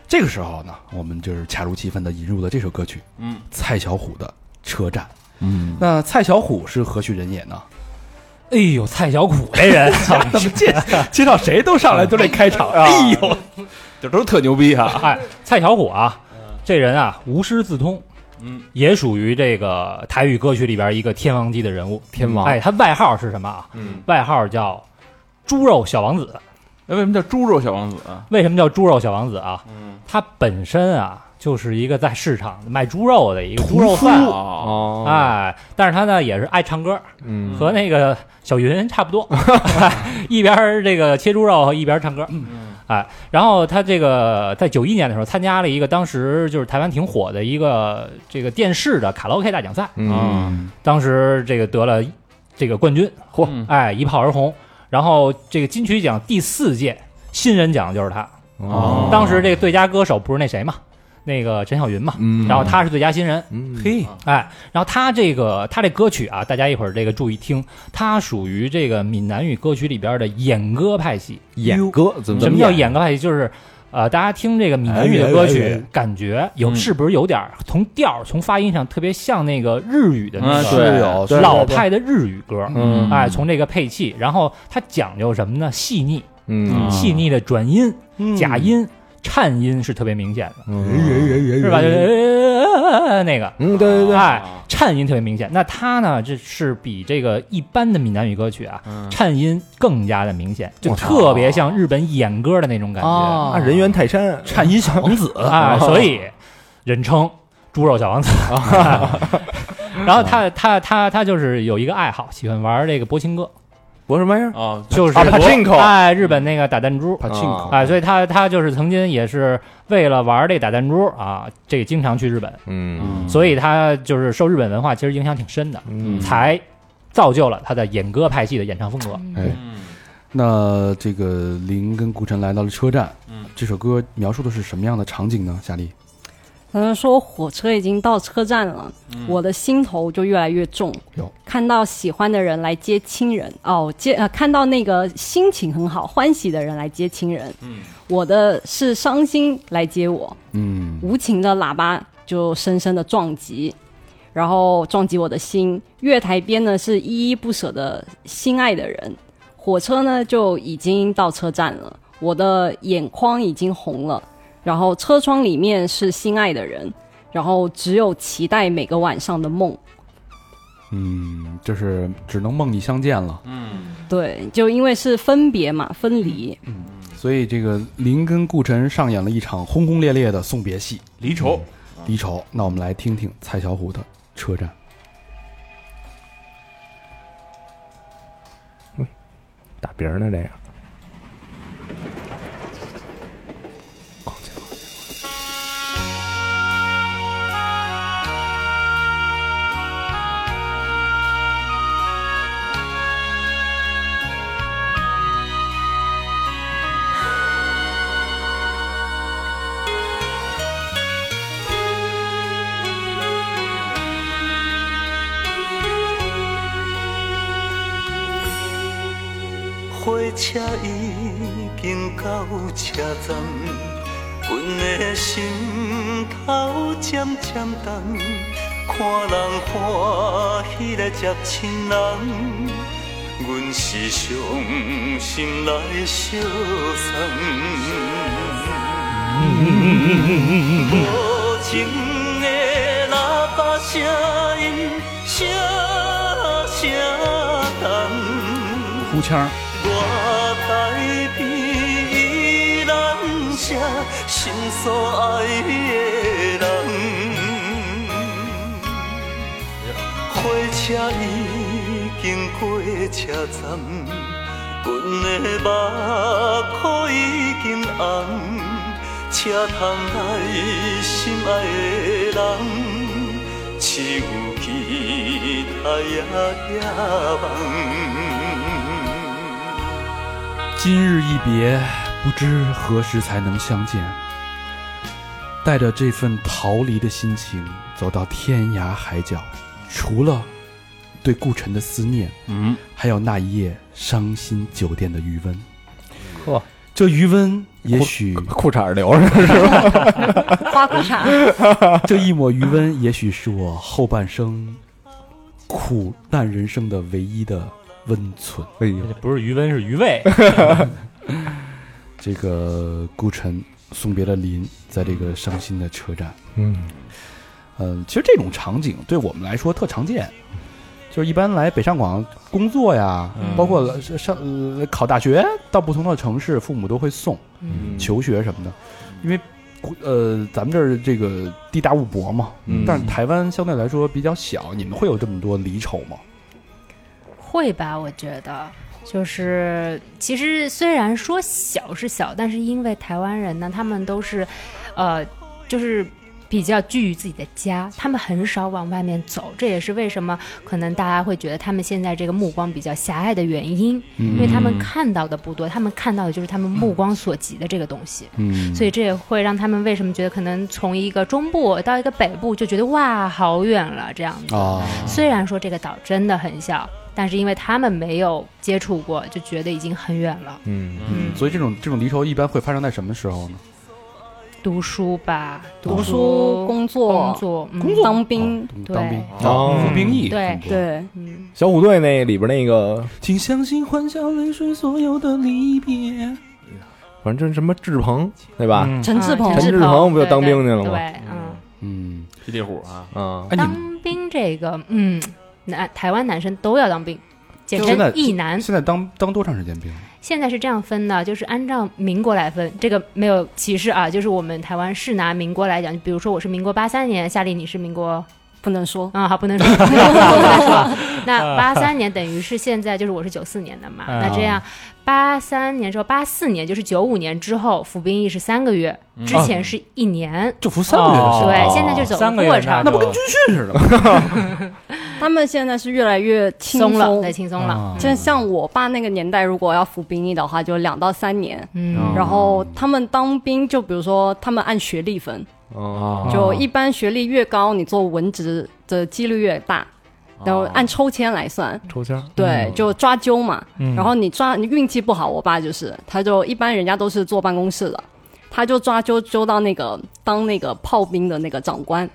Speaker 1: 这个时候呢，我们就是恰如其分的引入了这首歌曲，
Speaker 5: 嗯，
Speaker 1: 蔡小虎的《车站》。
Speaker 5: 嗯，
Speaker 1: 那蔡小虎是何许人也呢？
Speaker 4: 哎呦，蔡小虎这 (laughs) 人，
Speaker 1: 怎么介介绍谁都上来就这开
Speaker 3: 啊
Speaker 1: 场？哎呦，
Speaker 5: 这都是特牛逼哈，
Speaker 4: 哎，蔡小虎啊，这人啊，无师自通，
Speaker 5: 嗯，
Speaker 4: 也属于这个台语歌曲里边一个天王级的人物。
Speaker 3: 天王
Speaker 4: 哎，他外号是什么啊？
Speaker 3: 嗯，
Speaker 4: 外号叫猪肉小王子。
Speaker 5: 哎那为什么叫猪肉小王子啊？
Speaker 4: 为什么叫猪肉小王子啊？
Speaker 5: 嗯，
Speaker 4: 他本身啊，就是一个在市场卖猪肉的一个猪肉贩。
Speaker 5: 哦，
Speaker 3: 哦，
Speaker 4: 哎，但是他呢也是爱唱歌，
Speaker 3: 嗯
Speaker 4: 和那个小云差不
Speaker 3: (laughs)
Speaker 4: 多，一边儿这个切猪肉一边儿唱歌。
Speaker 3: 嗯
Speaker 4: 哎，然后他这个在九一年的时候参加了一个当时就是台湾挺火的一个这个电视的卡拉 OK 大奖赛，啊
Speaker 3: 嗯，
Speaker 5: 啊
Speaker 4: 当时这个得了这个冠军，嚯、
Speaker 5: 嗯
Speaker 4: 哎一炮而红。然后这个金曲奖第四届新人奖就是他，
Speaker 3: 哦
Speaker 4: 当时这个最佳歌手不是那谁嘛，那个陈小云嘛，
Speaker 3: 嗯
Speaker 4: 然后他是最佳新人，
Speaker 3: 嗯
Speaker 1: 嘿，
Speaker 4: 哎，然后他这个他这歌曲啊，大家一会儿这个注意听，他属于这个闽南语歌曲里边的演歌派系。
Speaker 3: 演啊哎歌怎么
Speaker 4: 什么叫演歌派系？就是呃，大家听这个闽南语的歌曲，感觉有
Speaker 5: 嗯
Speaker 4: 是不是有点儿从调儿从发音上特别像那个日语的那
Speaker 5: 啊
Speaker 4: 个
Speaker 5: 对
Speaker 1: 是有
Speaker 3: 对
Speaker 4: 老派的日语歌？
Speaker 3: 嗯
Speaker 4: 哎，从这个配器，然后它讲究什么呢？细腻，
Speaker 3: 嗯
Speaker 4: 细腻的转音、
Speaker 1: 嗯
Speaker 4: 假音、颤音是特别明显的，
Speaker 3: 嗯
Speaker 4: 是吧？就是呃那个，
Speaker 3: 嗯，对对对，
Speaker 4: 哎，颤音特别明显。那它呢，这是比这个一般的闽南语歌曲啊，
Speaker 3: 嗯
Speaker 4: 颤音更加的明显，就
Speaker 3: 我操
Speaker 4: 特别像日本演歌的那
Speaker 1: 哎
Speaker 4: 种感觉
Speaker 3: 啊，人猿泰山，
Speaker 1: 颤音小王子
Speaker 3: 哦
Speaker 4: 啊，所以人称猪肉小
Speaker 3: (laughs)
Speaker 4: 王子。然后他他他他就是有一个爱好，喜欢玩这个博琴歌，
Speaker 3: 我什么玩意儿？
Speaker 5: 哦，
Speaker 4: 就是
Speaker 3: 啊，pachinko 嗯
Speaker 4: 哎，日本那个打弹珠。
Speaker 3: Pachinko
Speaker 4: 哎，所以他他就是曾经也是为了玩这打弹珠啊，这个经常去日本，
Speaker 3: 嗯
Speaker 4: 所以他就是受日本文化其实影响挺深的。
Speaker 3: 嗯
Speaker 4: 才造就了他的演歌派系的演唱风格。
Speaker 1: 哎那这个林跟顾晨来到了车站，
Speaker 5: 嗯，
Speaker 1: 这首歌描述的是什么样的场景呢？夏丽，
Speaker 8: 他就说火车已经到车站了，我的心头就越来越重
Speaker 1: 哟。
Speaker 8: 看到喜欢的人来接亲人，哦，接呃，看到那个心情很好、欢喜的人来接亲人，
Speaker 5: 嗯
Speaker 8: 我的是伤心来接我，
Speaker 1: 嗯
Speaker 8: 无情的喇叭就深深的撞击，然后撞击我的心。月台边呢是依依不舍的心爱的人，火车呢就已经到车站了，我的眼眶已经红了，然后车窗里面是心爱的人，然后只有期待每个晚上的梦。
Speaker 1: 嗯，就是只能梦里相见了。
Speaker 8: 对，就因为是分别嘛，分离，
Speaker 1: 所以这个林跟顾晨上演了一场轰轰烈烈的送别戏，
Speaker 5: 离愁，
Speaker 1: 离愁。那我们来听听蔡小虎的《车站》。
Speaker 3: 打别人的这个。
Speaker 6: 我
Speaker 9: 车已经到车站，阮的心头渐渐重，看人看迄个接亲人，阮是伤心来相送。无情的喇叭声音，声声重。
Speaker 1: 哭腔儿，
Speaker 9: 我台边依然写心所爱的人，火车已经过车站，阮的目眶已经红，车窗内心爱的人，只有期待也也梦。
Speaker 1: 今日一别，不知何时才能相见。带着这份逃离的心情，走到天涯海角，除了对顾城的思念，
Speaker 5: 嗯，
Speaker 1: 还有那一夜伤心酒店的余温。
Speaker 3: 呵，
Speaker 1: 这余温也许 (laughs)
Speaker 3: 裤衩留着，
Speaker 8: 花裤衩。
Speaker 1: 这一抹余温，也许是我后半生苦难人生的唯一的温存。
Speaker 3: 哎呦，
Speaker 4: 不是余温是余味，
Speaker 1: 这个顾城送别了林，在这个伤心的车站。
Speaker 3: 嗯，
Speaker 1: 嗯，其实这种场景对我们来说特常见，就是一般来北上广工作呀，
Speaker 4: 嗯
Speaker 1: 包括上、呃、考大学到不同的城市，父母都会送
Speaker 3: 嗯
Speaker 1: 求学什么的，因为呃咱们这儿这个地大物博嘛，
Speaker 3: 嗯
Speaker 1: 但是台湾相对来说比较小，你们会有这么多离愁吗？
Speaker 7: 会吧？我觉得。就是，其实虽然说小是小，但是因为台湾人呢，他们都是，呃，就是比较居于自己的家，他们很少往外面走，这也是为什么可能大家会觉得他们现在这个目光比较狭隘的原因，因为他们看到的不多，他们看到的就是他们目光所及的这个东西。
Speaker 1: 嗯
Speaker 7: 所以这也会让他们为什么觉得可能从一个中部到一个北部就觉得哇好远了这样子。
Speaker 1: 啊，
Speaker 7: 虽然说这个岛真的很小，但是因为他们没有接触过，就觉得已经很远了。
Speaker 3: 嗯，
Speaker 7: 嗯，
Speaker 1: 所以这种这种离愁一般会发生在什么时候呢？
Speaker 7: 读书吧，
Speaker 8: 读书、
Speaker 7: 书、
Speaker 8: 工
Speaker 7: 工
Speaker 8: 作、
Speaker 7: 作、嗯
Speaker 8: 当兵，
Speaker 7: 对
Speaker 1: 哦当兵
Speaker 3: 哦
Speaker 1: 服兵役，
Speaker 7: 对
Speaker 8: 对，
Speaker 7: 嗯，
Speaker 3: 小虎队那里边那个，
Speaker 1: 请相信欢笑泪水所有的离别。
Speaker 3: 反正什么志鹏，对吧？
Speaker 4: 嗯
Speaker 8: 陈志
Speaker 7: 啊
Speaker 8: 鹏
Speaker 3: 陈志
Speaker 7: 志
Speaker 3: 鹏不就当
Speaker 7: 对对
Speaker 3: 兵去了吗
Speaker 7: 对，嗯，
Speaker 1: 嗯，
Speaker 5: 霹雳虎啊，
Speaker 3: 嗯，
Speaker 1: 哎，你们
Speaker 7: 当兵这个，嗯，男台湾男生都要当兵。简
Speaker 1: 现在
Speaker 7: 称役男，
Speaker 1: 现在当当多长时间兵？
Speaker 7: 现在是这样分的，就是按照民国来分，这个没有歧视啊，就是我们台湾是拿民国来讲，比如说我是民国八三年，夏令你是民国
Speaker 8: 不能说。
Speaker 7: 啊、好，不能说， (laughs) 不能说。那八三年等于是现在就是我是九四年的嘛，
Speaker 4: 啊
Speaker 7: 那这样八三年之后，八四年就是九五年之后服兵役是三个月，之前是一年，
Speaker 1: 就服三个月的时
Speaker 4: 哦
Speaker 1: 候，
Speaker 7: 对，现在就走
Speaker 4: 三个
Speaker 7: 过
Speaker 4: 月差
Speaker 7: 程
Speaker 4: 不，多
Speaker 1: 训似的吗？
Speaker 8: 他们现在是越来越轻
Speaker 7: 松了，
Speaker 8: 松
Speaker 7: 对，轻松了，
Speaker 1: 啊
Speaker 8: 就像我爸那个年代，如果要服兵役的话，就两到三年。
Speaker 7: 嗯，
Speaker 8: 然后他们当兵，就比如说他们按学历分，
Speaker 1: 哎
Speaker 3: 哦，
Speaker 8: 就一般学历越高，你做文职的几率越大。然后按抽签来算，
Speaker 3: 哦抽签，
Speaker 8: 对，就抓阄嘛。
Speaker 4: 嗯
Speaker 8: 然后你抓你运气不好，我爸就是，他就一般人家都是坐办公室的，他就抓阄阄到那个当那个炮兵的那个长官，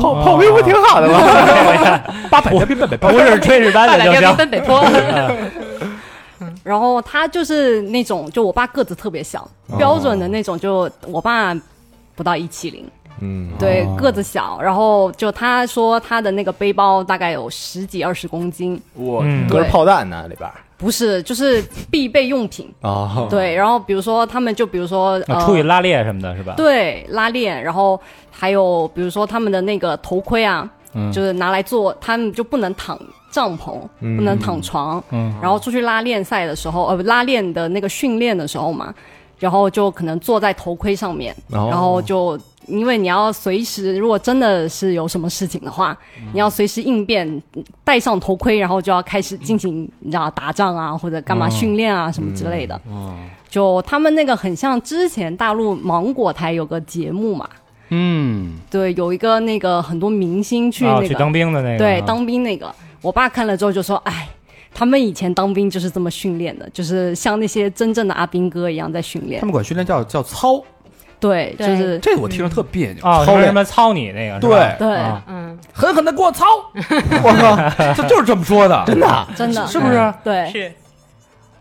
Speaker 3: 炮炮兵不挺好的吗？
Speaker 1: 哎
Speaker 3: (laughs)
Speaker 4: 八百兵奔北不是炊事班
Speaker 7: 大
Speaker 4: 的
Speaker 7: 两
Speaker 4: 就
Speaker 7: 天
Speaker 4: 行。
Speaker 7: 奔北坡，
Speaker 8: (laughs) 然后他就是那种，就我爸个子特别小，
Speaker 3: 哦
Speaker 8: 标准的那种，就我爸不到一七零，
Speaker 3: 嗯，
Speaker 8: 对，个子小。然后就他说他的那个背包大概有十几二十公斤，
Speaker 3: 我
Speaker 4: (laughs) 嗯
Speaker 3: 搁着炮弹呢里边儿
Speaker 8: 不是，就是必备用品。
Speaker 3: 哦，
Speaker 8: 对，然后比如说他们就比如说
Speaker 4: 啊出去
Speaker 8: 呃，
Speaker 4: 拉猎什么的是吧？哦
Speaker 8: 对拉链，然后还有比如说他们的那个头盔啊，就是拿来做，他们就不能躺帐篷，
Speaker 3: 嗯
Speaker 8: 不能躺床，
Speaker 4: 嗯
Speaker 8: 然后出去拉练赛的时候，呃，不拉练的那个训练的时候嘛，然后就可能坐在头盔上面，
Speaker 3: 哦
Speaker 8: 然后就因为你要随时，如果真的是有什么事情的话，你要随时应变，戴上头盔，然后就要开始进行你知道打仗啊或者干嘛训练啊什么之类的。就他们那个很像之前大陆芒果台有个节目嘛，
Speaker 1: 嗯，
Speaker 8: 对，有一个那个很多明星去
Speaker 4: 啊
Speaker 8: 那
Speaker 4: 去
Speaker 8: 个
Speaker 4: 当兵的那个，
Speaker 8: 对，
Speaker 4: 啊
Speaker 8: 当兵那个，我爸看了之后就说：“哎，他们以前当兵就是这么训练的，就是像那些真正的阿兵哥一样在训练
Speaker 11: 他。们管训练叫叫操，
Speaker 8: 对，就
Speaker 7: 对
Speaker 8: 是
Speaker 11: 这我听着特别
Speaker 1: 嗯
Speaker 11: 扭，
Speaker 4: 啊，
Speaker 11: 操
Speaker 4: 什么
Speaker 11: 练
Speaker 4: 什么操你那个，是吧
Speaker 11: 对，
Speaker 8: 对，
Speaker 4: 啊
Speaker 7: 嗯，
Speaker 11: 狠狠的给我
Speaker 5: (laughs)
Speaker 11: 操，我靠，这就是这么说的，真
Speaker 5: 啊
Speaker 11: 的。
Speaker 1: 啊
Speaker 8: 真的
Speaker 11: 是不是？
Speaker 4: 啊
Speaker 8: 对，
Speaker 6: 是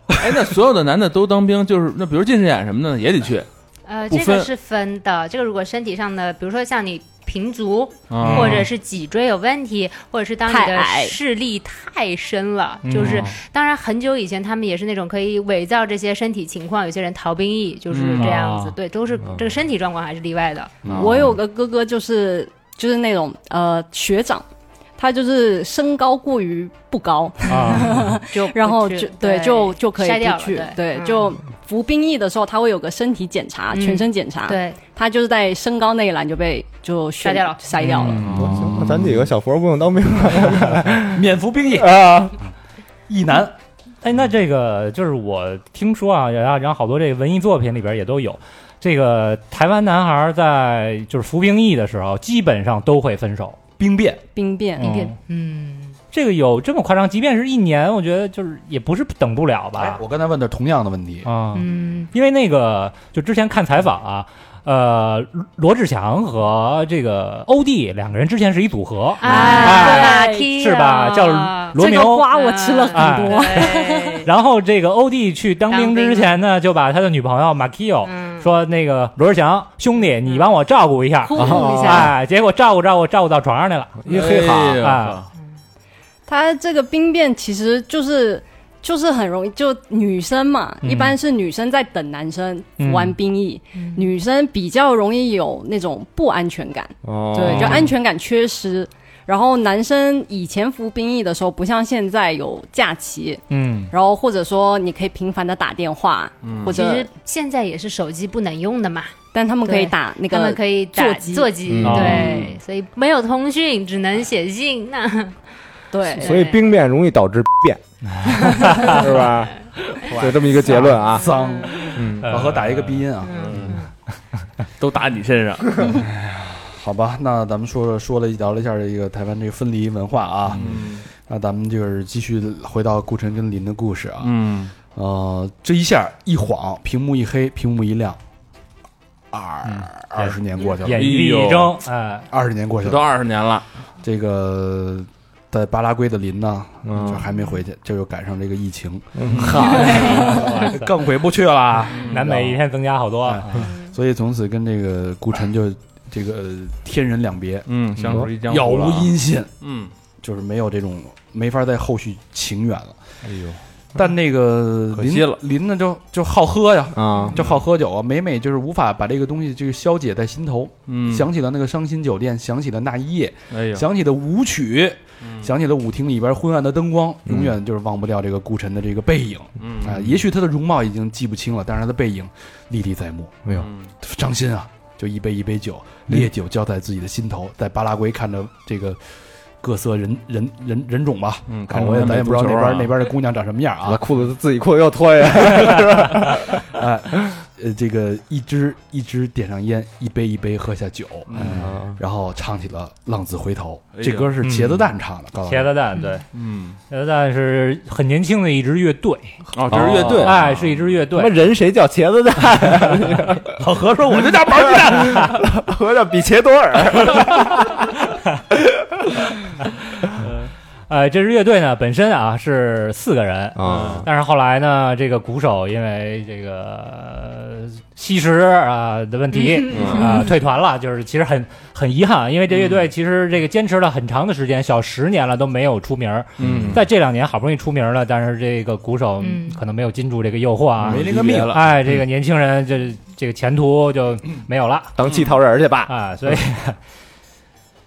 Speaker 14: 哎，那所有的男的都当兵，就是那比如近视眼什么的也得去
Speaker 7: 呃，
Speaker 14: 不
Speaker 7: 这个
Speaker 14: 分
Speaker 7: 是分的。这个如果身体上的，比如说像你平足，
Speaker 5: 哦
Speaker 14: 啊，
Speaker 7: 或者是脊椎有问题，或者是当你
Speaker 8: 太
Speaker 7: 的
Speaker 8: 矮
Speaker 7: 视力太深了，
Speaker 5: 嗯哦
Speaker 7: 就是当然很久以前他们也是那种可以伪造这些身体情况，有些人逃兵役就是
Speaker 14: 嗯
Speaker 7: 这样子，
Speaker 4: 啊
Speaker 7: 对，都是这个身体状况还是例外的。
Speaker 8: 我有个哥哥就是就是那种呃学长，他就是身高过于不高，
Speaker 7: 就不
Speaker 8: 然后
Speaker 7: 去
Speaker 8: 就对就就可以
Speaker 7: 筛掉
Speaker 8: 不
Speaker 7: 了
Speaker 8: 去，
Speaker 7: 对
Speaker 8: 对，
Speaker 7: 嗯
Speaker 8: 就服兵役的时候他会有个身体检查，
Speaker 7: 嗯
Speaker 8: 全身检查，
Speaker 7: 对
Speaker 8: 他就是在身高那一栏就被就选
Speaker 7: 筛掉了
Speaker 8: 筛掉了。
Speaker 4: 嗯
Speaker 3: 嗯行，那咱几个小佛不用当兵了
Speaker 1: 免服兵役，
Speaker 3: 啊，
Speaker 1: 一男
Speaker 4: 哎，那这个就是我听说啊，然后然后好多这个文艺作品里边也都有，这个台湾男孩在就是服兵役的时候，基本上都会分手。
Speaker 1: 兵变，
Speaker 8: 兵变，
Speaker 4: 嗯
Speaker 7: 嗯，
Speaker 4: 这个有这么夸张？即便是一年，我觉得就是也不是等不了
Speaker 1: 哎
Speaker 4: 吧，？
Speaker 1: 我刚才问的同样的问题，
Speaker 4: 啊，
Speaker 7: 嗯
Speaker 4: 因为那个就之前看采访啊，呃，罗罗志祥和这个欧弟两个人之前是一组合，
Speaker 7: 嗯啊，
Speaker 4: 哎是吧叫罗
Speaker 8: 这个
Speaker 4: 牛。哎
Speaker 8: 瓜我吃了
Speaker 7: 嗯
Speaker 8: 很
Speaker 4: (laughs)
Speaker 8: 多，
Speaker 7: 对
Speaker 4: 然后这个欧弟去当兵
Speaker 7: 当兵
Speaker 4: 之前呢，就把他的女朋友马 i o
Speaker 7: 嗯，
Speaker 4: 说那个罗志祥兄弟，你帮我照顾一下，
Speaker 7: 呼噜一下，
Speaker 4: (laughs) 哎，结果照顾照顾照顾到床上去了，
Speaker 3: 一黑哈
Speaker 14: 哎呦
Speaker 4: 啊
Speaker 8: 他这个兵变其实就是就是很容易，就女生嘛，
Speaker 4: 嗯
Speaker 8: 一般是女生在等男生服完兵役，
Speaker 7: 嗯
Speaker 8: 女生比较容易有那种不安全感，
Speaker 1: 哦
Speaker 4: 哦
Speaker 8: 对，就安全感缺失。然后男生以前服兵役的时候，不像现在有假期，
Speaker 4: 嗯，
Speaker 8: 然后或者说你可以频繁的打电话，或
Speaker 7: 其
Speaker 8: 者
Speaker 7: 实现在也是手机不能用的嘛，
Speaker 8: 但他们可
Speaker 7: 对
Speaker 8: 以打那
Speaker 7: 他们
Speaker 8: 个
Speaker 7: 可以打
Speaker 8: 座机
Speaker 7: 座机，
Speaker 4: 嗯
Speaker 7: 对，所以没有通讯，只能写信。那 (laughs)
Speaker 8: 对
Speaker 3: 所以兵变容易导致变，
Speaker 8: (laughs)
Speaker 3: 是吧？有这么一个结论啊，
Speaker 1: 脏，
Speaker 3: 嗯，
Speaker 1: 老何打一个鼻音啊，
Speaker 14: 都打你身上，
Speaker 1: 好吧，那咱们说了说了聊了一下这个台湾这个分离文化啊，
Speaker 14: 嗯
Speaker 1: 那咱们就是继续回到顾晨跟林的故事啊，
Speaker 14: 嗯，
Speaker 1: 呃，这一下一晃，屏幕一黑，屏幕一亮，二
Speaker 14: 嗯
Speaker 1: 二十年过去
Speaker 4: 眼
Speaker 1: 了，
Speaker 4: 一
Speaker 14: 哎
Speaker 4: 闭
Speaker 14: 呦
Speaker 4: 一睁，
Speaker 14: (laughs)
Speaker 4: 哎，
Speaker 1: 二十年过去
Speaker 14: 这
Speaker 1: 了
Speaker 14: 都，二十年了，
Speaker 1: 这个在巴拉圭的林呢，
Speaker 14: 嗯
Speaker 1: 就还没回去，这又赶上这个疫情，
Speaker 4: 哇塞
Speaker 1: 更回不去
Speaker 14: (laughs)
Speaker 1: 了。
Speaker 14: 嗯
Speaker 4: 南美一天增加好多，啊
Speaker 1: 哎所以从此跟这个顾晨就这个呃天人两别，
Speaker 14: 嗯，相处一江
Speaker 1: 杳
Speaker 14: 湖了
Speaker 1: 无
Speaker 14: 啊，
Speaker 1: 音信，
Speaker 14: 嗯，
Speaker 1: 就是没有这种没法在后续情缘了。
Speaker 14: 哎呦，
Speaker 1: 但那个
Speaker 14: 可
Speaker 1: 林
Speaker 14: 惜了
Speaker 1: 林呢就就好喝呀，
Speaker 3: 啊，
Speaker 1: 就好喝酒啊，每每就是无法把这个东西就是消解在心头，
Speaker 14: 嗯，
Speaker 1: 想起了那个伤心酒店，想起了那一夜，
Speaker 14: 哎呦，
Speaker 1: 想起了舞曲，
Speaker 14: 嗯
Speaker 1: 想起了舞厅里边昏暗的灯光，
Speaker 3: 嗯
Speaker 1: 永远就是忘不掉这个顾晨的这个背影
Speaker 14: 嗯
Speaker 1: 啊。也许他的容貌已经记不清了，但是他的背影历历在目，
Speaker 3: 没有，
Speaker 14: 嗯
Speaker 1: 伤心啊！就一杯一杯酒，烈酒浇在自己的心头，在巴拉圭看着这个各色人人人人种吧，
Speaker 14: 嗯，
Speaker 1: 啊
Speaker 14: 看
Speaker 1: 我也咱也不知道那边那
Speaker 14: 边
Speaker 1: 边的姑娘长什么样
Speaker 3: 把
Speaker 1: 啊，
Speaker 3: 裤子自己裤子又脱下，
Speaker 1: 哎，呃，这个一支一支点上烟，一杯一杯喝下酒，哎
Speaker 3: 嗯
Speaker 1: 然后唱起了《浪子回头
Speaker 14: 哎》，呦
Speaker 1: 这歌是茄子蛋唱的，告诉你
Speaker 4: 茄子蛋，对，
Speaker 14: 嗯，
Speaker 4: 茄子蛋是很年轻的一支乐队，
Speaker 14: 哦，这是乐队，
Speaker 4: 哎，是一支乐
Speaker 3: 他妈
Speaker 4: 队，
Speaker 3: 人谁叫茄子蛋？
Speaker 1: (laughs) 老何说我
Speaker 3: (laughs)
Speaker 1: 就叫玩蛋，
Speaker 3: 合着比切多尔，
Speaker 4: 呃，这支乐队呢本身啊是四个人，
Speaker 1: 嗯
Speaker 3: 啊
Speaker 4: 但是后来呢，这个鼓手因为这个呃吸食啊的问题
Speaker 14: 嗯
Speaker 4: 啊退团了，就是其实很很遗憾，因为这乐队其实这个坚持了很长的时间，小十年了都没有出名儿，
Speaker 14: 嗯，
Speaker 4: 在这两年好不容易出名了，但是这个鼓手
Speaker 7: 嗯
Speaker 4: 可能没有禁住这个诱惑啊，
Speaker 14: 没那个命了，嗯
Speaker 4: 哎，这个年轻人这这个前途就没有了。
Speaker 3: 当气头人去
Speaker 14: (laughs)
Speaker 3: 吧。
Speaker 4: 啊，所以 (laughs)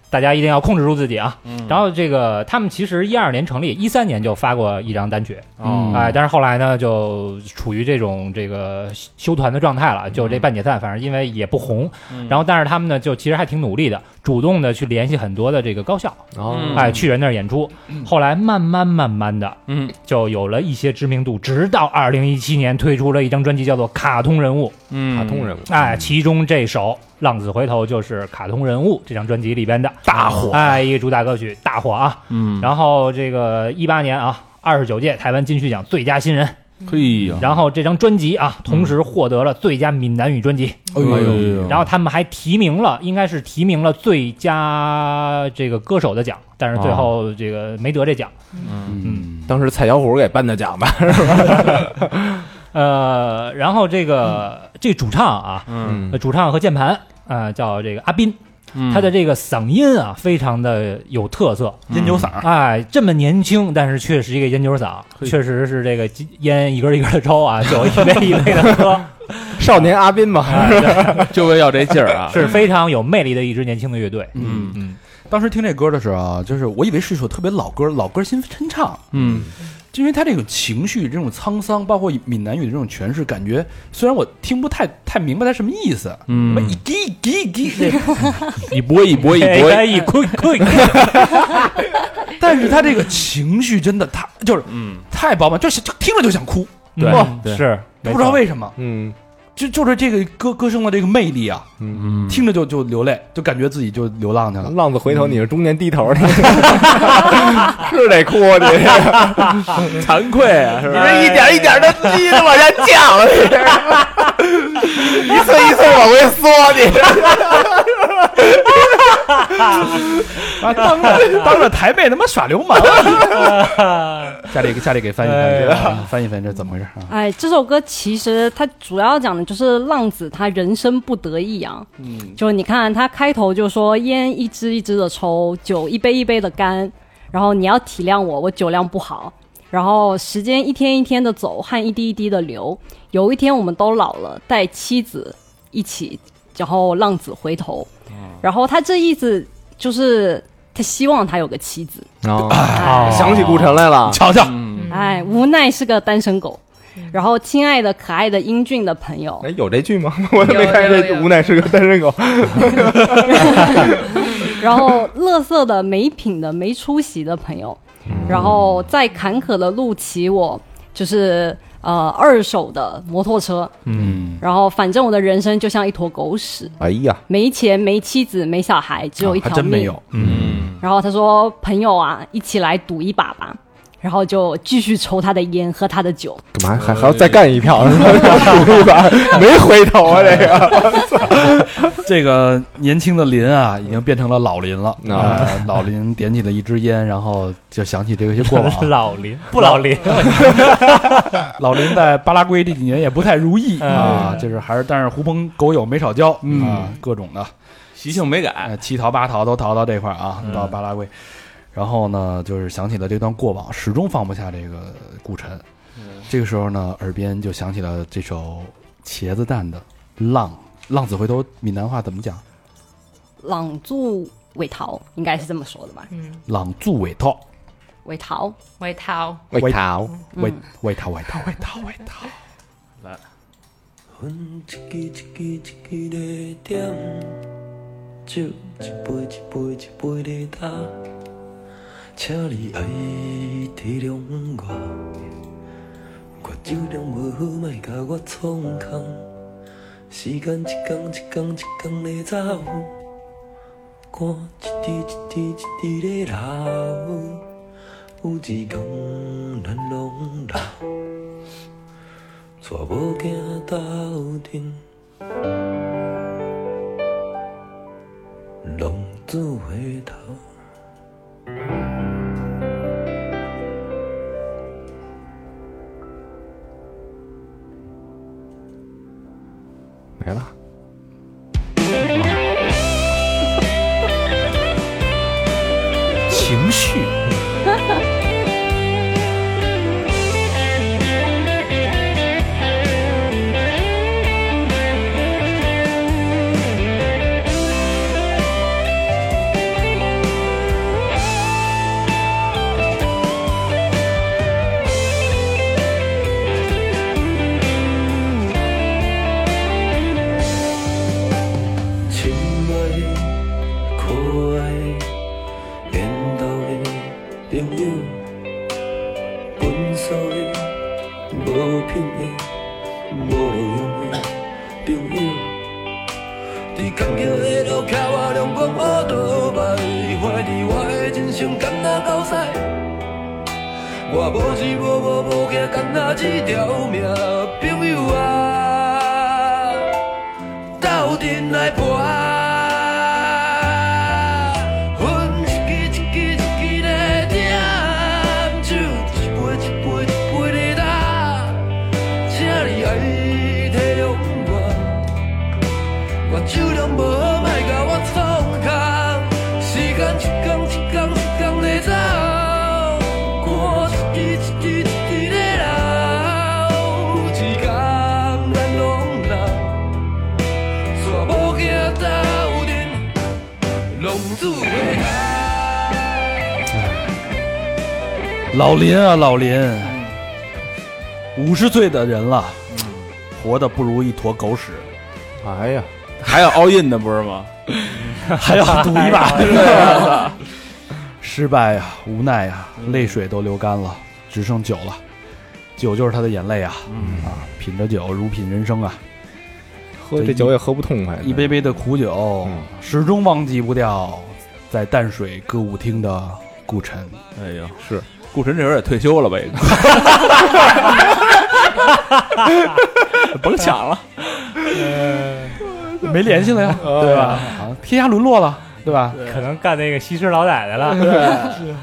Speaker 4: 大家一定要控制住自己啊。
Speaker 14: 嗯
Speaker 4: 然后这个他们其实一二年成立，一三年就发过一张单曲，
Speaker 1: 嗯
Speaker 14: 哦
Speaker 4: 哎，但是后来呢就处于这种这个休休团的状态了，就这半解散，反正因为也不红。
Speaker 14: 嗯
Speaker 4: 然后但是他们呢就其实还挺努力的，主动的去联系很多的这个高校，
Speaker 3: 哦
Speaker 14: 嗯
Speaker 4: 哎，去人那儿演出。后来慢慢慢慢的
Speaker 14: 嗯
Speaker 4: 就有了一些知名度，直到二零一七年推出了一张专辑，叫做《卡通人物》。
Speaker 14: 嗯，
Speaker 3: 卡通人物，
Speaker 4: 哎，其中这首《浪子回头》就是《卡通人物》这张专辑里边的
Speaker 1: 大火
Speaker 4: 哎，一个主打歌曲，大火啊！
Speaker 14: 嗯，
Speaker 4: 然后这个一八年啊，二十九届台湾金曲奖最佳新人。
Speaker 15: 嘿呀，
Speaker 4: 然后这张专辑
Speaker 1: 嗯
Speaker 4: 啊，同时获得了最佳闽南语专辑。
Speaker 15: 哎
Speaker 1: 嗯
Speaker 15: 呦，
Speaker 4: 然后他们还提名了，应该是提名了最佳这个歌手的奖，但是最后这个没得这奖。
Speaker 3: 嗯，当时蔡小虎给颁的奖吧，
Speaker 4: 呃，然后这
Speaker 1: 嗯
Speaker 4: 个这主唱啊，
Speaker 3: 嗯
Speaker 4: 呃主唱和键盘啊、呃叫这个阿斌，他的这个嗓音啊，非常的有特色。
Speaker 15: 烟酒嗓，
Speaker 4: 哎，这么年轻，但是确实一个烟酒嗓，确实是这个烟一根一根的抽啊，酒一杯一杯的喝，
Speaker 3: 嗯少年阿斌嘛，
Speaker 4: 哎对
Speaker 6: 就为要这劲儿啊，
Speaker 4: (laughs) 是非常有魅力的一支年轻的乐队。
Speaker 6: 嗯嗯
Speaker 1: 当时听这歌的时候啊，就是我以为是一首特别老歌，老歌新翻唱，
Speaker 6: 嗯，
Speaker 1: 就因为他这种情绪、这种沧桑，包括闽南语的这种诠释，感觉虽然我听不太太明白他什么意思，
Speaker 6: 嗯
Speaker 1: 什么一滴一滴一滴，这
Speaker 6: 一波一波一波，
Speaker 4: 哎一哭一哭一哭，
Speaker 1: 但是他这个情绪真的，他就是
Speaker 6: 嗯，
Speaker 1: 太饱满，就是就听着就想哭，
Speaker 6: 对
Speaker 1: 哇
Speaker 6: 对
Speaker 4: 是
Speaker 1: 不知道为什么，
Speaker 3: 嗯
Speaker 1: 就就是这个歌歌声的这个魅力啊，
Speaker 6: 嗯，
Speaker 1: 听着就就流泪，就感觉自己就流浪去了。
Speaker 3: 浪子回头，你是中年低
Speaker 1: (laughs)
Speaker 3: 头，你是得哭你 (laughs) 这个，
Speaker 6: 惭愧啊，是
Speaker 3: 你
Speaker 6: 吧？
Speaker 3: 这一点一点的逼着往下降了，你这 (laughs) 一次一次往回缩，你这
Speaker 1: (laughs) 啊，当着当着台妹他妈耍流氓，啊
Speaker 3: (laughs)
Speaker 1: 家里家里给翻译翻
Speaker 3: 哎
Speaker 1: 译啊，翻译翻译这怎么回事啊？
Speaker 8: 哎，这首歌其实它主要讲的就是浪子他人生不得意啊。嗯，就是你看他开头就说烟一支一支的抽，酒一杯一杯的干，然后你要体谅我，我酒量不好。然后时间一天一天的走，汗一滴一滴的流。有一天我们都老了，带妻子一起，然后浪子回头。然后他这意思就是他希望他有个妻子。
Speaker 3: 哦
Speaker 8: 哦
Speaker 4: 啊，
Speaker 3: 想起顾城来了，
Speaker 1: 瞧瞧，
Speaker 8: 哎，无奈是个单身狗。然后，亲爱的、可爱的、英俊的朋友，
Speaker 3: 哎，有这句吗？我没看
Speaker 16: 有有
Speaker 3: 这
Speaker 16: 有
Speaker 3: 无奈是个单身狗，
Speaker 8: 然后乐色的、没品的、没出息的朋友，
Speaker 1: 嗯
Speaker 8: 然后在坎坷的路骑我就是呃二手的摩托车，嗯，然后反正我的人生就像一坨狗屎，
Speaker 3: 哎呀，
Speaker 8: 没钱、没妻子、没小孩，只有一
Speaker 1: 啊还
Speaker 8: 条
Speaker 1: 真没
Speaker 8: 命。
Speaker 1: 有，
Speaker 6: 嗯
Speaker 8: 然后他说：“朋友啊，一起来赌一把吧。”然后就继续抽他的烟，喝他的酒，
Speaker 3: 干嘛还还要再干一票？是吧赌一把没回头啊，这个
Speaker 1: 这个年轻的林啊，已经变成了老林了
Speaker 3: 啊
Speaker 1: 啊！老林点起了一支烟，然后就想起这些
Speaker 4: (laughs)
Speaker 1: 过往。
Speaker 4: 老林不老林，
Speaker 1: 老林在巴拉圭这几年也不太如意啊，就是还是，但是狐朋狗友没少交啊，各种的，
Speaker 6: 习性没改，
Speaker 1: 哎，七逃八逃都逃到这块儿啊，到巴拉圭。然后呢，就是想起了这段过往，始终放不下这个顾晨。
Speaker 6: 嗯
Speaker 1: 这个时候呢，耳边就响起了这首茄子蛋的《浪》，浪子回头，闽南话怎么讲？
Speaker 8: 朗住尾逃，应该是这么说的吧？
Speaker 1: 浪子回头，
Speaker 8: 尾逃，
Speaker 16: 回头，
Speaker 3: 回头，
Speaker 1: 回回头，回头，回头，回头。
Speaker 5: 烟一支一支一支地点，酒一杯一杯一杯地干，请你爱体谅我，我酒量无好，莫甲我创空。时间一天一天一天地走，汗一滴一滴一滴地流，有一天咱拢老。娶某囝斗阵，浪子回头。
Speaker 3: 没了。
Speaker 1: 情绪。
Speaker 5: 亲爱的、可爱的、缘投的朋友，分手的、无品的、无路用的朋友，在坎坷的路口
Speaker 17: 啊
Speaker 5: 我亮光乌托邦，怀疑我的人生敢若狗屎，
Speaker 17: 我无钱无无无行，干那一条命，朋友啊，斗阵来搏。分一支一支一支来点酒，一杯一杯一杯来打，请你爱体谅我，我酒量无，莫甲我创空，时间一天一天一天地走。我一滴一滴一滴的流，有一天咱拢老，煞无惊斗阵，浪子回头。
Speaker 1: 老林啊，老林，五十岁的人了，活的不如一坨狗 (laughs) 屎。
Speaker 3: 哎呀，
Speaker 1: 还有 all in 的不是吗？还要赌一把，啊 (laughs) 失败呀，无奈呀，泪水都流干了，只剩酒了。酒就是他的眼泪啊！啊，品着酒如品人生啊！
Speaker 3: 喝这酒也喝不痛快，
Speaker 1: 一杯杯的苦酒，始终忘记不掉在淡水歌舞厅的顾晨。
Speaker 5: 哎呀，
Speaker 3: 是
Speaker 5: 顾晨这人也退休了吧？已经
Speaker 1: 甭想了， (laughs) 没联系了呀，
Speaker 4: 哎呀
Speaker 1: 对吧？啊天涯沦落了，对吧？
Speaker 4: 可能干那个西施老奶奶了。
Speaker 1: 对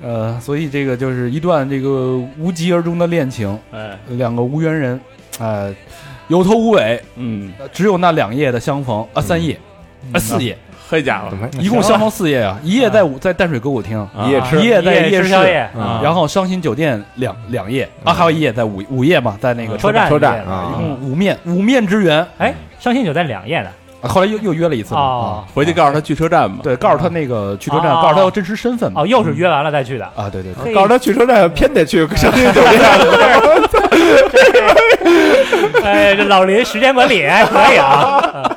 Speaker 1: 呃，所以这个就是一段这个无疾而终的恋情，
Speaker 4: 哎，
Speaker 1: 两个无缘人，呃，有头无尾，
Speaker 5: 嗯，
Speaker 1: 只有那两夜的相逢
Speaker 4: 嗯
Speaker 1: 啊，三夜啊，四夜，
Speaker 14: 嗯
Speaker 5: 黑家伙，
Speaker 1: 一共相逢四
Speaker 4: (laughs)
Speaker 1: 夜啊，一夜在舞在淡水歌舞厅，
Speaker 4: 啊
Speaker 5: 一夜吃
Speaker 1: 一夜在
Speaker 5: 一夜
Speaker 1: 夜
Speaker 5: 吃
Speaker 1: 市
Speaker 5: 宵夜，
Speaker 4: 嗯
Speaker 3: 嗯
Speaker 5: 啊
Speaker 1: 然后伤心酒店两两夜啊，还有一夜在午午夜嘛，在那个
Speaker 4: 车站
Speaker 1: 车
Speaker 4: 一
Speaker 1: 站
Speaker 4: 夜啊
Speaker 1: 一共五面五面之缘，
Speaker 4: 哎，伤心酒店两夜的，
Speaker 1: 啊后来又又约了一次嘛
Speaker 4: 哦
Speaker 1: 啊，回去告诉他去车站嘛，对，告诉他那个去车站，
Speaker 4: 哦
Speaker 1: 告诉他要真实身份嘛，
Speaker 4: 哦，又是约完了再去的
Speaker 1: 啊，对对对，
Speaker 3: 告诉他去车站，偏得去伤心酒
Speaker 4: 店。 (laughs) 哎，这老林时间管理还可以
Speaker 3: (laughs)
Speaker 4: 啊，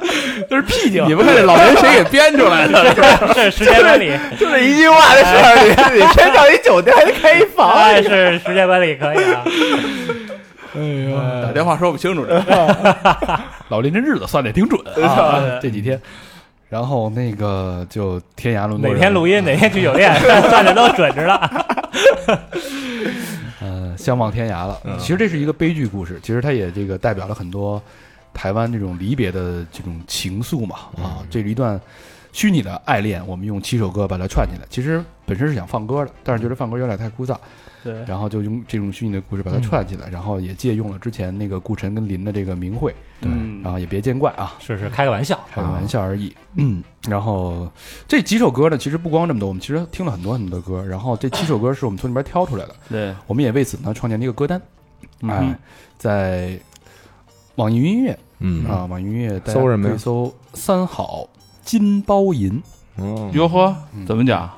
Speaker 1: 这是屁
Speaker 4: 精
Speaker 5: 你们看这老林谁给编出来的？
Speaker 4: 是时间管理，
Speaker 3: 就这一句话的事儿，你你先上一酒店还得开一房，啊
Speaker 4: 哎，是时间管理可以
Speaker 3: (laughs)
Speaker 4: 啊。
Speaker 3: 哎呦，
Speaker 5: 打电话说不清楚这。
Speaker 1: (laughs) 老林这日子算得挺准
Speaker 4: 啊
Speaker 1: 啊，这几天。然后那个就天涯沦落
Speaker 4: 哪
Speaker 1: 人，啊
Speaker 4: 天录音，哪天去酒店， (laughs) 算的都准着了。
Speaker 1: 呃，相忘天涯
Speaker 5: 嗯
Speaker 1: 了。其实这是一个悲剧故事，其实它也这个代表了很多台湾这种离别的这种情愫嘛。
Speaker 5: 嗯
Speaker 1: 啊，这是一段虚拟的爱恋，我们用七首歌把它串起来。其实本身是想放歌的，但是觉得放歌有点太枯燥，
Speaker 4: 对
Speaker 1: 然后就用这种虚拟的故事把它
Speaker 5: 嗯
Speaker 1: 串起来，然后也借用了之前那个顾晨跟林的这个名讳，
Speaker 4: 对
Speaker 5: 嗯
Speaker 1: 然后也别见怪啊，
Speaker 4: 是是开个玩笑，
Speaker 1: 开个
Speaker 3: 啊
Speaker 1: 玩笑而已。嗯，然后这几首歌呢，其实不光这么多，我们其实听了很多很多歌，然后这七首歌是我们从里边挑出来的。
Speaker 5: 对，
Speaker 1: 我们也为此呢创建了一个歌单，
Speaker 5: 嗯
Speaker 1: 哎、在网易云音乐，
Speaker 3: 嗯
Speaker 1: 啊，网易云音乐大家
Speaker 3: 搜什么呀
Speaker 1: 可以搜“三好金包银”，
Speaker 3: 嗯
Speaker 5: 哟呵，怎么讲？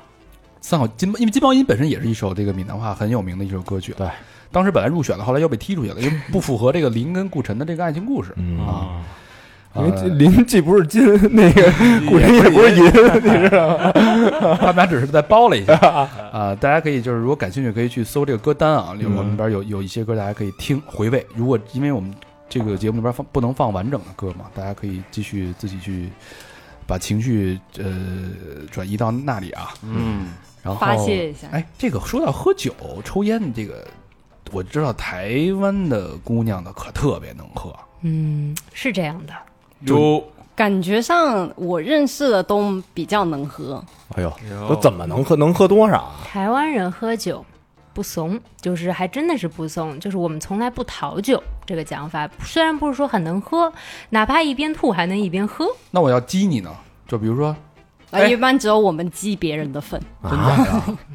Speaker 1: 三好金，因为金包银本身也是一首这个闽南话很有名的一首歌曲，对，当时本来入选了，后来又被踢出去了，因为不符合这个林跟顾晨的这个爱情故事、
Speaker 3: 嗯
Speaker 1: 啊。
Speaker 3: 因为这林既不是金，那个古人也不是银，你知道吗？
Speaker 1: (laughs) 他们俩只是在包了一下啊、大家可以就是如果感兴趣，可以去搜这个歌单啊，里我们里边有有一些歌大家可以听回味。如果因为我们这个节目里边放不能放完整的歌嘛，大家可以继续自己去把情绪呃转移到那里啊，
Speaker 5: 嗯，
Speaker 1: 然后
Speaker 8: 发泄一下
Speaker 1: 哎，这个说到喝酒、抽烟，这个我知道台湾的姑娘呢可特别能喝，
Speaker 7: 嗯，是这样的。
Speaker 1: 就
Speaker 8: 感觉上我认识的都比较能喝，
Speaker 3: 哎呦，都怎么能喝？能喝多少啊？
Speaker 7: 台湾人喝酒不怂，就是还真的是不怂，就是我们从来不讨酒这个讲法。虽然不是说很能喝，哪怕一边吐还能一边喝。
Speaker 1: 那我要激你呢，就比如说
Speaker 8: 啊，一般只有我们激别人的份，
Speaker 1: 真假的。啊
Speaker 8: (laughs)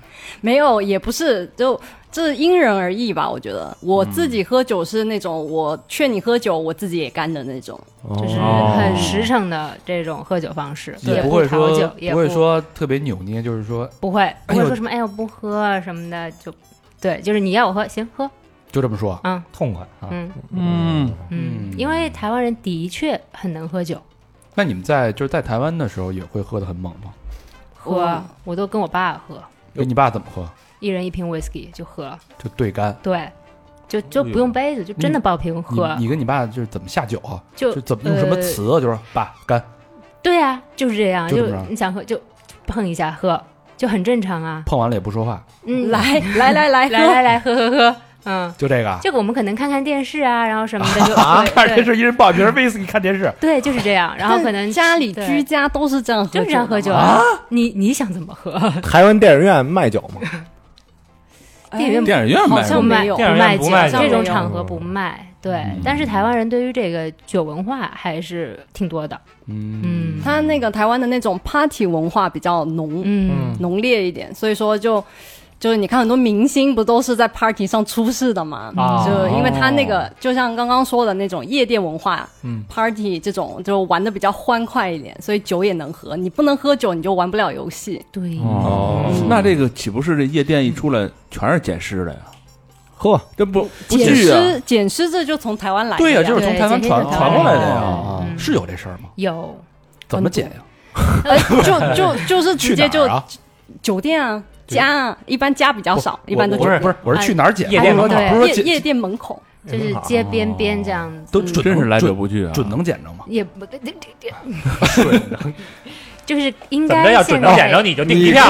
Speaker 8: 没有，也不是，就这因人而异吧。我觉得我自己喝酒是那种，我劝你喝酒，我自己也干的那种。
Speaker 1: 哦
Speaker 7: 就是很实诚的这种喝酒方式，
Speaker 1: 也
Speaker 7: 不
Speaker 1: 会
Speaker 7: 讨
Speaker 1: 说
Speaker 7: 酒，也
Speaker 1: 不会说特别扭捏，就是说
Speaker 7: 不会不
Speaker 1: 哎
Speaker 7: 会
Speaker 1: 呦
Speaker 7: 说什么哎呦不喝啊什么的，就对，就是你要我喝行喝，
Speaker 1: 就这么说
Speaker 7: 嗯，
Speaker 4: 痛快
Speaker 1: 啊
Speaker 7: 嗯
Speaker 1: 嗯
Speaker 7: 嗯，因为台湾人的确很能喝酒，
Speaker 1: 那你们在就是在台湾的时候也会喝的很猛吗？
Speaker 7: 我我都跟我爸喝，
Speaker 1: 哎你爸怎么喝？
Speaker 7: 一人一瓶 whisky 就喝了，
Speaker 1: 就对干。
Speaker 7: 对，就就不用杯子，就真的抱瓶喝。
Speaker 1: 哎你你跟你爸就是怎么下酒啊？
Speaker 7: 就
Speaker 1: 怎么用什么词啊？就是爸干
Speaker 7: 对呀、就是这样，
Speaker 1: 就
Speaker 7: 就
Speaker 1: 这么着
Speaker 7: 你想喝就碰一下喝，就很正常啊。
Speaker 1: 碰完了也不说话，
Speaker 7: 嗯，
Speaker 8: 来来来来
Speaker 7: 来来来，喝喝喝，嗯，
Speaker 1: 就这个啊。
Speaker 7: 这个我们可能看看电视啊，然后什么的就
Speaker 1: 啊，
Speaker 7: 对
Speaker 1: 看
Speaker 7: 对
Speaker 1: 电视，一人抱一瓶威士忌看电视，
Speaker 7: 对，就是这样。然后可能
Speaker 8: 家里
Speaker 7: 对
Speaker 8: 居家都是这样喝
Speaker 7: 就
Speaker 8: 酒的
Speaker 7: 是这样喝酒
Speaker 8: 啊。
Speaker 7: 你你想怎么喝？
Speaker 3: 台湾电影院卖酒吗？
Speaker 8: 哎
Speaker 7: 电影院
Speaker 3: 电影院
Speaker 7: 好
Speaker 3: 卖
Speaker 7: 像
Speaker 3: 酒
Speaker 7: 卖
Speaker 3: 电影院
Speaker 7: 卖
Speaker 3: 不卖酒
Speaker 7: 这种场合不卖。对，但是台湾人对于这个酒文化还是挺多的。嗯
Speaker 8: 他那个台湾的那种 party 文化比较浓，
Speaker 7: 嗯
Speaker 8: 浓烈一点，所以说就就是你看很多明星不都是在 party 上出事的嘛？
Speaker 17: 啊
Speaker 8: 就因为他那
Speaker 1: 哦
Speaker 8: 个就像刚刚说的那种夜店文化，
Speaker 17: 嗯
Speaker 8: party 这种就玩的比较欢快一点，所以酒也能喝。你不能喝酒，你就玩不了游戏。
Speaker 7: 对
Speaker 5: 哦，
Speaker 1: 嗯
Speaker 14: 嗯
Speaker 5: 那这个岂不是这夜店一出来全是捡尸的呀？
Speaker 3: 呵，
Speaker 5: 这不不
Speaker 8: 捡
Speaker 5: 去啊？
Speaker 8: 尸，捡尸这就从台湾来的
Speaker 1: 对
Speaker 8: 哎呀，
Speaker 1: 呀，就是从台湾传传过来的
Speaker 5: 哦
Speaker 1: 呀，
Speaker 7: 嗯
Speaker 1: 是有这事儿吗？
Speaker 7: 有，
Speaker 1: 怎么解呀？
Speaker 8: 呃，就就
Speaker 1: (laughs)
Speaker 8: 就是直接
Speaker 1: 去
Speaker 8: 就
Speaker 1: 哪儿啊
Speaker 8: 酒店啊。家啊，一般家比较少，
Speaker 1: 不
Speaker 8: 一般都
Speaker 1: 我不是
Speaker 8: 酒店
Speaker 1: 不是我是去哪儿捡
Speaker 8: 哎
Speaker 1: 夜店门口
Speaker 8: 对
Speaker 1: 不是说
Speaker 8: 夜
Speaker 1: 捡
Speaker 8: 夜店门口，
Speaker 7: 就是街边边这样子，嗯
Speaker 5: 真是来者不拒啊，
Speaker 1: 准能捡着吗？
Speaker 7: 也不这这这， (laughs) 就是应该现在
Speaker 3: 你出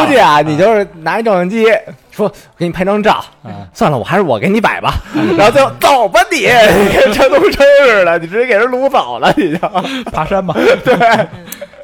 Speaker 3: 去啊，你就是拿一照相机说给你拍张照，算了，我还是我给你 (laughs) 摆吧，然后最后走吧 (laughs) 你，你跟陈东升似的，你直接给人掳走了，你就
Speaker 1: 爬
Speaker 5: (laughs)
Speaker 1: 山吧，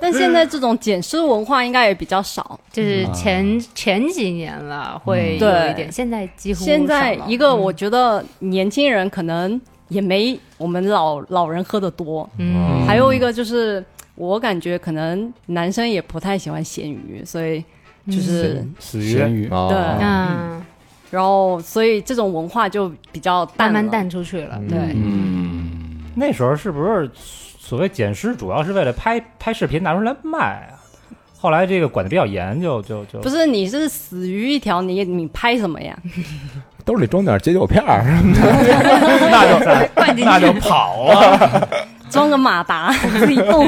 Speaker 8: 但现在这种捡尸文化应该也比较少，
Speaker 7: 就是前前几年了，会
Speaker 8: 对
Speaker 7: 有一点，现在几乎
Speaker 8: 现在
Speaker 7: 少了嗯
Speaker 8: 一个我觉得年轻人可能也没我们老老人喝的多，
Speaker 7: 嗯
Speaker 8: 还有一个就是我感觉可能男生也不太喜欢咸鱼，所以就是
Speaker 3: 死
Speaker 1: 鱼咸鱼
Speaker 8: 对，
Speaker 7: 嗯，
Speaker 8: 然后所以这种文化就比较淡
Speaker 7: 慢慢
Speaker 8: 了
Speaker 7: 淡出去了，对，
Speaker 8: 嗯 (laughs)
Speaker 1: 嗯
Speaker 4: 那时候是不是所谓捡尸主要是为了拍拍视频拿出来卖啊？后来这个管的比较严，就就就
Speaker 8: 不是你是死鱼一条，你你拍什么呀？
Speaker 3: 兜里装点解酒片儿，
Speaker 8: 灌进去
Speaker 3: 那就跑啊！
Speaker 8: 装个马达自己动。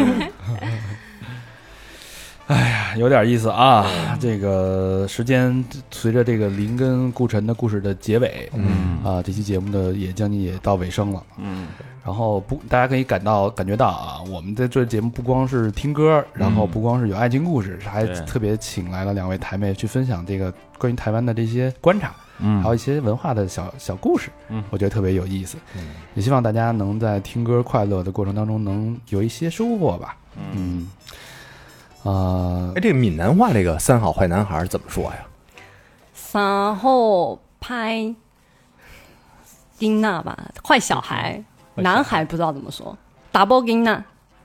Speaker 1: 有点意思啊！
Speaker 14: 嗯
Speaker 1: 这个时间随着这个林跟顾晨的故事的结尾，
Speaker 14: 嗯
Speaker 1: 啊，这期节目的也将近也到尾声了。
Speaker 14: 嗯，
Speaker 1: 然后不，大家可以感到感觉到啊，我们在这节目不光是听歌，然后不光是有爱情故事，还
Speaker 14: 嗯对
Speaker 1: 特别请来了两位台妹去分享这个关于台湾的这些观察，
Speaker 14: 嗯
Speaker 1: 还有一些文化的小小故事，
Speaker 14: 嗯
Speaker 1: 我觉得特别有意思。也希望大家能在听歌快乐的过程当中能有一些收获吧。嗯，啊、
Speaker 3: 哎，这个闽南话这个三好坏男孩怎么说呀？
Speaker 8: (laughs) 然后拍丁娜吧，坏小孩，男孩不知道怎么说，打波丁娜，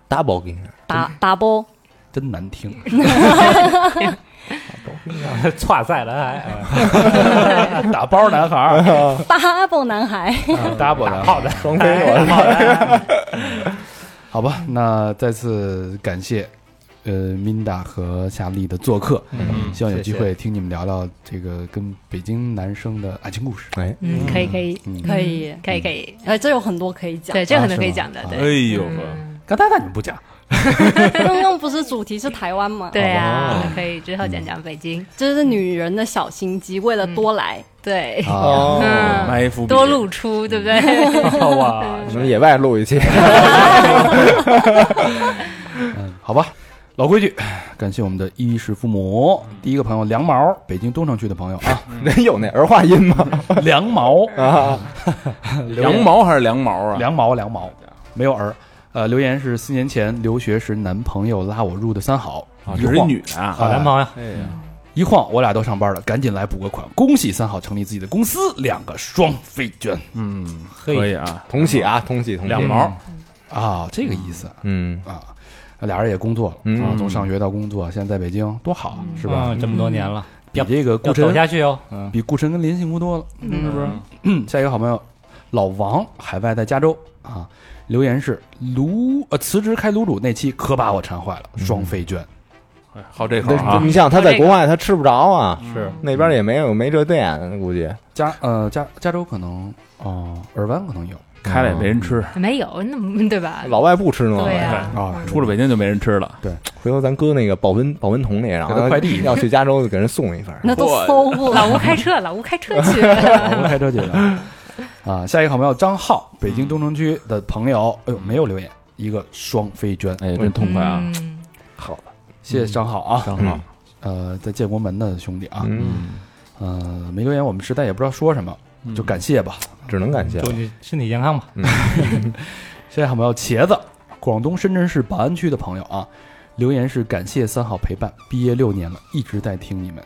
Speaker 3: double 给你，
Speaker 8: 打打波，
Speaker 1: 真难听。
Speaker 4: (laughs) 歘赛男孩，
Speaker 1: 打包男孩儿
Speaker 8: 打波男孩，
Speaker 3: 啊
Speaker 1: ，double 男
Speaker 4: 炮的
Speaker 3: 双飞我
Speaker 1: 好吧，那再次感谢呃 Minda 和夏丽的做客，
Speaker 14: 嗯
Speaker 1: 希望有机
Speaker 14: 谢
Speaker 1: 会听你们聊聊这个跟北京男生的爱情故事。
Speaker 3: 哎，
Speaker 7: 嗯，可以可以
Speaker 1: 嗯
Speaker 8: 可以
Speaker 7: 可以可以，
Speaker 8: 呃，这有很多可以讲， (laughs)
Speaker 7: 对，这个很多可以讲的，
Speaker 5: 哎
Speaker 7: 对，
Speaker 1: 呦刚才那你们不讲，
Speaker 8: 刚刚不是主题是台湾 (laughs) 吗？
Speaker 7: 对啊，可以之后讲讲北
Speaker 8: (laughs)
Speaker 7: 京，
Speaker 8: 这是女人的小心机，为了多来，
Speaker 7: 对，
Speaker 1: 啊
Speaker 3: 哦
Speaker 7: 嗯
Speaker 3: 埋伏笔
Speaker 7: 多露出，对不对？ (laughs)
Speaker 3: 哇，你们野外录一期，
Speaker 1: 嗯，好吧。老规矩，感谢我们的衣食父母。第一个朋友梁毛，北京东城区的朋友
Speaker 14: (laughs)
Speaker 1: 啊，
Speaker 3: 人 (laughs) 有那儿化音吗？
Speaker 1: 梁毛 (laughs)
Speaker 3: 啊，
Speaker 1: 言
Speaker 14: 羊毛还是羊毛啊？
Speaker 1: 梁毛梁毛，没有儿。呃，留言是四年前留学时男朋友拉我入的三好，
Speaker 14: 啊
Speaker 1: 一
Speaker 14: 这是一
Speaker 1: 晃
Speaker 14: 女的啊
Speaker 4: 好男朋友
Speaker 14: 哎呀，
Speaker 1: 一晃我俩都上班了，赶紧来补个款。恭喜三好成立自己的公司，两个双飞卷
Speaker 14: 嗯，
Speaker 4: 可
Speaker 14: 可以啊，
Speaker 3: 同喜啊，同喜同喜，
Speaker 14: 两毛，
Speaker 1: 啊，这个意思
Speaker 3: 嗯
Speaker 1: 啊。俩人也工作了、
Speaker 3: 嗯
Speaker 1: 啊，从上学到工作，现在在北京多好啊，是吧？
Speaker 4: 嗯这么多年了，
Speaker 1: 比这个顾
Speaker 4: 要走
Speaker 1: 晨
Speaker 4: 下去哦。
Speaker 1: 比顾晨跟林幸福多了，嗯是不是？
Speaker 14: 嗯
Speaker 1: 下一个好朋友老王，海外在加州啊，留言是卢呃辞职开卤煮那期可把我馋坏了，双飞卷。
Speaker 14: 哎好这口
Speaker 3: 那
Speaker 14: 啊
Speaker 3: 你，想他在国外他吃不着啊，
Speaker 14: 是
Speaker 3: 那边也没有没这店，估计
Speaker 1: 加呃加加州可能哦，尔湾可能有
Speaker 14: 开了也没人吃，
Speaker 5: 嗯
Speaker 7: 没有，那么对吧？
Speaker 3: 老外不吃那
Speaker 7: 哎对
Speaker 3: 个。
Speaker 7: 呀，
Speaker 1: 啊，
Speaker 14: 出了北京就没人吃了。
Speaker 3: 回头咱搁那个保温保温桶里，然
Speaker 1: 给他
Speaker 3: 后
Speaker 1: 快递
Speaker 3: 要去加州就给人送一份儿。
Speaker 4: 嗯
Speaker 8: 那都搜
Speaker 4: (laughs)
Speaker 8: 过
Speaker 7: 老吴开车，老吴开车去，
Speaker 1: 我们开车去的。 (laughs) 啊，下一个好朋友张浩，北京东城区的朋友，哎呦，没有留言，一个双飞娟，
Speaker 14: 哎哎，真痛快啊！
Speaker 7: 嗯
Speaker 1: 谢谢张浩啊，张
Speaker 3: 浩，
Speaker 1: 呃，在建国门的兄弟啊，
Speaker 3: 嗯，
Speaker 1: 呃，没留言，我们实在也不知道说什么，就感谢吧，
Speaker 3: 只能感谢
Speaker 4: 祝你身体健康吧。
Speaker 1: 下一位好朋友茄子，广东深圳市宝安区的朋友啊，留言是感谢三好陪伴，毕业六年了，一直在听你们。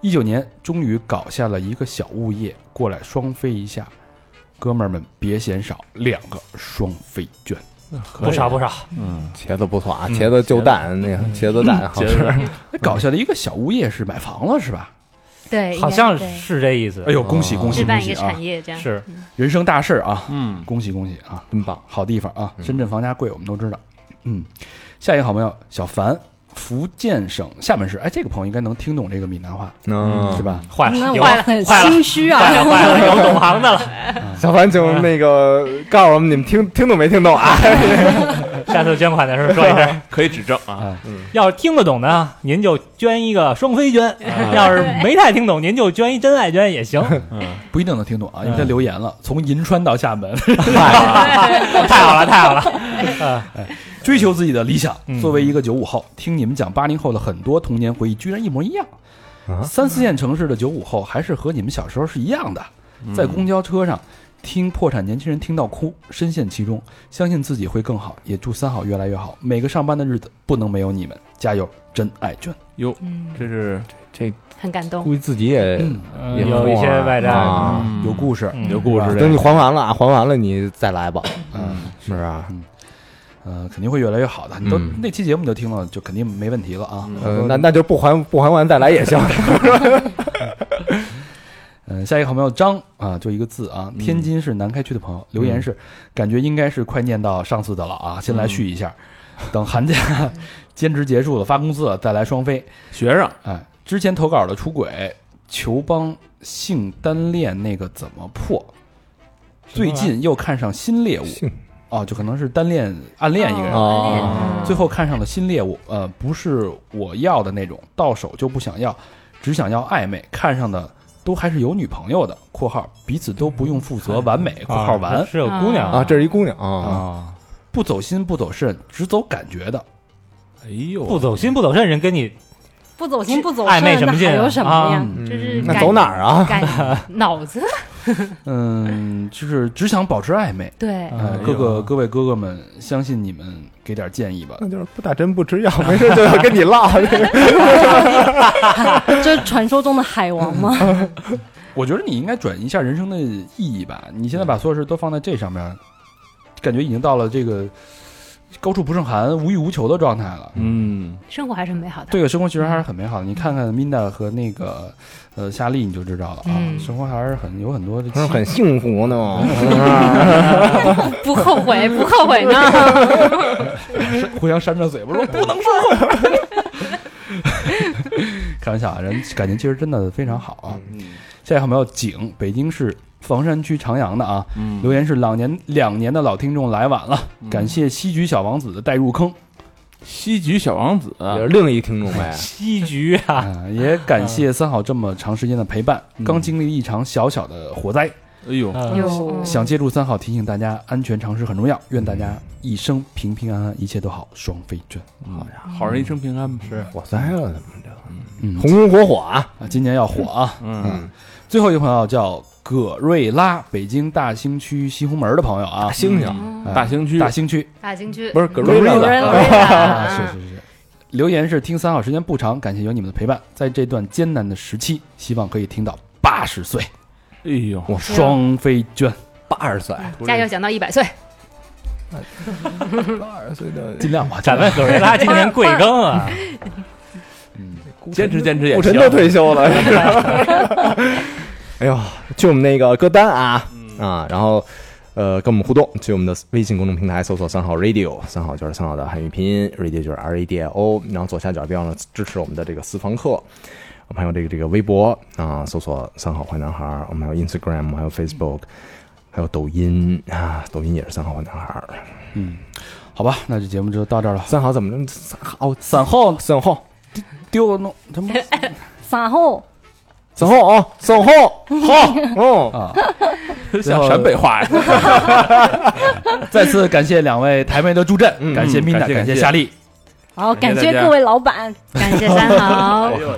Speaker 1: 一九年终于搞下了一个小物业，过来双飞一下，哥们儿们别嫌少，两个双飞券，
Speaker 4: 不少不少，
Speaker 3: 嗯，茄子不错啊，
Speaker 1: 嗯
Speaker 3: 茄子就蛋那个茄子蛋好吃，
Speaker 1: 那搞下了一个小物业是买房了是吧？
Speaker 7: 对，哎应该
Speaker 4: 好像是这意思。
Speaker 1: 哎呦，恭喜恭喜
Speaker 7: 置
Speaker 1: 恭
Speaker 7: 办一
Speaker 1: 喜
Speaker 7: 个
Speaker 1: 啊
Speaker 7: 产！业这样
Speaker 4: 是
Speaker 7: 嗯
Speaker 1: 人生大事儿啊，嗯，恭喜恭喜啊，
Speaker 3: 真棒，
Speaker 1: 好地方啊，深圳房价贵，我们都知道。嗯，下一个好朋友小凡，福建省厦门市，哎，这个朋友应该能听懂这个闽南话，
Speaker 3: 嗯
Speaker 1: 是吧？
Speaker 4: 坏
Speaker 8: 那
Speaker 4: 了，有
Speaker 8: 我很
Speaker 4: 坏了
Speaker 8: 心虚啊
Speaker 4: 坏了坏了，有懂行的了，
Speaker 3: 小凡，请那个告诉我们你们听听懂没听懂啊？
Speaker 4: 下次捐款的时候说一声。
Speaker 14: 可以指正啊，
Speaker 4: 要是听得懂呢，您就捐一个双飞捐；啊要是没太听懂，您就捐一真爱捐也行。
Speaker 1: 不一定能听懂啊，因为他留言了，从银川到厦门， (laughs)
Speaker 4: 太好了，太好了。
Speaker 1: 追求自己的理想。
Speaker 4: 嗯
Speaker 1: 作为一个九五后，听你们讲八零后的很多童年回忆，居然一模一样。
Speaker 3: 啊
Speaker 1: 三四线城市的九五后还是和你们小时候是一样的，
Speaker 3: 嗯
Speaker 14: 嗯
Speaker 1: 在公交车上听破产年轻人听到哭，深陷其中，相信自己会更好，也祝三好越来越好。每个上班的日子不能没有你们，加油，真爱娟。
Speaker 14: 哟，
Speaker 7: 嗯，
Speaker 14: 这是
Speaker 3: 这
Speaker 7: 很感动。
Speaker 3: 估计自己也
Speaker 4: 嗯
Speaker 3: 也
Speaker 4: 有一些外债
Speaker 3: 哎啊，
Speaker 14: 嗯
Speaker 1: 有故事，
Speaker 4: 嗯
Speaker 14: 有故事
Speaker 3: 等你
Speaker 14: 的，
Speaker 3: 还完了啊，还完了你再来吧，
Speaker 1: 嗯，
Speaker 3: 是不是啊？
Speaker 1: 呃，肯定会越来越好的。你都
Speaker 3: 嗯
Speaker 1: 那期节目你就听了，就肯定没问题了啊。
Speaker 3: 呃，
Speaker 5: 嗯
Speaker 3: 那那就不还不还完再来也行。
Speaker 1: 嗯，下一个好朋友张啊，就一个字啊，
Speaker 3: 嗯
Speaker 1: 天津市南开区的朋友留言是，感觉应该是快念到上次的了啊，先来
Speaker 3: 嗯
Speaker 1: 续一下，等寒假 (laughs) 兼职结束了发工资了再来双飞。
Speaker 14: 学生
Speaker 1: 哎，之前投稿的出轨、球帮、性单恋那个怎么破？最近又看上新猎物
Speaker 3: 性
Speaker 1: 哦，就可能是单恋暗恋一个人，
Speaker 7: 啊
Speaker 3: 哦
Speaker 1: 最后看上了新猎物，呃，不是我要的那种，到手就不想要，只想要暧昧，看上的都还是有女朋友的（括号彼此都不用负责，完美）（括号完
Speaker 4: 嗯是有姑娘
Speaker 3: 啊，这是一姑娘
Speaker 4: 嗯
Speaker 3: 啊，
Speaker 1: 啊），不走心不走肾，只走感觉的。
Speaker 14: 哎呦，
Speaker 4: 不走心不走肾，人跟你
Speaker 8: 不走心不走
Speaker 4: 暧
Speaker 8: 肾，
Speaker 4: 昧什么
Speaker 8: 那
Speaker 4: 劲啊
Speaker 8: 还有什么呀？
Speaker 3: 嗯
Speaker 7: 就是
Speaker 3: 那
Speaker 7: 感
Speaker 3: 走哪儿啊？
Speaker 7: 感脑子
Speaker 1: 嗯，就是只想保持暧昧。
Speaker 7: 对，
Speaker 1: 呃
Speaker 14: 哎呦
Speaker 1: 各个各位哥哥们，相信你们给点建议吧。
Speaker 3: 那就是不打针不吃药，没事就要跟你唠。
Speaker 8: 这是传说中的海王吗？
Speaker 4: (laughs)
Speaker 1: 我觉得你应该转移一下人生的意义吧。你现在把所有事都放在这上面，感觉已经到了这个高处不胜寒、无欲无求的状态了。
Speaker 14: 嗯，
Speaker 7: 生活还是很美好的。
Speaker 1: 对生活其实还是很美好的。你看看 Minda 和那个呃夏丽，你就知道了啊，
Speaker 7: 嗯
Speaker 1: 生活还是很有很多的
Speaker 3: 他说
Speaker 1: 期
Speaker 3: 很幸福呢，
Speaker 7: 不后悔，不后悔呢。
Speaker 1: 互相扇着嘴巴说不能说 (laughs) 话。开玩笑啊，人感情其实真的非常好啊。下一个好朋友景，北京市房山区长阳的啊，
Speaker 5: 嗯
Speaker 1: 留言是两年两年的老听众来晚了，感谢西局小王子的带入坑，
Speaker 14: 西局小王子，
Speaker 3: (laughs)
Speaker 5: 啊
Speaker 3: 也是另一听众呗。
Speaker 4: 西局啊，
Speaker 1: 啊，也感谢三好这么长时间的陪伴。刚经历了一场小小的火灾，
Speaker 14: 哎呦，
Speaker 4: 啊
Speaker 7: 有
Speaker 1: 嗯
Speaker 7: 嗯
Speaker 1: 想借助三好提醒大家，安全常识很重要。愿大家一生平平安安，一切都好，双飞卷。
Speaker 14: 好人一生平安吧，是
Speaker 3: 火灾了怎么着？
Speaker 1: 嗯，
Speaker 3: 哎红红火火啊！
Speaker 1: 啊，今年要火啊！嗯，最后一个朋友叫葛瑞拉，北京大兴区西红门的朋友啊，
Speaker 3: 星星
Speaker 7: 嗯
Speaker 5: 嗯
Speaker 1: 哎
Speaker 14: 大兴区
Speaker 1: 大兴区
Speaker 7: 大兴区
Speaker 3: 不是葛瑞
Speaker 7: 有
Speaker 3: 拉，
Speaker 7: 人
Speaker 1: 啊，是是是。留言是听三好时间不长，感谢有你们的陪伴，在这段艰难的时期，希望可以听到八十岁，
Speaker 14: 哎呦，
Speaker 1: 我双飞卷，
Speaker 3: 八十岁，
Speaker 7: (laughs) 加油，讲到一百岁，
Speaker 3: 八十岁的
Speaker 1: 呃尽量吧，
Speaker 4: 咱们葛瑞拉今年贵庚啊？
Speaker 14: 坚持坚持也
Speaker 3: 顾晨
Speaker 14: 行，
Speaker 3: 都退休了。是吧 (laughs) 哎呦，去我们那个歌单啊啊，然后呃跟我们互动，去我们的微信公众平台搜索“三好 radio”，三好就是三好的汉语拼音，radio 就是 R A D I O，然后左下角别忘了支持我们的这个私房课。我们还有这个这个微博啊，搜索“三好坏男孩儿”，我们还有 Instagram，我们还有 Facebook，还有抖音啊，抖音也是三好坏男孩儿。
Speaker 1: 好吧，那这节目就到这儿了。
Speaker 3: 三好怎么着？三好，
Speaker 1: 散后
Speaker 3: 三好，
Speaker 1: 丢弄他妈
Speaker 8: 然后
Speaker 3: 三好啊，三好，好，嗯。
Speaker 1: 啊！
Speaker 14: 像陕北话呀，
Speaker 1: 再次感谢两位台妹的助阵，
Speaker 3: 嗯
Speaker 1: 感谢
Speaker 14: 嗯
Speaker 1: Mina，
Speaker 14: 感谢
Speaker 1: 嗯感
Speaker 14: 感谢
Speaker 1: 谢夏丽，
Speaker 8: 好，感
Speaker 1: 谢
Speaker 8: 谢
Speaker 1: 大家
Speaker 8: 各位老
Speaker 4: (laughs)
Speaker 8: 板，
Speaker 7: 感谢三好哎呦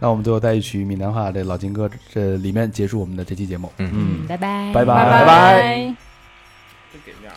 Speaker 1: 那我们最后带一曲闽南话这老金歌这里面结束我们的这期节目。嗯
Speaker 7: 拜拜
Speaker 1: 拜
Speaker 7: 拜
Speaker 1: 拜
Speaker 7: 拜。
Speaker 17: 真给面儿。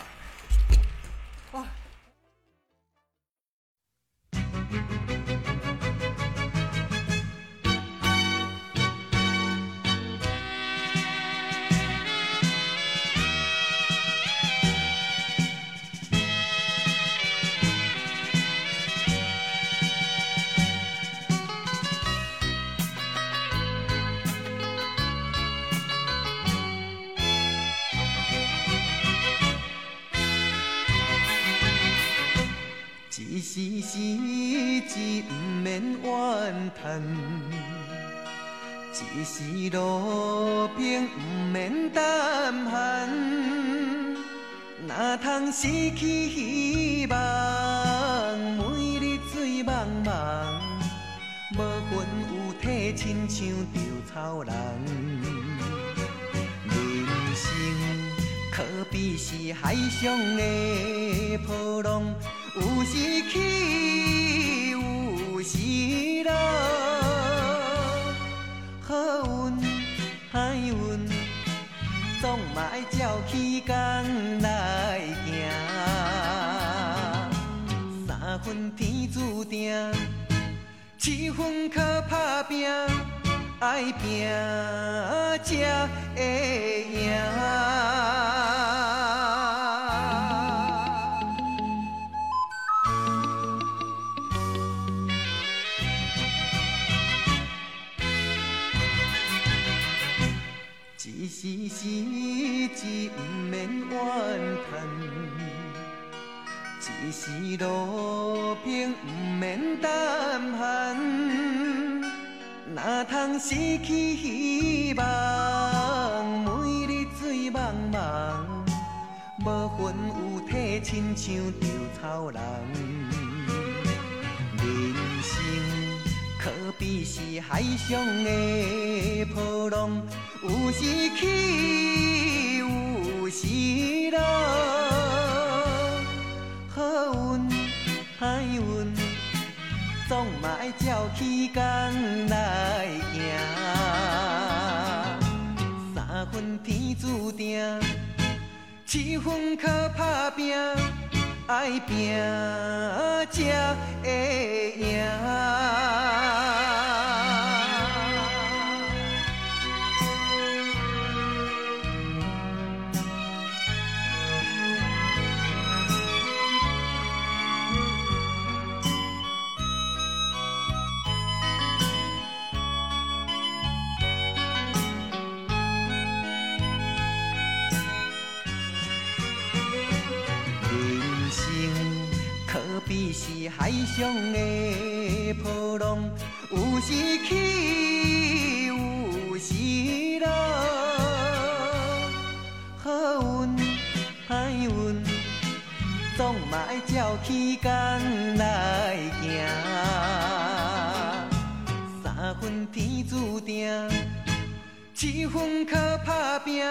Speaker 12: 一时时，一不免怨叹；一时路并不免胆寒。哪通失去希望？每日醉茫茫，无魂有体，亲像稻草人。人生可比是海上的波浪，有时起，有时落。好运、歹运，总嘛爱照起工来行。三分天注定，七分靠打拼，爱拼才会赢。一时时，一不免怨叹，一时路并不免胆寒。哪通失去希望？每日醉茫茫，无魂有体，亲像稻草人。人生可比是海上的波浪，有时起，有时落。好运、歹运，总嘛爱照起工来行。三分天注定，七分靠打拼，爱拼才会赢。人生可比是海上的波浪，有时起，有时落。好运、歹运，总嘛爱照起工来行。三分天注定，七分靠打拼。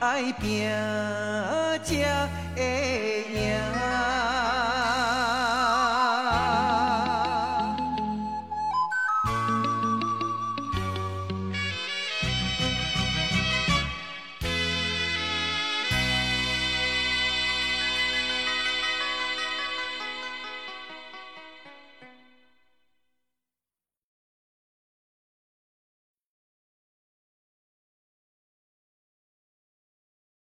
Speaker 12: 爱拼才会赢。